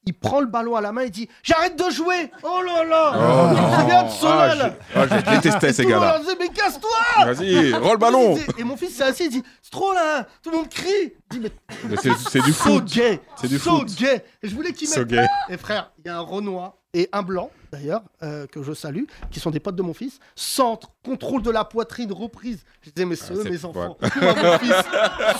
Speaker 3: Il prend le ballon à la main et dit J'arrête de jouer Oh là là
Speaker 5: non.
Speaker 3: Regarde ceux-là
Speaker 5: Ah,
Speaker 3: là.
Speaker 5: je, ah, je détestais ces
Speaker 3: Tout le monde
Speaker 5: gars-là.
Speaker 3: leur disait, Mais casse-toi
Speaker 5: Vas-y, rends le
Speaker 3: Il
Speaker 5: ballon
Speaker 3: dit- Et mon fils s'est assis, il dit C'est trop là Tout le monde crie Il dit Mais
Speaker 5: Mais c'est- C'est du
Speaker 3: so
Speaker 5: foot.
Speaker 3: gay
Speaker 5: C'est du
Speaker 3: So
Speaker 5: foot.
Speaker 3: gay Et je voulais qu'il
Speaker 5: So
Speaker 3: mette.
Speaker 5: gay.
Speaker 3: Et frère, il y a un Renoir et un Blanc, d'ailleurs, euh, que je salue, qui sont des potes de mon fils. Centre, contrôle de la poitrine, reprise. Je disais, mais c'est
Speaker 5: Ah,
Speaker 3: eux
Speaker 5: c'est-
Speaker 3: mes enfants. Moi, mon fils,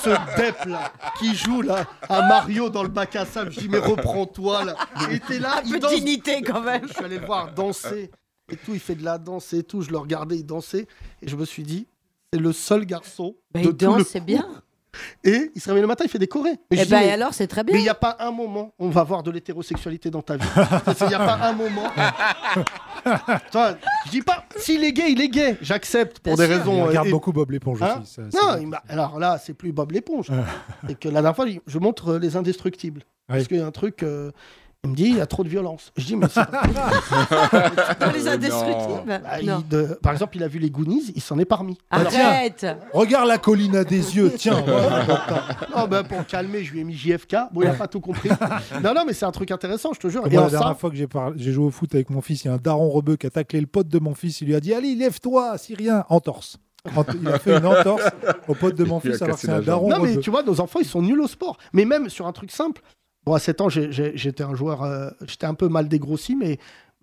Speaker 3: ce dep là, qui joue là, à Mario dans le bac à sable. Je dis, mais reprends-toi là. Et t'es là, il
Speaker 6: Peu de
Speaker 3: danse.
Speaker 6: dignité quand même
Speaker 3: Je suis allé le voir danser et tout. Il fait de la danse et tout. Je le regardais, il dansait. Et je me suis dit, c'est le seul garçon.
Speaker 6: Bah,
Speaker 3: de
Speaker 6: il
Speaker 3: tout le
Speaker 6: danse, c'est
Speaker 3: cours.
Speaker 6: bien.
Speaker 3: Et il se réveille le matin, il fait des chorés. Et je
Speaker 6: Et
Speaker 3: dis,
Speaker 6: bah,
Speaker 3: mais-
Speaker 6: alors, c'est très
Speaker 3: mais il
Speaker 6: bien.
Speaker 3: n'y a pas un moment où on va voir de l'hétérosexualité dans ta vie. Il n'y a pas un moment. Toi, je dis pas, s'il est gay, il est gay. J'accepte pour
Speaker 6: Bien
Speaker 3: des
Speaker 6: sûr.
Speaker 4: Il
Speaker 3: raisons. euh,
Speaker 4: regarde
Speaker 3: et-
Speaker 4: beaucoup Bob l'éponge
Speaker 3: Hein
Speaker 4: aussi. ça,
Speaker 3: Non,
Speaker 4: c'est-
Speaker 3: il m'a- alors là, c'est plus Bob l'éponge. Et que la dernière fois, je- je montre euh, les indestructibles. Parce qu'il y a un truc. euh, il me dit, il y a trop de violence. Je dis, mais c'est pas-
Speaker 6: Dans les
Speaker 5: Non.
Speaker 6: indestructibles
Speaker 3: Ah, bah,
Speaker 6: Non.
Speaker 3: il, de- Par exemple, il a vu les Goonies, il s'en est parmi.
Speaker 6: Arrête
Speaker 3: Euh.
Speaker 4: Regarde la colline à des yeux, tiens. voilà.
Speaker 3: Non, ben, pour calmer, je lui ai mis JFK. Bon, il n'a pas tout compris. Non, non, mais c'est un truc intéressant, je te jure.
Speaker 4: Moi,
Speaker 3: Et en
Speaker 4: la dernière
Speaker 3: ça,
Speaker 4: fois que j'ai parlé- j'ai joué au foot avec mon fils, il y a un daron rebeu qui a taclé le pote de mon fils. Il lui a dit Allez, lève-toi, Syrien, entorse. En- Il a fait une entorse au pote de mon
Speaker 5: Il lui a
Speaker 4: fils alors que
Speaker 5: cassé
Speaker 4: c'est un
Speaker 5: la jambe.
Speaker 4: daron
Speaker 3: Non, mais
Speaker 4: rebeu.
Speaker 3: tu vois, nos enfants, ils sont nuls au sport. Mais même sur un truc simple, bon, à 7 ans, j'ai- j'ai- j'étais un joueur, euh, j'étais un peu mal dégrossi, mais,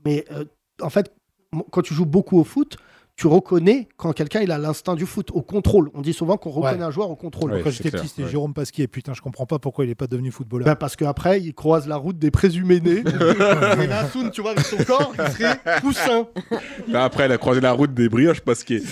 Speaker 3: mais euh, en fait, mo- quand tu joues beaucoup au foot, tu reconnais quand quelqu'un il a l'instinct du foot, au contrôle. On dit souvent qu'on reconnaît un joueur au contrôle.
Speaker 5: Ouais,
Speaker 4: Quand
Speaker 5: c'est
Speaker 4: j'étais
Speaker 5: clair,
Speaker 4: petit, c'était
Speaker 5: ouais.
Speaker 4: Jérôme Pasquier. Putain, je comprends pas pourquoi il n'est pas devenu footballeur.
Speaker 3: Ben, parce qu'après, il croise la route des présumés nés. et là, Soun, tu vois, avec son corps, il serait poussin.
Speaker 5: Là, après, elle a croisé la route des brioches pasquées.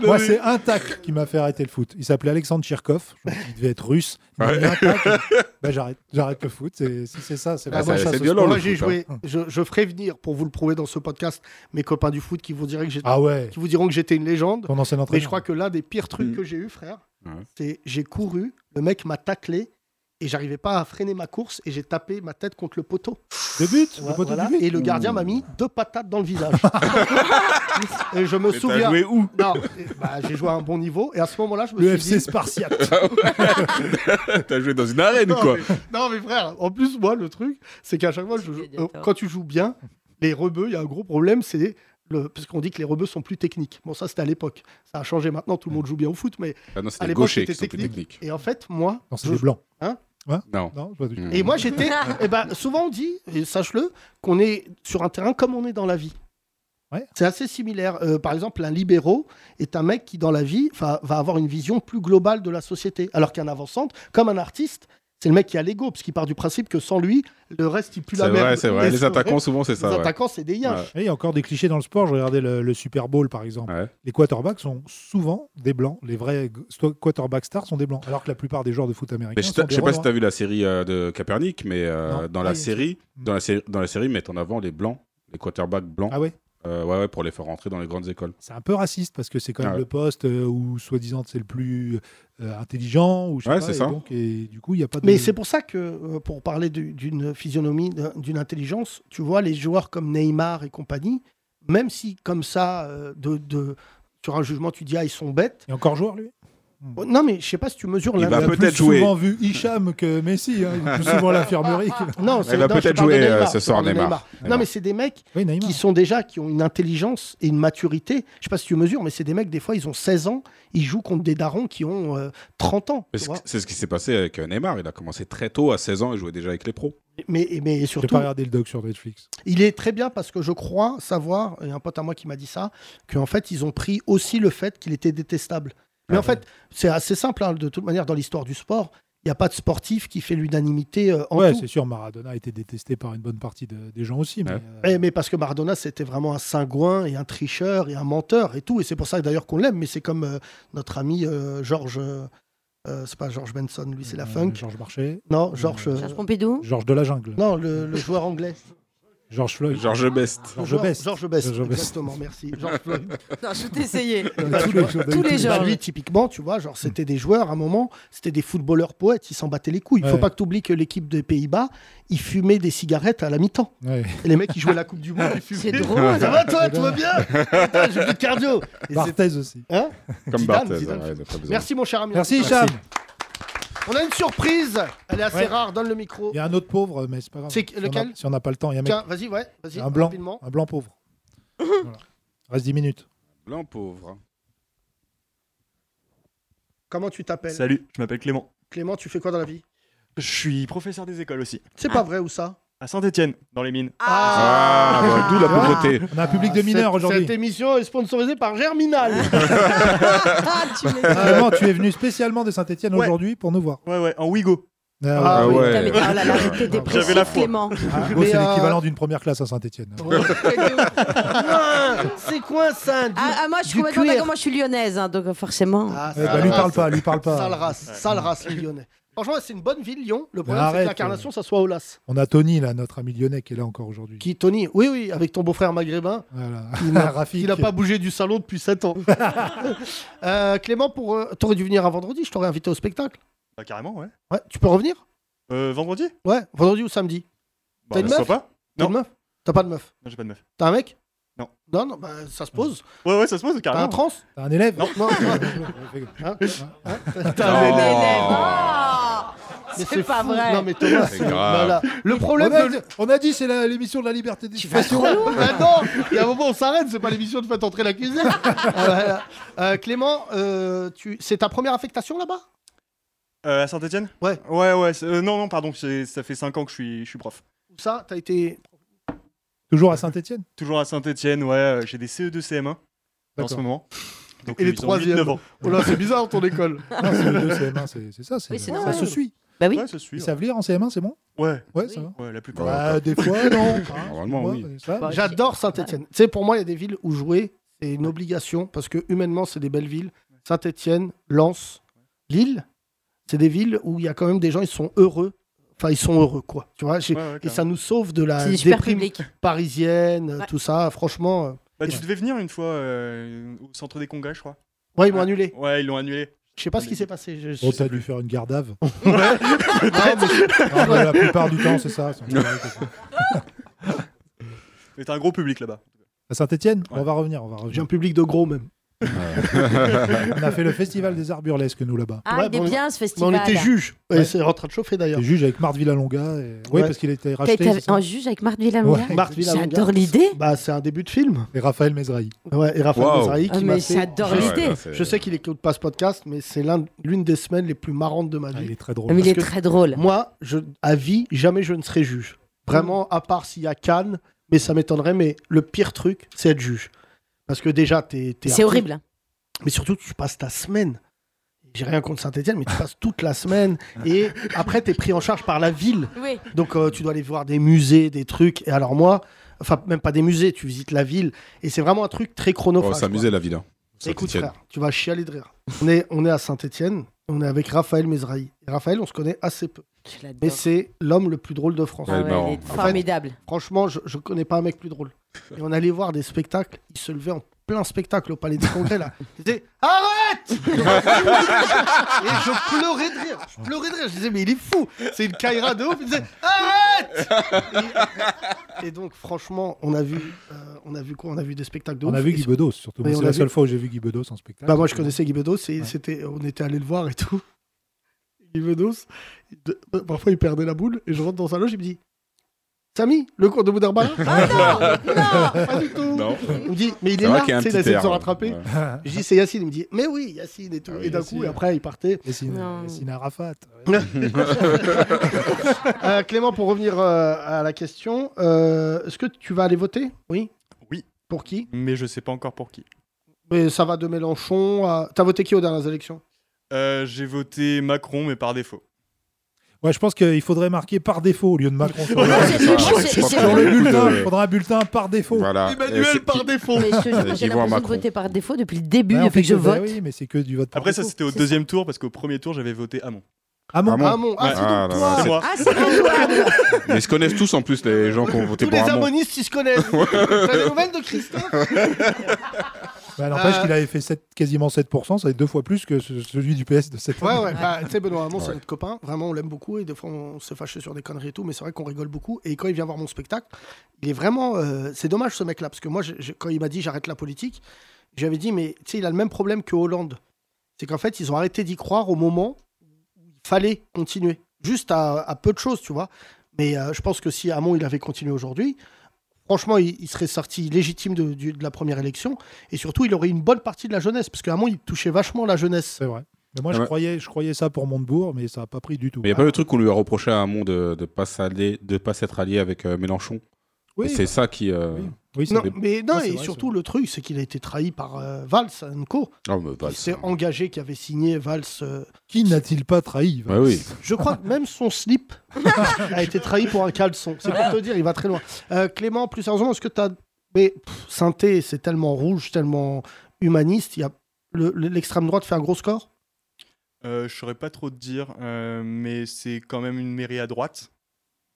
Speaker 4: Moi, c'est un tac qui m'a fait arrêter le foot. Il s'appelait Alexandre Tchirkov. Je me suis dit, Il devait être russe. Il m'a
Speaker 5: Ouais.
Speaker 4: mis un tac. Bah, j'arrête, j'arrête le foot. C'est- Si c'est ça, c'est
Speaker 5: Ah,
Speaker 4: vraiment
Speaker 5: ça-
Speaker 4: ça.
Speaker 5: c'est
Speaker 4: ce
Speaker 5: violent,
Speaker 4: sport.
Speaker 5: le
Speaker 3: Moi, j'ai
Speaker 5: foot, hein.
Speaker 3: joué. Je, je ferai venir, pour vous le prouver dans ce podcast, mes copains du foot qui vous, diraient que j'étais-
Speaker 4: Ah ouais,
Speaker 3: qui vous diront que j'étais une légende.
Speaker 4: ton ancien
Speaker 3: Mais
Speaker 4: entraîneur.
Speaker 3: je crois que l'un des pires trucs
Speaker 5: Mm.
Speaker 3: que j'ai eu, frère,
Speaker 5: Ouais.
Speaker 3: c'est j'ai couru, le mec m'a taclé et j'arrivais pas à freiner ma course et j'ai tapé ma tête contre le poteau.
Speaker 4: Deux buts, le
Speaker 3: Voilà,
Speaker 4: poteau
Speaker 3: voilà.
Speaker 4: du but.
Speaker 3: et le gardien m'a mis deux patates dans le visage. et je me
Speaker 5: Mais t'as
Speaker 3: souviens.
Speaker 5: joué où
Speaker 3: Non, et- bah, j'ai joué à un bon niveau et à ce moment-là, je me
Speaker 4: Le
Speaker 3: suis
Speaker 4: FC
Speaker 3: dit.
Speaker 4: Spartiate.
Speaker 5: T'as joué dans une arène,
Speaker 3: Non,
Speaker 5: quoi.
Speaker 3: mais- non, mais frère, en plus, moi, le truc, c'est qu'à chaque fois, je-
Speaker 6: Médiator.
Speaker 3: euh, quand tu joues bien, les rebeux, il y a un gros problème, c'est. Le... Parce qu'on dit que les rebeux sont plus techniques. Bon, ça, c'était à l'époque. Ça a changé maintenant, tout le monde joue bien au foot, mais.
Speaker 5: Ah non,
Speaker 3: À
Speaker 5: c'était les
Speaker 3: l'époque,
Speaker 5: gauchers
Speaker 3: c'était
Speaker 5: qui sont plus techniques.
Speaker 3: Et en fait, moi.
Speaker 4: Non, c'est
Speaker 3: je-
Speaker 4: des blancs.
Speaker 3: Hein
Speaker 4: Hein
Speaker 5: Non. Mm.
Speaker 4: Non, pas du tout.
Speaker 5: Hmm.
Speaker 3: Et moi, j'étais. eh ben, souvent, on dit, et sache-le, qu'on est sur un terrain comme on est dans la vie.
Speaker 4: Ouais.
Speaker 3: C'est assez similaire. Euh, par exemple, un libéraux est un mec qui, dans la vie, va, va avoir une vision plus globale de la société. Alors qu'un avançante, comme un artiste, c'est le mec qui a l'ego, parce qu'il part du principe que sans lui, le reste, il pue
Speaker 5: C'est
Speaker 3: la merde.
Speaker 5: vrai, c'est vrai.
Speaker 3: Et
Speaker 5: Les
Speaker 3: c'est vrai,
Speaker 5: attaquants, souvent, c'est
Speaker 3: les
Speaker 5: ça. ouais.
Speaker 3: attaquants, c'est des yinches.
Speaker 4: Et Eh, Il y a encore des clichés dans le sport. Je regardais le, le Super Bowl, par exemple.
Speaker 5: Ouais.
Speaker 4: Les quarterbacks sont souvent des blancs. Les vrais g- sto- quarterback stars sont des blancs. Alors que la plupart des joueurs de foot américains
Speaker 5: Mais je
Speaker 4: sont
Speaker 5: t'a-
Speaker 4: des
Speaker 5: je sais pas si
Speaker 3: hein.
Speaker 4: Renois.
Speaker 5: t'as vu la série euh, de Capernic, mais euh,
Speaker 4: Non. Ah,
Speaker 5: dans, la
Speaker 4: il y a une
Speaker 5: série, dans la série, dans la série, ils mettent en avant les blancs, les quarterbacks blancs,
Speaker 4: Ah ouais
Speaker 5: euh, ouais, ouais, pour les faire rentrer dans les grandes écoles.
Speaker 4: C'est un peu raciste parce que c'est quand même
Speaker 5: Ouais.
Speaker 4: le poste euh, où, soi-disant, c'est le plus euh, intelligent. Ou je sais
Speaker 5: Ouais,
Speaker 4: pas,
Speaker 5: c'est
Speaker 4: et
Speaker 5: ça.
Speaker 4: donc, et du coup, il n'y a pas de.
Speaker 5: Mm.
Speaker 3: Mais c'est pour ça que, euh, pour parler du- d'une physionomie, d'un- d'une intelligence, tu vois, les joueurs comme Neymar et compagnie, même si comme ça, euh, de, de- sur un jugement, tu dis, ah, ils sont bêtes.
Speaker 4: Et encore joueur, lui
Speaker 3: Oh, Non, mais je sais pas si tu mesures
Speaker 5: Il
Speaker 3: la...
Speaker 5: va
Speaker 4: Il a
Speaker 5: Bah, peut-être
Speaker 4: plus
Speaker 5: jouer.
Speaker 4: souvent vu Hicham que Messi. hein. Il est plus souvent à l'infirmerie.
Speaker 3: Non,
Speaker 4: que-
Speaker 5: Il va
Speaker 3: non, je
Speaker 5: peut-être
Speaker 3: parle de
Speaker 5: jouer, euh,
Speaker 3: Neymar,
Speaker 5: ce
Speaker 3: je
Speaker 5: soir,
Speaker 3: parle de
Speaker 5: Neymar.
Speaker 3: Non,
Speaker 5: Neymar.
Speaker 3: mais c'est des mecs
Speaker 4: Oui, Neymar.
Speaker 3: qui sont déjà, qui ont une intelligence et une maturité. Je sais pas si tu mesures, mais c'est des mecs, des fois, ils ont 16 ans, ils jouent contre des darons qui ont euh, 30 ans.
Speaker 5: Mais
Speaker 3: tu
Speaker 5: C'est
Speaker 3: vois.
Speaker 5: c'est ce qui s'est passé avec euh, Neymar. Il a commencé très tôt, à 16 ans, il jouait déjà avec les pros.
Speaker 3: Mais, mais
Speaker 4: Je
Speaker 3: surtout,
Speaker 4: pas regardé le doc sur Netflix.
Speaker 3: Il est très bien parce que je crois savoir, et un pote à moi qui m'a dit ça, qu'en fait, ils ont pris aussi le fait qu'il était détestable. Mais
Speaker 5: Ah
Speaker 3: en fait, c'est assez simple, hein, de toute manière, dans l'histoire du sport. n'y a pas de sportif qui fait l'unanimité euh, en
Speaker 4: Ouais,
Speaker 3: tout.
Speaker 4: c'est sûr, Maradona a été détesté par une bonne partie de- des gens aussi. Mais,
Speaker 5: Ouais.
Speaker 4: euh,
Speaker 3: Eh, mais parce que Maradona, c'était vraiment un cingouin et un tricheur et un menteur et tout. Et c'est pour ça d'ailleurs qu'on l'aime. Mais c'est comme euh, notre ami euh, Georges. euh, euh, c'est pas George Benson, lui, c'est la
Speaker 4: euh,
Speaker 3: funk.
Speaker 4: Georges Marchais,
Speaker 3: Non, Georges. euh,
Speaker 6: Georges Pompidou
Speaker 4: Georges de la jungle,
Speaker 3: non, le, le joueur anglais.
Speaker 4: Georges Floyd.
Speaker 5: Georges Best.
Speaker 4: Georges
Speaker 3: Joueur-
Speaker 4: Best.
Speaker 3: Georges Best.
Speaker 4: Georges Best.
Speaker 3: Exactement, merci. Georges Floyd.
Speaker 6: Non, je t'essayais.
Speaker 4: Euh, Tous les-
Speaker 6: Tous les
Speaker 3: Bah,
Speaker 6: genres.
Speaker 3: lui, typiquement, tu vois, genre, c'était des joueurs à un moment, c'était des footballeurs poètes, ils s'en battaient les couilles. Il faut
Speaker 4: Ouais.
Speaker 3: pas que tu oublies que l'équipe des Pays-Bas, ils fumaient des cigarettes à la mi-temps.
Speaker 4: Ouais.
Speaker 3: Et les mecs, ils jouaient la Coupe du Monde, ils fumaient.
Speaker 6: C'est drôle.
Speaker 3: Ça va, toi, tout va bien Putain, J'ai plus de cardio. Et c'est-
Speaker 4: Barthez aussi.
Speaker 3: hein
Speaker 5: Comme
Speaker 3: Zidane,
Speaker 5: Barthez.
Speaker 3: Zidane.
Speaker 5: ouais, il a pas besoin.
Speaker 3: Merci, mon cher ami.
Speaker 4: Merci, Hicham.
Speaker 3: On a une surprise. Elle est assez
Speaker 4: Ouais.
Speaker 3: rare, donne le micro.
Speaker 4: Il y a un autre pauvre, mais c'est pas grave.
Speaker 3: C'est
Speaker 4: Si on a-
Speaker 3: lequel
Speaker 4: Si on n'a pas le temps, il y a un mec-
Speaker 3: Tiens, vas-y, ouais, vas-y,
Speaker 4: un blanc.
Speaker 3: rapidement.
Speaker 4: Un blanc pauvre. Voilà. Reste 10 minutes.
Speaker 5: Blanc pauvre.
Speaker 3: Comment tu t'appelles
Speaker 9: Salut, je m'appelle Clément.
Speaker 3: Clément, tu fais quoi dans la vie
Speaker 9: Je suis professeur des écoles aussi.
Speaker 3: C'est pas vrai, ou ça
Speaker 9: À Saint-Etienne, dans les mines.
Speaker 5: Ah, bah, d'où la pauvreté.
Speaker 4: On a un
Speaker 3: Ah,
Speaker 4: public de mineurs
Speaker 3: Cette-
Speaker 4: aujourd'hui.
Speaker 3: Cette émission est sponsorisée par Germinal.
Speaker 6: Ah, tu l'es.
Speaker 4: Clément, tu es venu spécialement de Saint-Etienne
Speaker 9: Ouais.
Speaker 4: aujourd'hui pour nous voir.
Speaker 9: Ouais, ouais, en Ouigo.
Speaker 4: Ah,
Speaker 5: Ah bah,
Speaker 4: oui.
Speaker 6: Putain, mais
Speaker 5: ouais.
Speaker 6: t'es- oh là là, mais t'es
Speaker 9: J'avais la
Speaker 6: dépressif,
Speaker 9: foi.
Speaker 6: Clément.
Speaker 4: En gros,
Speaker 3: Mais,
Speaker 4: c'est
Speaker 3: euh, Ah,
Speaker 4: l'équivalent d'une première classe à Saint-Etienne.
Speaker 3: Ouin, c'est quoi ça du-
Speaker 6: Ah, ah, moi, je suis
Speaker 3: Du
Speaker 6: complètement
Speaker 3: cuir.
Speaker 6: d'accord. Moi, je suis lyonnaise, hein, donc euh, forcément.
Speaker 3: Ah,
Speaker 4: Eh ben, lui parle pas, lui parle
Speaker 3: Sale
Speaker 4: pas.
Speaker 3: race, sale race, les Lyonnais. Franchement, c'est une bonne ville, Lyon. Le
Speaker 4: Mais
Speaker 3: problème, c'est
Speaker 4: arrête,
Speaker 3: que l'incarnation, ça soit au LAS.
Speaker 4: On a Tony, là, notre ami lyonnais, qui est là encore aujourd'hui.
Speaker 3: Qui, Tony Oui, oui, avec ton beau-frère maghrébin.
Speaker 4: Voilà.
Speaker 3: Il n'a
Speaker 4: Rafik.
Speaker 3: il n'a pas bougé du salon depuis 7 ans. Euh, Clément, pour, euh, t'aurais dû venir un vendredi, je t'aurais invité au spectacle.
Speaker 9: Bah, carrément, ouais.
Speaker 3: Ouais, tu peux revenir
Speaker 9: Euh, vendredi
Speaker 3: Ouais, vendredi ou samedi.
Speaker 9: Bah,
Speaker 3: T'as une
Speaker 9: ça
Speaker 3: meuf
Speaker 9: sera pas
Speaker 3: T'as
Speaker 9: Non.
Speaker 3: une meuf T'as pas de meuf
Speaker 9: Non, j'ai pas de meuf.
Speaker 3: T'as un mec
Speaker 9: Non.
Speaker 3: Non, non, bah, ça se pose.
Speaker 9: Ouais, ouais, ça se pose,
Speaker 3: T'as un
Speaker 9: carrément.
Speaker 3: trans
Speaker 4: T'as un élève
Speaker 9: Non.
Speaker 3: Non,
Speaker 4: Hein
Speaker 3: t'as un
Speaker 5: Oh.
Speaker 3: élève.
Speaker 6: Ah,
Speaker 3: Mais
Speaker 6: c'est pas
Speaker 3: fou.
Speaker 6: vrai.
Speaker 3: Non, mais Thomas,
Speaker 5: C'est
Speaker 3: c'est-
Speaker 5: grave.
Speaker 3: voilà. Le
Speaker 4: On
Speaker 3: problème
Speaker 4: a,
Speaker 3: de-
Speaker 4: dit- on a dit c'est la- l'émission de la liberté d'expression.
Speaker 3: Ah non, il y a un moment on s'arrête, c'est pas l'émission de Faites entrer la cuisine. Ah, voilà. Euh, Clément, euh, tu... c'est ta première affectation là-bas
Speaker 9: Euh, à Saint-Etienne
Speaker 3: Ouais.
Speaker 9: Ouais, ouais. c'est- euh, non, non, pardon, c'est- ça fait 5 ans que je suis, je suis prof.
Speaker 3: Ou ça, t'as été.
Speaker 4: Toujours à Saint-Etienne
Speaker 9: Toujours à Saint-Etienne, ouais. euh, J'ai des CE2, CM1 en
Speaker 4: D'accord.
Speaker 9: ce moment. Donc, euh,
Speaker 3: Et les
Speaker 9: ils ont 8, 9 ans.
Speaker 3: Oh là, c'est bizarre ton école.
Speaker 4: Non, c'est le 2 CM1, c'est c'est ça. c'est-
Speaker 6: Oui, c'est
Speaker 4: ça
Speaker 6: normal.
Speaker 4: se suit.
Speaker 6: Bah oui.
Speaker 9: Ouais, ça se suit.
Speaker 4: Ils
Speaker 9: Ouais,
Speaker 4: savent lire en CM1, c'est bon
Speaker 9: ouais,
Speaker 4: Ouais,
Speaker 6: Oui.
Speaker 4: ça va.
Speaker 9: ouais, la plupart.
Speaker 5: Ouais,
Speaker 4: Bah, des fois, non. Hein,
Speaker 5: Normalement,
Speaker 4: moi,
Speaker 5: oui.
Speaker 4: ça.
Speaker 6: Bah,
Speaker 3: J'adore Saint-Etienne. Tu sais, pour moi, il y a des villes où jouer, c'est une obligation parce que humainement, c'est des belles villes. Saint-Etienne, Lens, Lille, c'est des villes où il y a quand même des gens, ils sont heureux. Enfin, ils sont heureux, quoi. Tu vois, j'ai-
Speaker 9: Ouais, ouais,
Speaker 3: et
Speaker 9: carrément.
Speaker 3: ça nous sauve de la
Speaker 6: C'est du super
Speaker 3: déprime
Speaker 6: public.
Speaker 3: parisienne,
Speaker 6: Ouais.
Speaker 3: tout ça. Franchement, euh,
Speaker 9: Bah, tu devais venir une fois euh, au centre des congas, je crois.
Speaker 3: ouais, ils m'ont annulé.
Speaker 9: Ouais, ils l'ont annulé.
Speaker 3: Je sais pas ce qui s'est passé. je- je-
Speaker 4: Bon, t'as dû faire une gardave.
Speaker 3: Non, Bah, mais-
Speaker 4: Non, mais la plupart du temps, c'est ça. c'est-
Speaker 9: Mais t'as un gros public là-bas.
Speaker 4: À Saint-Etienne,
Speaker 9: Ouais.
Speaker 4: on va revenir, on va
Speaker 3: J'ai
Speaker 4: revenir.
Speaker 3: un public de gros même.
Speaker 4: On a fait le festival des arts burlesques, nous, là-bas.
Speaker 6: Ah,
Speaker 3: Ouais,
Speaker 6: il est
Speaker 3: bon,
Speaker 6: bien ce
Speaker 3: Mais Bah, on
Speaker 6: festival.
Speaker 3: était juge.
Speaker 4: Ouais.
Speaker 3: Et c'est en train de chauffer d'ailleurs.
Speaker 4: Les juges avec Marthe Villalonga. et-
Speaker 3: Ouais.
Speaker 4: Oui, parce qu'il a été
Speaker 6: T'as
Speaker 4: racheté.
Speaker 6: été
Speaker 4: c'est ça
Speaker 6: en juge avec Marthe Villalonga
Speaker 4: Ouais.
Speaker 3: Marthe Villalonga.
Speaker 6: J'adore l'idée.
Speaker 3: Bah, c'est un début de film.
Speaker 4: Et Raphaël Mezrahi.
Speaker 3: Ouais, et Raphaël
Speaker 5: Wow.
Speaker 3: Mezrahi
Speaker 6: Ah,
Speaker 3: qui m'a
Speaker 6: mais
Speaker 3: fait-
Speaker 6: j'adore
Speaker 5: Ouais,
Speaker 6: l'idée.
Speaker 5: ouais, bah, c'est-
Speaker 3: Je sais qu'il écoute pas ce podcast, mais c'est l'un- l'une des semaines les plus marrantes de ma
Speaker 4: Ah, il
Speaker 3: vie.
Speaker 4: est très drôle.
Speaker 6: Ah, mais il est
Speaker 3: Parce que-
Speaker 6: très drôle.
Speaker 3: Moi, je, à vie, jamais je ne serai juge. Vraiment, à part s'il y a Cannes, mais ça m'étonnerait. Mais le pire truc, c'est être juge. Parce que déjà, t'es. t'es
Speaker 6: C'est
Speaker 3: artiste,
Speaker 6: horrible.
Speaker 3: Mais surtout, tu passes ta semaine. J'ai rien contre Saint-Etienne, mais tu passes toute la semaine. Et après, t'es pris en charge par la ville.
Speaker 6: Oui.
Speaker 3: Donc euh, tu dois aller voir des musées, des trucs. Et alors moi, enfin même pas des musées, tu visites la ville. Et c'est vraiment un truc très chronophage.
Speaker 5: Oh,
Speaker 3: quoi.
Speaker 5: s'amuser la ville. hein.
Speaker 3: Écoute
Speaker 5: Saint-Étienne.
Speaker 3: frère, tu vas chialer de rire. On est, on est à Saint-Étienne, on est avec Raphaël Mezrahi. Et Raphaël, on se connaît assez peu.
Speaker 6: Je
Speaker 3: Mais
Speaker 6: l'adore.
Speaker 3: c'est l'homme le plus drôle de France.
Speaker 5: Ouais,
Speaker 6: Ah
Speaker 5: il est
Speaker 6: ouais,
Speaker 5: marrant.
Speaker 6: il
Speaker 5: En
Speaker 6: est
Speaker 5: fait-
Speaker 6: formidable.
Speaker 3: Franchement, je, je connais pas un mec plus drôle. Et on allait voir des spectacles, il se levait en plein spectacle au Palais des Congrès là. Il disait Arrête Et je pleurais de rire, je pleurais de rire. Je disais Mais il est fou C'est une caïra de ouf. Il disait Arrête et, et donc, franchement, on a vu, euh, on a vu quoi On a vu des spectacles de
Speaker 4: On
Speaker 3: ouf.
Speaker 4: a vu
Speaker 3: Ils
Speaker 4: Guy
Speaker 3: sont-
Speaker 4: Bedos, surtout.
Speaker 3: Oui,
Speaker 4: Moi,
Speaker 3: on
Speaker 4: C'est
Speaker 3: l'a
Speaker 4: la
Speaker 3: vu.
Speaker 4: seule fois où j'ai vu Guy Bedos en spectacle.
Speaker 3: Bah, moi, je connaissais Guy Bedos et
Speaker 4: Ouais.
Speaker 3: c'était, on était allé le voir et tout. Guy Bedos, il- de- euh, parfois il perdait la boule et je rentre dans sa loge, il me dit Samy, le cours de Boudherbala
Speaker 6: Ah non Non
Speaker 3: Pas du tout
Speaker 5: Non.
Speaker 3: il me dit, mais il est,
Speaker 5: C'est vrai
Speaker 3: là,
Speaker 5: qu'il y a un
Speaker 3: tu sais, il
Speaker 5: petit
Speaker 3: essaie de
Speaker 5: air. hein.
Speaker 3: se rattraper.
Speaker 5: ouais.
Speaker 3: Je dis, c'est Yacine. Il me dit, mais oui, Yacine et tout.
Speaker 5: Ah oui,
Speaker 3: et d'un
Speaker 4: Yacine.
Speaker 3: coup, et après, il partait.
Speaker 4: Yassine
Speaker 6: Non.
Speaker 4: Yassine Arafat.
Speaker 3: Euh, Clément, pour revenir euh, à la question, euh, est-ce que tu vas aller voter Oui.
Speaker 9: Oui.
Speaker 3: Pour qui
Speaker 9: Mais je sais pas encore pour qui.
Speaker 3: mais Ça va de Mélenchon à. T'as voté qui aux dernières élections
Speaker 9: Euh, j'ai voté Macron, mais par défaut.
Speaker 4: Ouais, je pense qu'il faudrait marquer par défaut au lieu de Macron sur le,
Speaker 6: Moi, j'ai-
Speaker 5: c'est ça.
Speaker 6: moi, j'ai-
Speaker 5: Je pense
Speaker 6: j'ai-
Speaker 5: qu'on
Speaker 4: sur le
Speaker 5: est-
Speaker 4: bulletin.
Speaker 5: Ouais.
Speaker 4: Il faudra un bulletin par défaut.
Speaker 9: Ah,
Speaker 5: Voilà. Et c'est-
Speaker 3: Emmanuel par défaut.
Speaker 6: Mais je te jure, j'ai
Speaker 5: Et qui voit
Speaker 6: l'impression de
Speaker 5: Macron.
Speaker 6: voter par défaut depuis le début,
Speaker 4: Ouais, on
Speaker 6: depuis
Speaker 4: fait
Speaker 6: que je
Speaker 4: bah
Speaker 6: vote.
Speaker 4: oui, mais c'est que du vote par
Speaker 9: Après, ça,
Speaker 4: défaut.
Speaker 9: c'était au deuxième tour, parce qu'au premier tour, j'avais voté Hamon.
Speaker 4: Ah bon
Speaker 5: Ah bon
Speaker 3: Ah mon, ah, c'est donc
Speaker 5: Ah, là,
Speaker 3: toi.
Speaker 5: là,
Speaker 9: C'est moi.
Speaker 6: Ah, c'est raisonnable.
Speaker 5: Mais ils se connaissent tous en plus, les gens qui ont voté
Speaker 3: Tous
Speaker 5: pour
Speaker 3: les
Speaker 5: Hamon.
Speaker 3: harmonistes, ils se connaissent. T'as des nouvelles de Christophe
Speaker 4: Bah, N'empêche
Speaker 3: Euh,
Speaker 4: qu'il avait fait sept- quasiment 7%, ça va être deux fois plus que ce- celui du PS de cette
Speaker 3: Ouais,
Speaker 4: année.
Speaker 3: ouais, bah, tu sais, Benoît Hamon, c'est
Speaker 5: Ouais.
Speaker 3: notre copain. Vraiment, on l'aime beaucoup et des fois, on se fâche sur des conneries et tout, mais c'est vrai qu'on rigole beaucoup. Et quand il vient voir mon spectacle, il est vraiment. euh, c'est dommage ce mec-là, parce que moi, je- je- quand il m'a dit j'arrête la politique, j'avais dit, mais tu sais, il a le même problème que Hollande. C'est qu'en fait, ils ont arrêté d'y croire au moment où il fallait continuer. Juste à, à peu de choses, tu vois. Mais euh, je pense que si Hamon, il avait continué aujourd'hui, franchement, il, il serait sorti légitime de, du- de la première élection. Et surtout, il aurait une bonne partie de la jeunesse, parce que Hamon, il touchait vachement la jeunesse.
Speaker 4: C'est vrai. Mais moi,
Speaker 5: Ah
Speaker 4: je,
Speaker 5: ouais.
Speaker 4: croyais, je croyais ça pour Montebourg, mais ça n'a pas pris du tout.
Speaker 5: Mais il n'y a pas le truc qu'on lui a reproché à Hamon de ne de pas, s'allier- de pas s'être allié avec euh, Mélenchon.
Speaker 4: Oui,
Speaker 5: et c'est ça qui. euh,
Speaker 4: oui. Oui, c'est
Speaker 3: Non,
Speaker 4: des-
Speaker 3: mais non,
Speaker 4: Ah, c'est
Speaker 3: et
Speaker 4: vrai,
Speaker 3: surtout
Speaker 4: c'est
Speaker 3: le truc, c'est qu'il a été trahi par euh, Valls, Anko,
Speaker 5: Ah, mais bah,
Speaker 3: qui s'est
Speaker 5: c'est-
Speaker 3: engagé, qui avait signé Valls. euh,
Speaker 4: Qui n'a-t-il pas trahi
Speaker 5: Bah oui.
Speaker 3: Je crois que même son slip a été trahi pour un caleçon. C'est pour te dire, il va très loin. Euh, Clément, plus sérieusement, est-ce que tu as. Mais pff, Synthé, c'est tellement rouge, tellement humaniste. Il y a... le- le- L'extrême droite fait un gros score
Speaker 9: Euh, je saurais pas trop te dire, euh, mais c'est quand même une mairie à droite,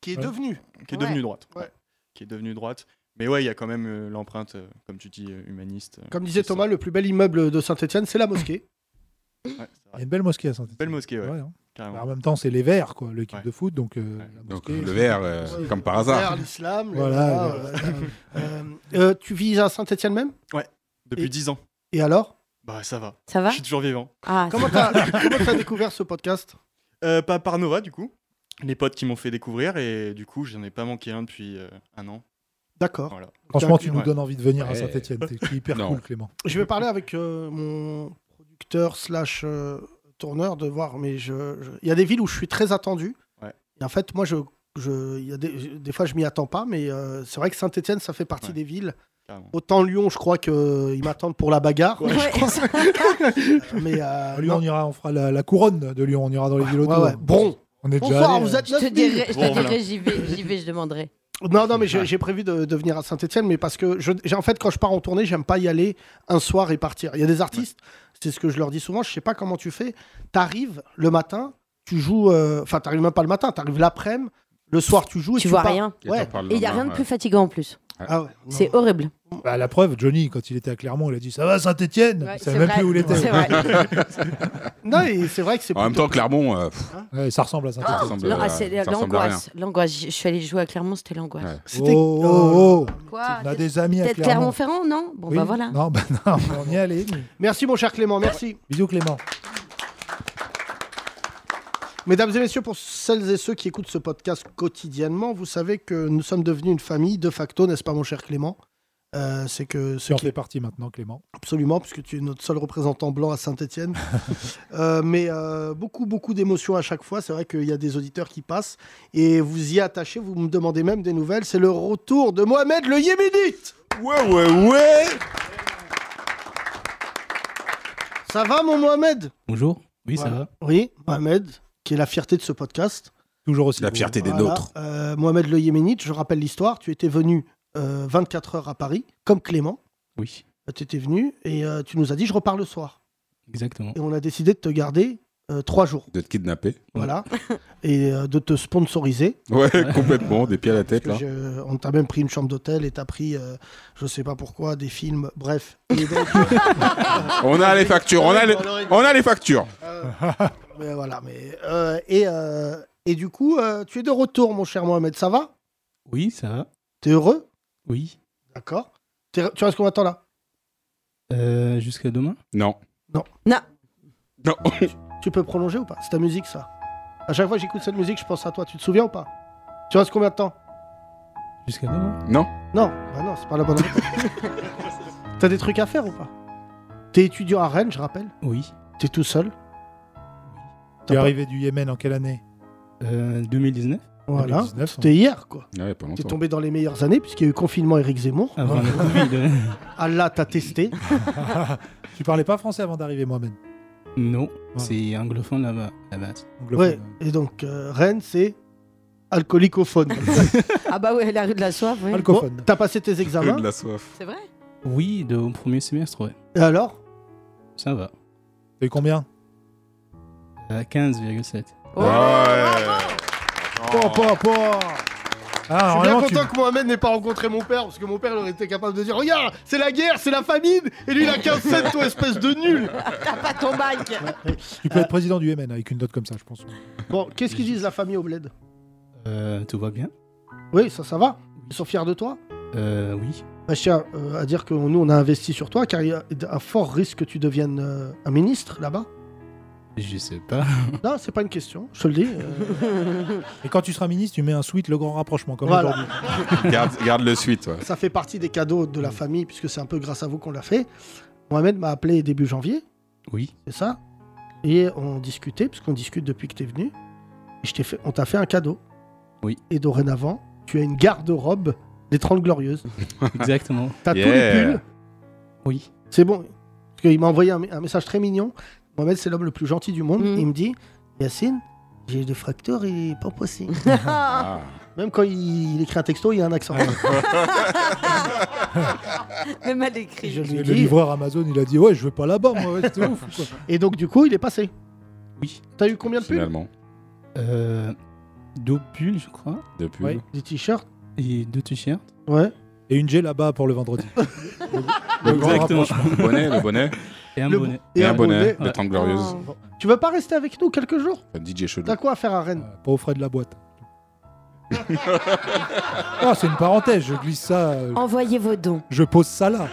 Speaker 3: qui est
Speaker 4: Ouais.
Speaker 3: devenu.
Speaker 9: qui est
Speaker 6: Ouais.
Speaker 9: devenue droite.
Speaker 3: Ouais.
Speaker 9: Qui est devenue droite. Mais ouais, il y a quand même euh, l'empreinte, euh, comme tu dis, euh, humaniste. euh,
Speaker 3: Comme disait
Speaker 9: c'est ça.
Speaker 3: Thomas, le plus bel immeuble de Saint-Etienne, c'est la mosquée.
Speaker 9: Ouais,
Speaker 4: Il y
Speaker 9: c'est vrai.
Speaker 4: a une belle mosquée à Saint-Etienne.
Speaker 9: Belle mosquée, ouais,
Speaker 4: hein.
Speaker 9: carrément.
Speaker 4: Bah, en même temps, c'est les Verts, quoi, l'équipe
Speaker 9: Ouais.
Speaker 4: de foot. Donc, euh,
Speaker 9: Ouais.
Speaker 4: la
Speaker 5: Donc,
Speaker 4: mosquée-
Speaker 5: le vert, euh,
Speaker 4: Ouais.
Speaker 5: comme par hasard.
Speaker 3: Vers L'islam. le-
Speaker 4: Voilà.
Speaker 3: voilà, euh, euh, tu vis à Saint-Etienne même
Speaker 9: Depuis
Speaker 3: Et-
Speaker 9: 10 ans.
Speaker 3: Et alors
Speaker 9: Bah, ça va.
Speaker 6: Ça va
Speaker 9: Je suis toujours vivant.
Speaker 6: Ah,
Speaker 3: Comment t'as comment t'as découvert ce podcast
Speaker 9: Euh, pas par Nova, du coup. Les potes qui m'ont fait découvrir, et du coup, j'en ai pas manqué un depuis euh, un an.
Speaker 3: D'accord.
Speaker 9: Voilà.
Speaker 4: Franchement, tu nous
Speaker 9: Ouais.
Speaker 4: donnes envie de venir à
Speaker 5: Ouais.
Speaker 4: Saint-Etienne. C'est hyper
Speaker 5: Non.
Speaker 4: cool, Clément.
Speaker 3: Je vais parler avec euh, mon producteur slash euh, tourneur de voir, mais je, je- il y a des villes où je suis très attendu.
Speaker 9: Ouais.
Speaker 3: Et en fait, moi, je, je, il y a des, des fois, je m'y attends pas, mais euh, c'est vrai que Saint-Etienne, ça fait partie
Speaker 9: Ouais.
Speaker 3: des villes.
Speaker 9: Carrément.
Speaker 3: Autant Lyon, je crois qu'ils m'attendent pour la bagarre.
Speaker 6: Ouais, ça-
Speaker 3: Mais, euh,
Speaker 4: À Lyon, on
Speaker 3: non.
Speaker 4: ira, on fera la, la couronne de Lyon. On ira dans les villes
Speaker 3: Ouais,
Speaker 4: autour.
Speaker 3: ouais. Bron.
Speaker 4: On est déjà
Speaker 3: Bonsoir,
Speaker 4: allé,
Speaker 3: vous
Speaker 4: euh,
Speaker 3: êtes
Speaker 6: je te
Speaker 3: 9000.
Speaker 6: dirai, je te
Speaker 9: Bon, voilà.
Speaker 6: dirai, j'y vais, j'y vais, je demanderai.
Speaker 3: Non, non, mais j'ai j'ai prévu de, de venir à Saint-Etienne, mais parce que, je, j'ai- en fait, quand je pars en tournée, j'aime pas y aller un soir et partir. Il y a des artistes, c'est ce que je leur dis souvent, je sais pas comment tu fais. T'arrives le matin, tu joues, euh, enfin, t'arrives même pas le matin, t'arrives l'après-midi, le soir, tu joues et
Speaker 6: Tu
Speaker 3: tu,
Speaker 6: vois
Speaker 3: pars.
Speaker 6: rien.
Speaker 5: Et
Speaker 3: Ouais.
Speaker 5: t'en parles
Speaker 6: Et il n'y a
Speaker 5: demain,
Speaker 6: rien de
Speaker 5: ouais.
Speaker 6: plus fatigant en plus.
Speaker 3: Ah ouais, non.
Speaker 6: C'est horrible.
Speaker 4: Bah, la preuve, Johnny, quand il était à Clermont, il a dit Ça va, Saint-Etienne
Speaker 6: Ouais,
Speaker 4: Il
Speaker 6: c'est
Speaker 4: savait même
Speaker 6: vrai.
Speaker 4: plus où il était.
Speaker 6: C'est vrai.
Speaker 3: Non, et c'est vrai que c'est
Speaker 5: En même
Speaker 3: plutôt-
Speaker 5: temps, Clermont, euh, pff,
Speaker 4: Ouais, ça ressemble à Oh,
Speaker 5: ça
Speaker 4: Saint-Etienne.
Speaker 5: ressemble
Speaker 6: Non,
Speaker 5: à-
Speaker 6: ah, c'est
Speaker 5: ça ressemble à rien.
Speaker 6: l'angoisse. L'angoisse. Je suis allée jouer à Clermont, c'était l'angoisse.
Speaker 3: c'était-
Speaker 4: Oh, oh, oh.
Speaker 6: Quoi
Speaker 4: On a des amis à
Speaker 6: Peut-être
Speaker 4: Clermont.
Speaker 6: Clermont-Ferrand, non Bon,
Speaker 4: Oui.
Speaker 6: bah voilà.
Speaker 4: Non, bah non, on y est allé. nous.
Speaker 3: Merci, mon cher Clément, merci.
Speaker 4: Bisous, Clément.
Speaker 3: Mesdames et messieurs, pour celles et ceux qui écoutent ce podcast quotidiennement, vous savez que nous sommes devenus une famille de facto, n'est-ce pas, mon cher Clément Euh, c'est que
Speaker 4: Tu
Speaker 3: ceux
Speaker 4: en
Speaker 3: qui
Speaker 4: fais partie maintenant, Clément.
Speaker 3: Absolument, puisque tu es notre seul représentant blanc à Saint-Etienne. mais euh, beaucoup, beaucoup d'émotions à chaque fois. C'est vrai qu'il y a des auditeurs qui passent et vous y attachez, vous me demandez même des nouvelles. C'est le retour de Mohamed le Yéménite
Speaker 5: Ouais, ouais, ouais
Speaker 3: Ça va, mon Mohamed
Speaker 10: Bonjour. Oui, ça
Speaker 3: Voilà.
Speaker 10: va.
Speaker 3: Oui, Mohamed, qui est la fierté de ce podcast.
Speaker 4: Toujours aussi.
Speaker 5: La
Speaker 4: beau.
Speaker 5: fierté des
Speaker 3: Voilà.
Speaker 5: nôtres.
Speaker 3: Euh, Mohamed le Yéménite, je rappelle l'histoire. Tu étais venu euh, 24 heures à Paris, comme Clément.
Speaker 10: Oui,
Speaker 3: Tu étais venu et euh, tu nous as dit je repars le soir.
Speaker 10: exactement.
Speaker 3: Et on a décidé de te garder euh, trois jours.
Speaker 5: D'être kidnappé.
Speaker 3: Voilà. Et euh, de te sponsoriser.
Speaker 5: Ouais, complètement, des pieds à la tête, là.
Speaker 3: Parce que je- on t'a même pris une chambre d'hôtel et t'as pris, euh, je sais pas pourquoi, des films. Bref. Et donc,
Speaker 5: On a les factures, on a les, on a les factures.
Speaker 3: euh, mais voilà. Mais euh, et euh, et du coup, euh, tu es de retour, mon cher Mohamed. Ça va
Speaker 10: Oui, ça va.
Speaker 3: T'es heureux
Speaker 10: Oui.
Speaker 3: D'accord. T'es- Tu restes combien de temps là
Speaker 10: Euh, Jusqu'à demain.
Speaker 5: Non.
Speaker 3: Non.
Speaker 6: Non.
Speaker 5: Non.
Speaker 3: Tu peux prolonger ou pas C'est ta musique, ça. À chaque fois que j'écoute cette musique, je pense à toi. Tu te souviens ou pas Tu restes combien de temps
Speaker 10: Jusqu'à demain.
Speaker 5: Non.
Speaker 3: Non. Bah non, c'est pas la bonne réponse. T'as des trucs à faire ou pas T'es étudiant à Rennes, je rappelle.
Speaker 10: Oui.
Speaker 3: T'es tout seul.
Speaker 4: Tu es arrivé du Yémen en quelle année
Speaker 10: Euh, 2019.
Speaker 3: Voilà.
Speaker 4: 2019,
Speaker 3: C'était hier, quoi.
Speaker 5: Ah Ouais, pas
Speaker 3: T'es
Speaker 5: longtemps.
Speaker 3: tombé dans les meilleures années puisqu'il y a eu confinement Eric Zemmour.
Speaker 4: hein. Ah.
Speaker 10: Avant le Covid.
Speaker 3: Allah t'a testé.
Speaker 4: Tu parlais pas français avant d'arriver, Ben. Mohamed.
Speaker 10: Non, c'est anglophone là-bas, la base.
Speaker 3: Ouais, et donc euh, Rennes, c'est alcoolicophone.
Speaker 6: Ah bah ouais, la rue de la soif, oui.
Speaker 3: Bon, T'as passé tes examens
Speaker 6: C'est vrai
Speaker 10: Oui, de, au premier semestre, ouais.
Speaker 3: Et alors
Speaker 10: Ça va.
Speaker 4: T'as eu combien
Speaker 10: 15,7.
Speaker 6: Oh,
Speaker 4: Ouais. Po, po, po. Ah,
Speaker 3: Oh. Je suis bien
Speaker 4: normalement, tu-
Speaker 3: content que Mohamed n'ait pas rencontré mon père, parce que mon père il aurait été capable de dire Regarde, c'est la guerre, c'est la famine Et lui, il a 15-7, toi, espèce de nul
Speaker 6: T'as Oh, pas ton bac
Speaker 4: Tu
Speaker 3: Euh.
Speaker 4: peux être président du MN avec une note comme ça, je pense.
Speaker 3: Bon, qu'est-ce qu'ils disent la famille au bled
Speaker 10: Euh, tout va bien
Speaker 3: Oui, ça, ça va. Ils sont fiers de toi
Speaker 10: euh, Oui.
Speaker 3: Bah, je tiens euh, à dire que nous, on a investi sur toi, car il y a un fort risque que tu deviennes euh, un ministre là-bas.
Speaker 10: Je sais pas.
Speaker 3: Non, c'est pas une question, je te le dis. euh.
Speaker 4: Et quand tu seras ministre, tu mets un suite, le grand rapprochement, comme
Speaker 3: Voilà.
Speaker 4: aujourd'hui.
Speaker 5: garde, garde le suite. ouais.
Speaker 3: Ça fait partie des cadeaux de la famille, puisque c'est un peu grâce à vous qu'on l'a fait. Mohamed m'a appelé début janvier,
Speaker 10: Oui.
Speaker 3: c'est ça Et on discutait, puisqu'on discute depuis que t'es venu. Et je t'ai fait, on t'a fait un cadeau.
Speaker 10: Oui.
Speaker 3: Et dorénavant, tu as une garde-robe des 30 Glorieuses.
Speaker 10: Exactement.
Speaker 3: T'as tous les pulls.
Speaker 10: Oui.
Speaker 3: C'est bon. Parce qu'il m'a envoyé un, un message très mignon. Mohamed, c'est l'homme le plus gentil du monde. Il me dit Yacine, j'ai des fractures, il est pas possible.
Speaker 6: Ah.
Speaker 5: Ah.
Speaker 3: Même quand il, il écrit un texto, il y a un accent.
Speaker 6: Mais mal écrit.
Speaker 3: Je lui ai
Speaker 4: Le
Speaker 3: dit-
Speaker 4: livreur Amazon, il a dit Ouais, je vais pas là-bas, moi, ouais, c'était ouf. Quoi.
Speaker 3: Et donc, du coup, il est passé.
Speaker 10: Oui.
Speaker 3: T'as eu combien de pulls
Speaker 5: Finalement.
Speaker 10: Euh, deux pulls, je crois.
Speaker 5: De pub.
Speaker 3: Ouais, Des t-shirts
Speaker 10: Et deux t-shirts.
Speaker 3: Ouais.
Speaker 4: Et une G là-bas pour le vendredi. Le grand
Speaker 10: Exactement.
Speaker 4: rapprochement.
Speaker 5: Le bonnet, le bonnet.
Speaker 10: Et un
Speaker 3: Le
Speaker 10: bonnet.
Speaker 3: Et
Speaker 5: Et,
Speaker 3: un
Speaker 5: un bonnet.
Speaker 3: bonnet. Ah.
Speaker 5: Les 30
Speaker 6: Oh.
Speaker 5: glorieuses.
Speaker 3: Bon. Tu veux pas rester avec nous quelques jours
Speaker 5: DJ Chelou.
Speaker 3: T'as quoi à faire à Rennes
Speaker 4: Euh, Pas aux frais de la boîte. Ah, c'est une parenthèse, je glisse ça, euh,
Speaker 6: Envoyez vos dons.
Speaker 4: je pose ça là.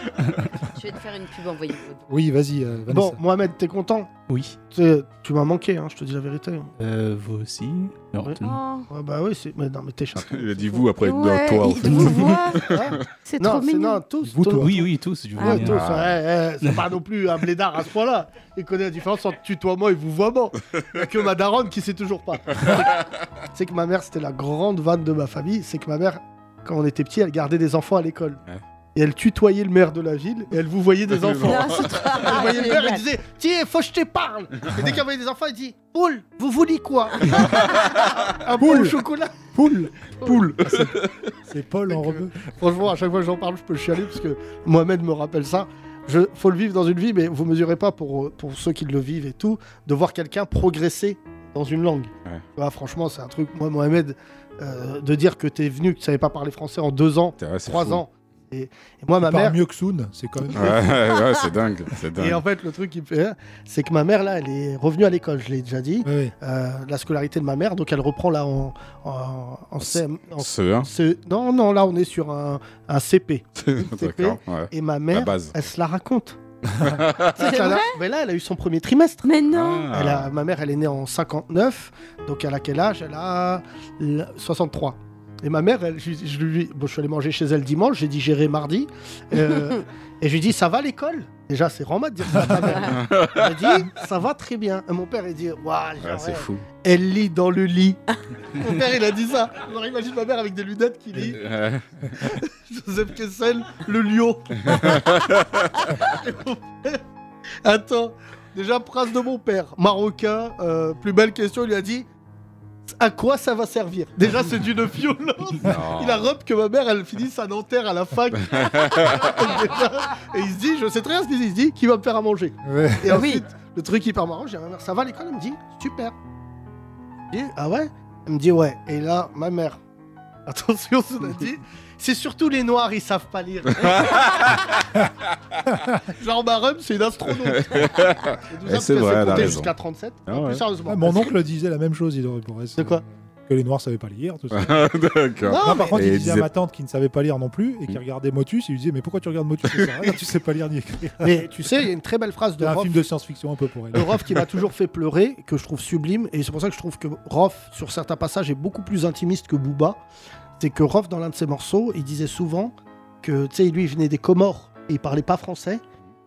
Speaker 6: Je vais te faire une pub, envoyez vos dons.
Speaker 4: Oui, vas-y, euh, Vanessa.
Speaker 3: Bon, Mohamed, t'es content
Speaker 10: Oui.
Speaker 3: T'es- Tu m'as manqué, hein, je te dis la vérité.
Speaker 10: Euh, vous aussi. Alors,
Speaker 3: Ouais.
Speaker 4: Mm.
Speaker 10: tout le monde.
Speaker 3: Ouais, bah oui, c'est. Mais non, mais t'es chat.
Speaker 5: Il a dit vous après
Speaker 6: Oh. Ouais,
Speaker 5: toi. en
Speaker 6: il
Speaker 5: fait.
Speaker 6: vous voit.
Speaker 3: Hein
Speaker 6: C'est
Speaker 3: non,
Speaker 6: trop
Speaker 3: c'est non,
Speaker 6: mignon.
Speaker 3: tous.
Speaker 4: Vous,
Speaker 3: tous,
Speaker 4: toi. Ah,
Speaker 10: Oui, oui, tous. Je vous
Speaker 3: Ah, Ouais,
Speaker 10: dis.
Speaker 3: tous, ouais, ouais, eh, c'est pas non plus un blédard à ce point-là. Il connaît la différence entre tutoiement et vouvoiement. Il y a que ma daronne qui sait toujours pas. C'est que ma mère, c'était la grande vanne de ma famille. C'est que ma mère, quand on était petit, elle gardait des enfants à l'école.
Speaker 5: Ouais.
Speaker 3: Et elle tutoyait le maire de la ville et elle vous voyait des enfants.
Speaker 6: Non, Ah, c'est trop-
Speaker 3: Elle voyait le maire et
Speaker 6: Génial.
Speaker 3: disait Tiens, faut que je te parle Et dès qu'elle voyait des enfants, elle dit Poule, vous voulez quoi Un poule au chocolat
Speaker 4: Poule
Speaker 3: Poule
Speaker 4: C'est Paul en
Speaker 3: Donc, euh,
Speaker 4: rebeu.
Speaker 3: Franchement, à chaque fois que j'en parle, je peux chialer parce que Mohamed me rappelle ça. Je, faut le vivre dans une vie, mais vous mesurez pas pour, euh, pour ceux qui le vivent et tout, de voir quelqu'un progresser dans une langue.
Speaker 5: Ouais.
Speaker 3: Tu vois, franchement, c'est un truc. Moi, Mohamed, euh, de dire que t'es venu, que tu savais pas parler français en deux ans,
Speaker 5: Ouais, c'est
Speaker 3: trois
Speaker 5: fou.
Speaker 3: ans. Et, et moi, Ah, ma
Speaker 4: Par
Speaker 3: mère.
Speaker 4: mieux que Soon, c'est quand même.
Speaker 5: Ouais, ouais, c'est dingue. C'est dingue.
Speaker 3: Et en fait, le truc qui me fait rire, c'est que ma mère, là, elle est revenue à l'école, je l'ai déjà dit,
Speaker 4: Ouais, ouais.
Speaker 3: euh, la scolarité de ma mère, donc elle reprend là en, en, en CM. en
Speaker 5: Ce hein. 1.
Speaker 3: C- non, non, là, on est sur un, un CP.
Speaker 5: D'accord. Ouais.
Speaker 3: Et ma
Speaker 5: La
Speaker 3: mère,
Speaker 5: base.
Speaker 3: elle se la raconte.
Speaker 6: C'est
Speaker 3: Elle a-
Speaker 6: vrai
Speaker 3: mais là, elle a eu son premier trimestre.
Speaker 6: Mais non.
Speaker 5: Ah.
Speaker 3: Elle a, ma mère, elle est née en 59, donc elle a quel âge Elle a euh, 63. Et ma mère, elle, je, je lui bon, je suis allé manger chez elle dimanche, j'ai digéré mardi, euh, et je lui dis ça va à l'école. Déjà, c'est vraiment de dire ça à ta mère. Elle me dit ça va très bien. Et mon père, il dit waouh,
Speaker 5: Ouais, c'est fou.
Speaker 3: elle lit dans le lit. mon père, il a dit ça. Alors imagine ma mère avec des lunettes qui lit.
Speaker 5: Ouais.
Speaker 3: Joseph Kessel, le lion. Attends, déjà, prince de mon père, marocain, euh, plus belle question, il lui a dit à quoi ça va servir Déjà, c'est d'une violence.
Speaker 5: Non.
Speaker 3: Il a rep que ma mère, elle finisse à Nanterre à la fac. Déjà, et il se dit, je sais très bien ce qu'il dit, il se dit, qui va me faire à manger
Speaker 4: Ouais.
Speaker 3: Et
Speaker 5: Ah
Speaker 3: ensuite, le truc hyper marrant, j'ai dit à ma mère, ça va à l'école Elle me dit, super. Je dis, ah ouais Elle me dit, ouais. Et là, ma mère, attention, ce qu'elle dit, c'est surtout les noirs, ils savent pas lire. Genre, ma rhum, c'est une astronaute.
Speaker 5: Et Eh, c'est vrai, elle a raison.
Speaker 3: Jusqu'à 37.
Speaker 5: Ah
Speaker 3: Non,
Speaker 5: ouais.
Speaker 3: plus sérieusement.
Speaker 4: Ah, mon oncle disait la même chose, il aurait pour euh,
Speaker 3: De quoi Ah,
Speaker 4: Que les noirs savaient pas lire, tout ça.
Speaker 5: D'accord.
Speaker 4: Non, par contre,
Speaker 5: Et
Speaker 4: il
Speaker 5: il
Speaker 4: disait à
Speaker 5: disait-
Speaker 4: ma tante qui ne savait pas lire non plus et qui
Speaker 5: Mm.
Speaker 4: regardait Motus, il lui disait Mais pourquoi tu regardes Motus ça sert à rien, Tu sais pas lire ni écrire.
Speaker 3: Mais tu sais, il y a une très belle phrase de
Speaker 4: C'est un
Speaker 3: Rof
Speaker 4: film de science-fiction un peu pour elle.
Speaker 3: Le Rof qui m'a toujours fait pleurer, que je trouve sublime, et c'est pour ça que je trouve que Rof, sur certains passages, est beaucoup plus intimiste que Booba. C'est que Rof, dans l'un de ses morceaux, il disait souvent que, tu sais, lui, il venait des Comores, et il parlait pas français,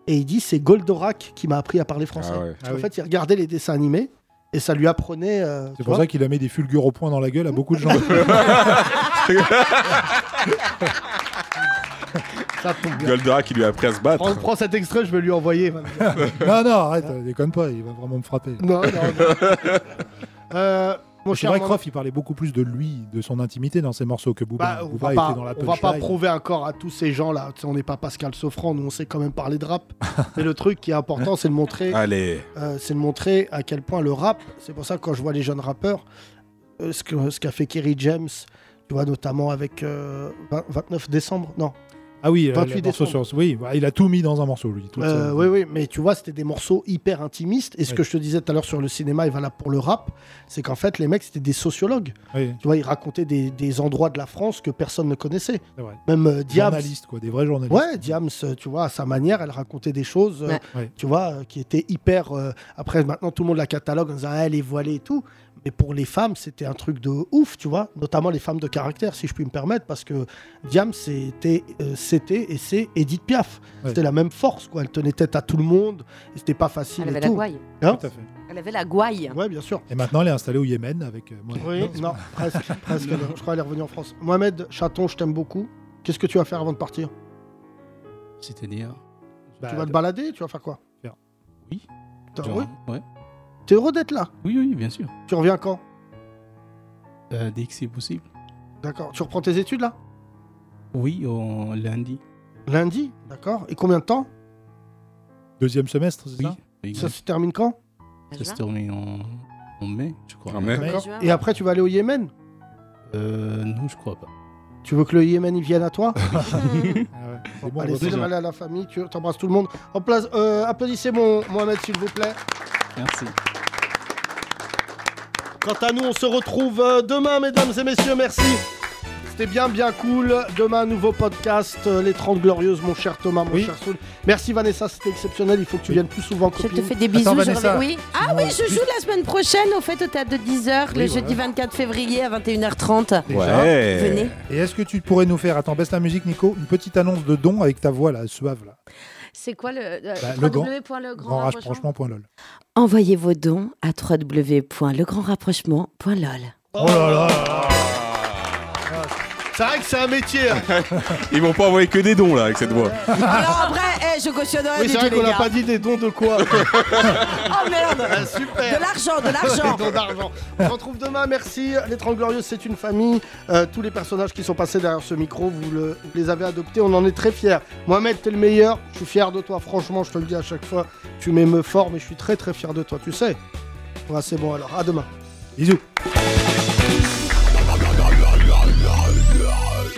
Speaker 3: et il dit c'est Goldorak qui m'a appris à parler français.
Speaker 5: Ah ouais.
Speaker 4: Ah
Speaker 3: En
Speaker 4: oui.
Speaker 3: fait, il regardait les dessins animés, et ça lui apprenait. euh, tu
Speaker 4: C'est pour
Speaker 3: vois.
Speaker 4: ça qu'il a mis des fulgures au point dans la gueule à beaucoup de gens.
Speaker 3: Ça tombe bien.
Speaker 5: Goldorak qui lui a appris à se battre.
Speaker 3: Prends, prends cet extrait, je vais lui envoyer. va me dire.
Speaker 4: non, non, arrête, euh, déconne pas, il va vraiment me frapper.
Speaker 3: Non, non, non. Euh, mon
Speaker 4: C'est
Speaker 3: cher
Speaker 4: vrai que
Speaker 3: Mandanda-
Speaker 4: Croft, il parlait beaucoup plus de lui, de son intimité dans ses morceaux que Booba.
Speaker 3: Bah, on
Speaker 4: Booba
Speaker 3: va pas,
Speaker 4: était dans la
Speaker 3: on va pas
Speaker 4: punchline.
Speaker 3: prouver encore à tous ces gens-là. Tu sais, On n'est pas Pascal Sofran, nous on sait quand même parler de rap. Mais le truc qui est important, c'est de montrer,
Speaker 5: Allez.
Speaker 3: euh, c'est de montrer à quel point le rap. C'est pour ça que quand je vois les jeunes rappeurs, euh, ce que ce qu'a fait Kerry James, tu vois notamment avec euh, 20 29 décembre, non
Speaker 4: Ah oui, euh,
Speaker 3: 28
Speaker 4: le morceau
Speaker 3: décembre.
Speaker 4: sur- Oui, bah, il a tout mis dans un morceau, lui. toute
Speaker 3: Euh,
Speaker 4: sa-
Speaker 3: oui, oui, mais tu vois, c'était des morceaux hyper intimistes. Et ce
Speaker 4: Oui.
Speaker 3: que je te disais tout à l'heure sur le cinéma, et valable pour le rap, c'est qu'en fait, les mecs, c'était des sociologues.
Speaker 4: Oui,
Speaker 3: Tu vois, ils racontaient des, des endroits de la France que personne ne connaissait.
Speaker 4: c'est vrai.
Speaker 3: Même euh, Diams.
Speaker 4: Journaliste, quoi, des vrais journalistes.
Speaker 3: Ouais, Diams, euh, tu vois, à sa manière, elle racontait des choses, euh,
Speaker 6: Ouais.
Speaker 4: Ouais.
Speaker 3: tu vois, euh, qui étaient hyper. euh, après, maintenant, tout le monde la catalogue en disant, Ah, elle est voilée et tout. Mais pour les femmes, c'était un truc de ouf, tu vois, notamment les femmes de caractère, si je puis me permettre, parce que Diams, c'était, euh, c'était et c'est Edith Piaf.
Speaker 4: Ouais.
Speaker 3: C'était la même force, quoi. Elle tenait tête à tout le monde, et c'était pas facile.
Speaker 6: Elle
Speaker 3: et
Speaker 6: avait la
Speaker 3: tout.
Speaker 6: gouaille.
Speaker 3: Hein
Speaker 4: Tout à fait.
Speaker 6: Elle avait la gouaille.
Speaker 3: ouais, bien sûr.
Speaker 4: Et maintenant, elle est installée au Yémen avec euh, moi.
Speaker 3: Oui, non, presque, presque, elle est- je crois qu'elle est revenue en France. Mohamed, chaton, je t'aime beaucoup. Qu'est-ce que tu vas faire avant de partir
Speaker 10: C'est-à-dire.
Speaker 4: Bah,
Speaker 3: Tu vas te balader Tu vas faire quoi
Speaker 4: Faire-
Speaker 10: Bah, oui.
Speaker 3: Putain,
Speaker 10: genre,
Speaker 3: oui.
Speaker 10: ouais.
Speaker 3: T'es heureux d'être là
Speaker 10: oui, oui, bien sûr.
Speaker 3: Tu reviens quand
Speaker 10: Euh, dès que c'est possible.
Speaker 3: D'accord. Tu reprends tes études là
Speaker 10: Oui, en lundi.
Speaker 3: Lundi D'accord. Et combien de temps
Speaker 4: Deuxième semestre, c'est
Speaker 10: Oui.
Speaker 4: ça
Speaker 3: Ça
Speaker 10: exact.
Speaker 3: se termine quand
Speaker 10: Ça se termine en, en mai, je crois.
Speaker 5: En mai.
Speaker 4: Ouais.
Speaker 3: D'accord.
Speaker 6: juin,
Speaker 3: Et après, tu vas aller au Yémen
Speaker 10: Euh, non, je crois pas.
Speaker 3: Tu veux que le Yémen il vienne à toi
Speaker 4: Ah ouais. C'est bon, on
Speaker 10: bah,
Speaker 3: Allez,
Speaker 4: va
Speaker 3: c'est
Speaker 4: faire ça.
Speaker 3: mal à la famille. Tu embrasses tout le monde. En place, euh, applaudissez mon Mohamed, s'il vous plaît.
Speaker 10: Merci.
Speaker 3: Quant à nous, on se retrouve euh, demain, mesdames et messieurs. Merci. C'était bien, bien cool. Demain, nouveau podcast, euh, Les 30 Glorieuses, mon cher Thomas, mon
Speaker 4: Oui.
Speaker 3: cher Soul. Merci, Vanessa, c'était exceptionnel. Il faut que tu
Speaker 4: Oui.
Speaker 3: viennes plus souvent,
Speaker 6: Je te
Speaker 3: copine.
Speaker 6: fais des bisous. je
Speaker 4: Vanessa.
Speaker 6: reviens- Oui. Ah oui, je joue la semaine prochaine au fait au théâtre de 10h, le
Speaker 4: Oui,
Speaker 6: jeudi 24 février à 21h30.
Speaker 4: Déjà.
Speaker 5: Ouais.
Speaker 6: Venez.
Speaker 4: Et est-ce que tu pourrais nous faire, attends, baisse la musique, Nico, une petite annonce de don avec ta voix là, suave là.
Speaker 11: C'est quoi le, euh,
Speaker 4: Bah, le grand-
Speaker 6: hein
Speaker 4: Grand
Speaker 11: www.legrandrapprochement
Speaker 4: franchement, point lol.
Speaker 6: Envoyez vos dons à www.legrandrapprochement.lol.
Speaker 4: Oh là là là là.
Speaker 9: Ah.
Speaker 3: C'est vrai que c'est un métier. hein.
Speaker 5: Ils m'ont pas envoyé que des dons là avec cette voix.
Speaker 6: Alors après, eh, je cautionnerai
Speaker 3: Oui,
Speaker 6: du
Speaker 3: c'est
Speaker 6: tout,
Speaker 3: vrai
Speaker 6: les
Speaker 3: qu'on n'a
Speaker 6: gars.
Speaker 3: pas dit des dons de quoi.
Speaker 6: Oh merde
Speaker 3: Super.
Speaker 6: De l'argent, de
Speaker 3: Des
Speaker 6: l'argent
Speaker 3: dons d'argent. On se retrouve demain, merci. Les 30 Glorieuses, c'est une famille. Euh, tous les personnages qui sont passés derrière ce micro, vous, le- vous les avez adoptés, on en est très fiers. Mohamed, t'es le meilleur, je suis fier de toi, franchement, je te le dis à chaque fois. Tu m'aimes fort, mais je suis très très fier de toi, tu sais. Ouais, c'est bon alors, à demain.
Speaker 4: Bisous.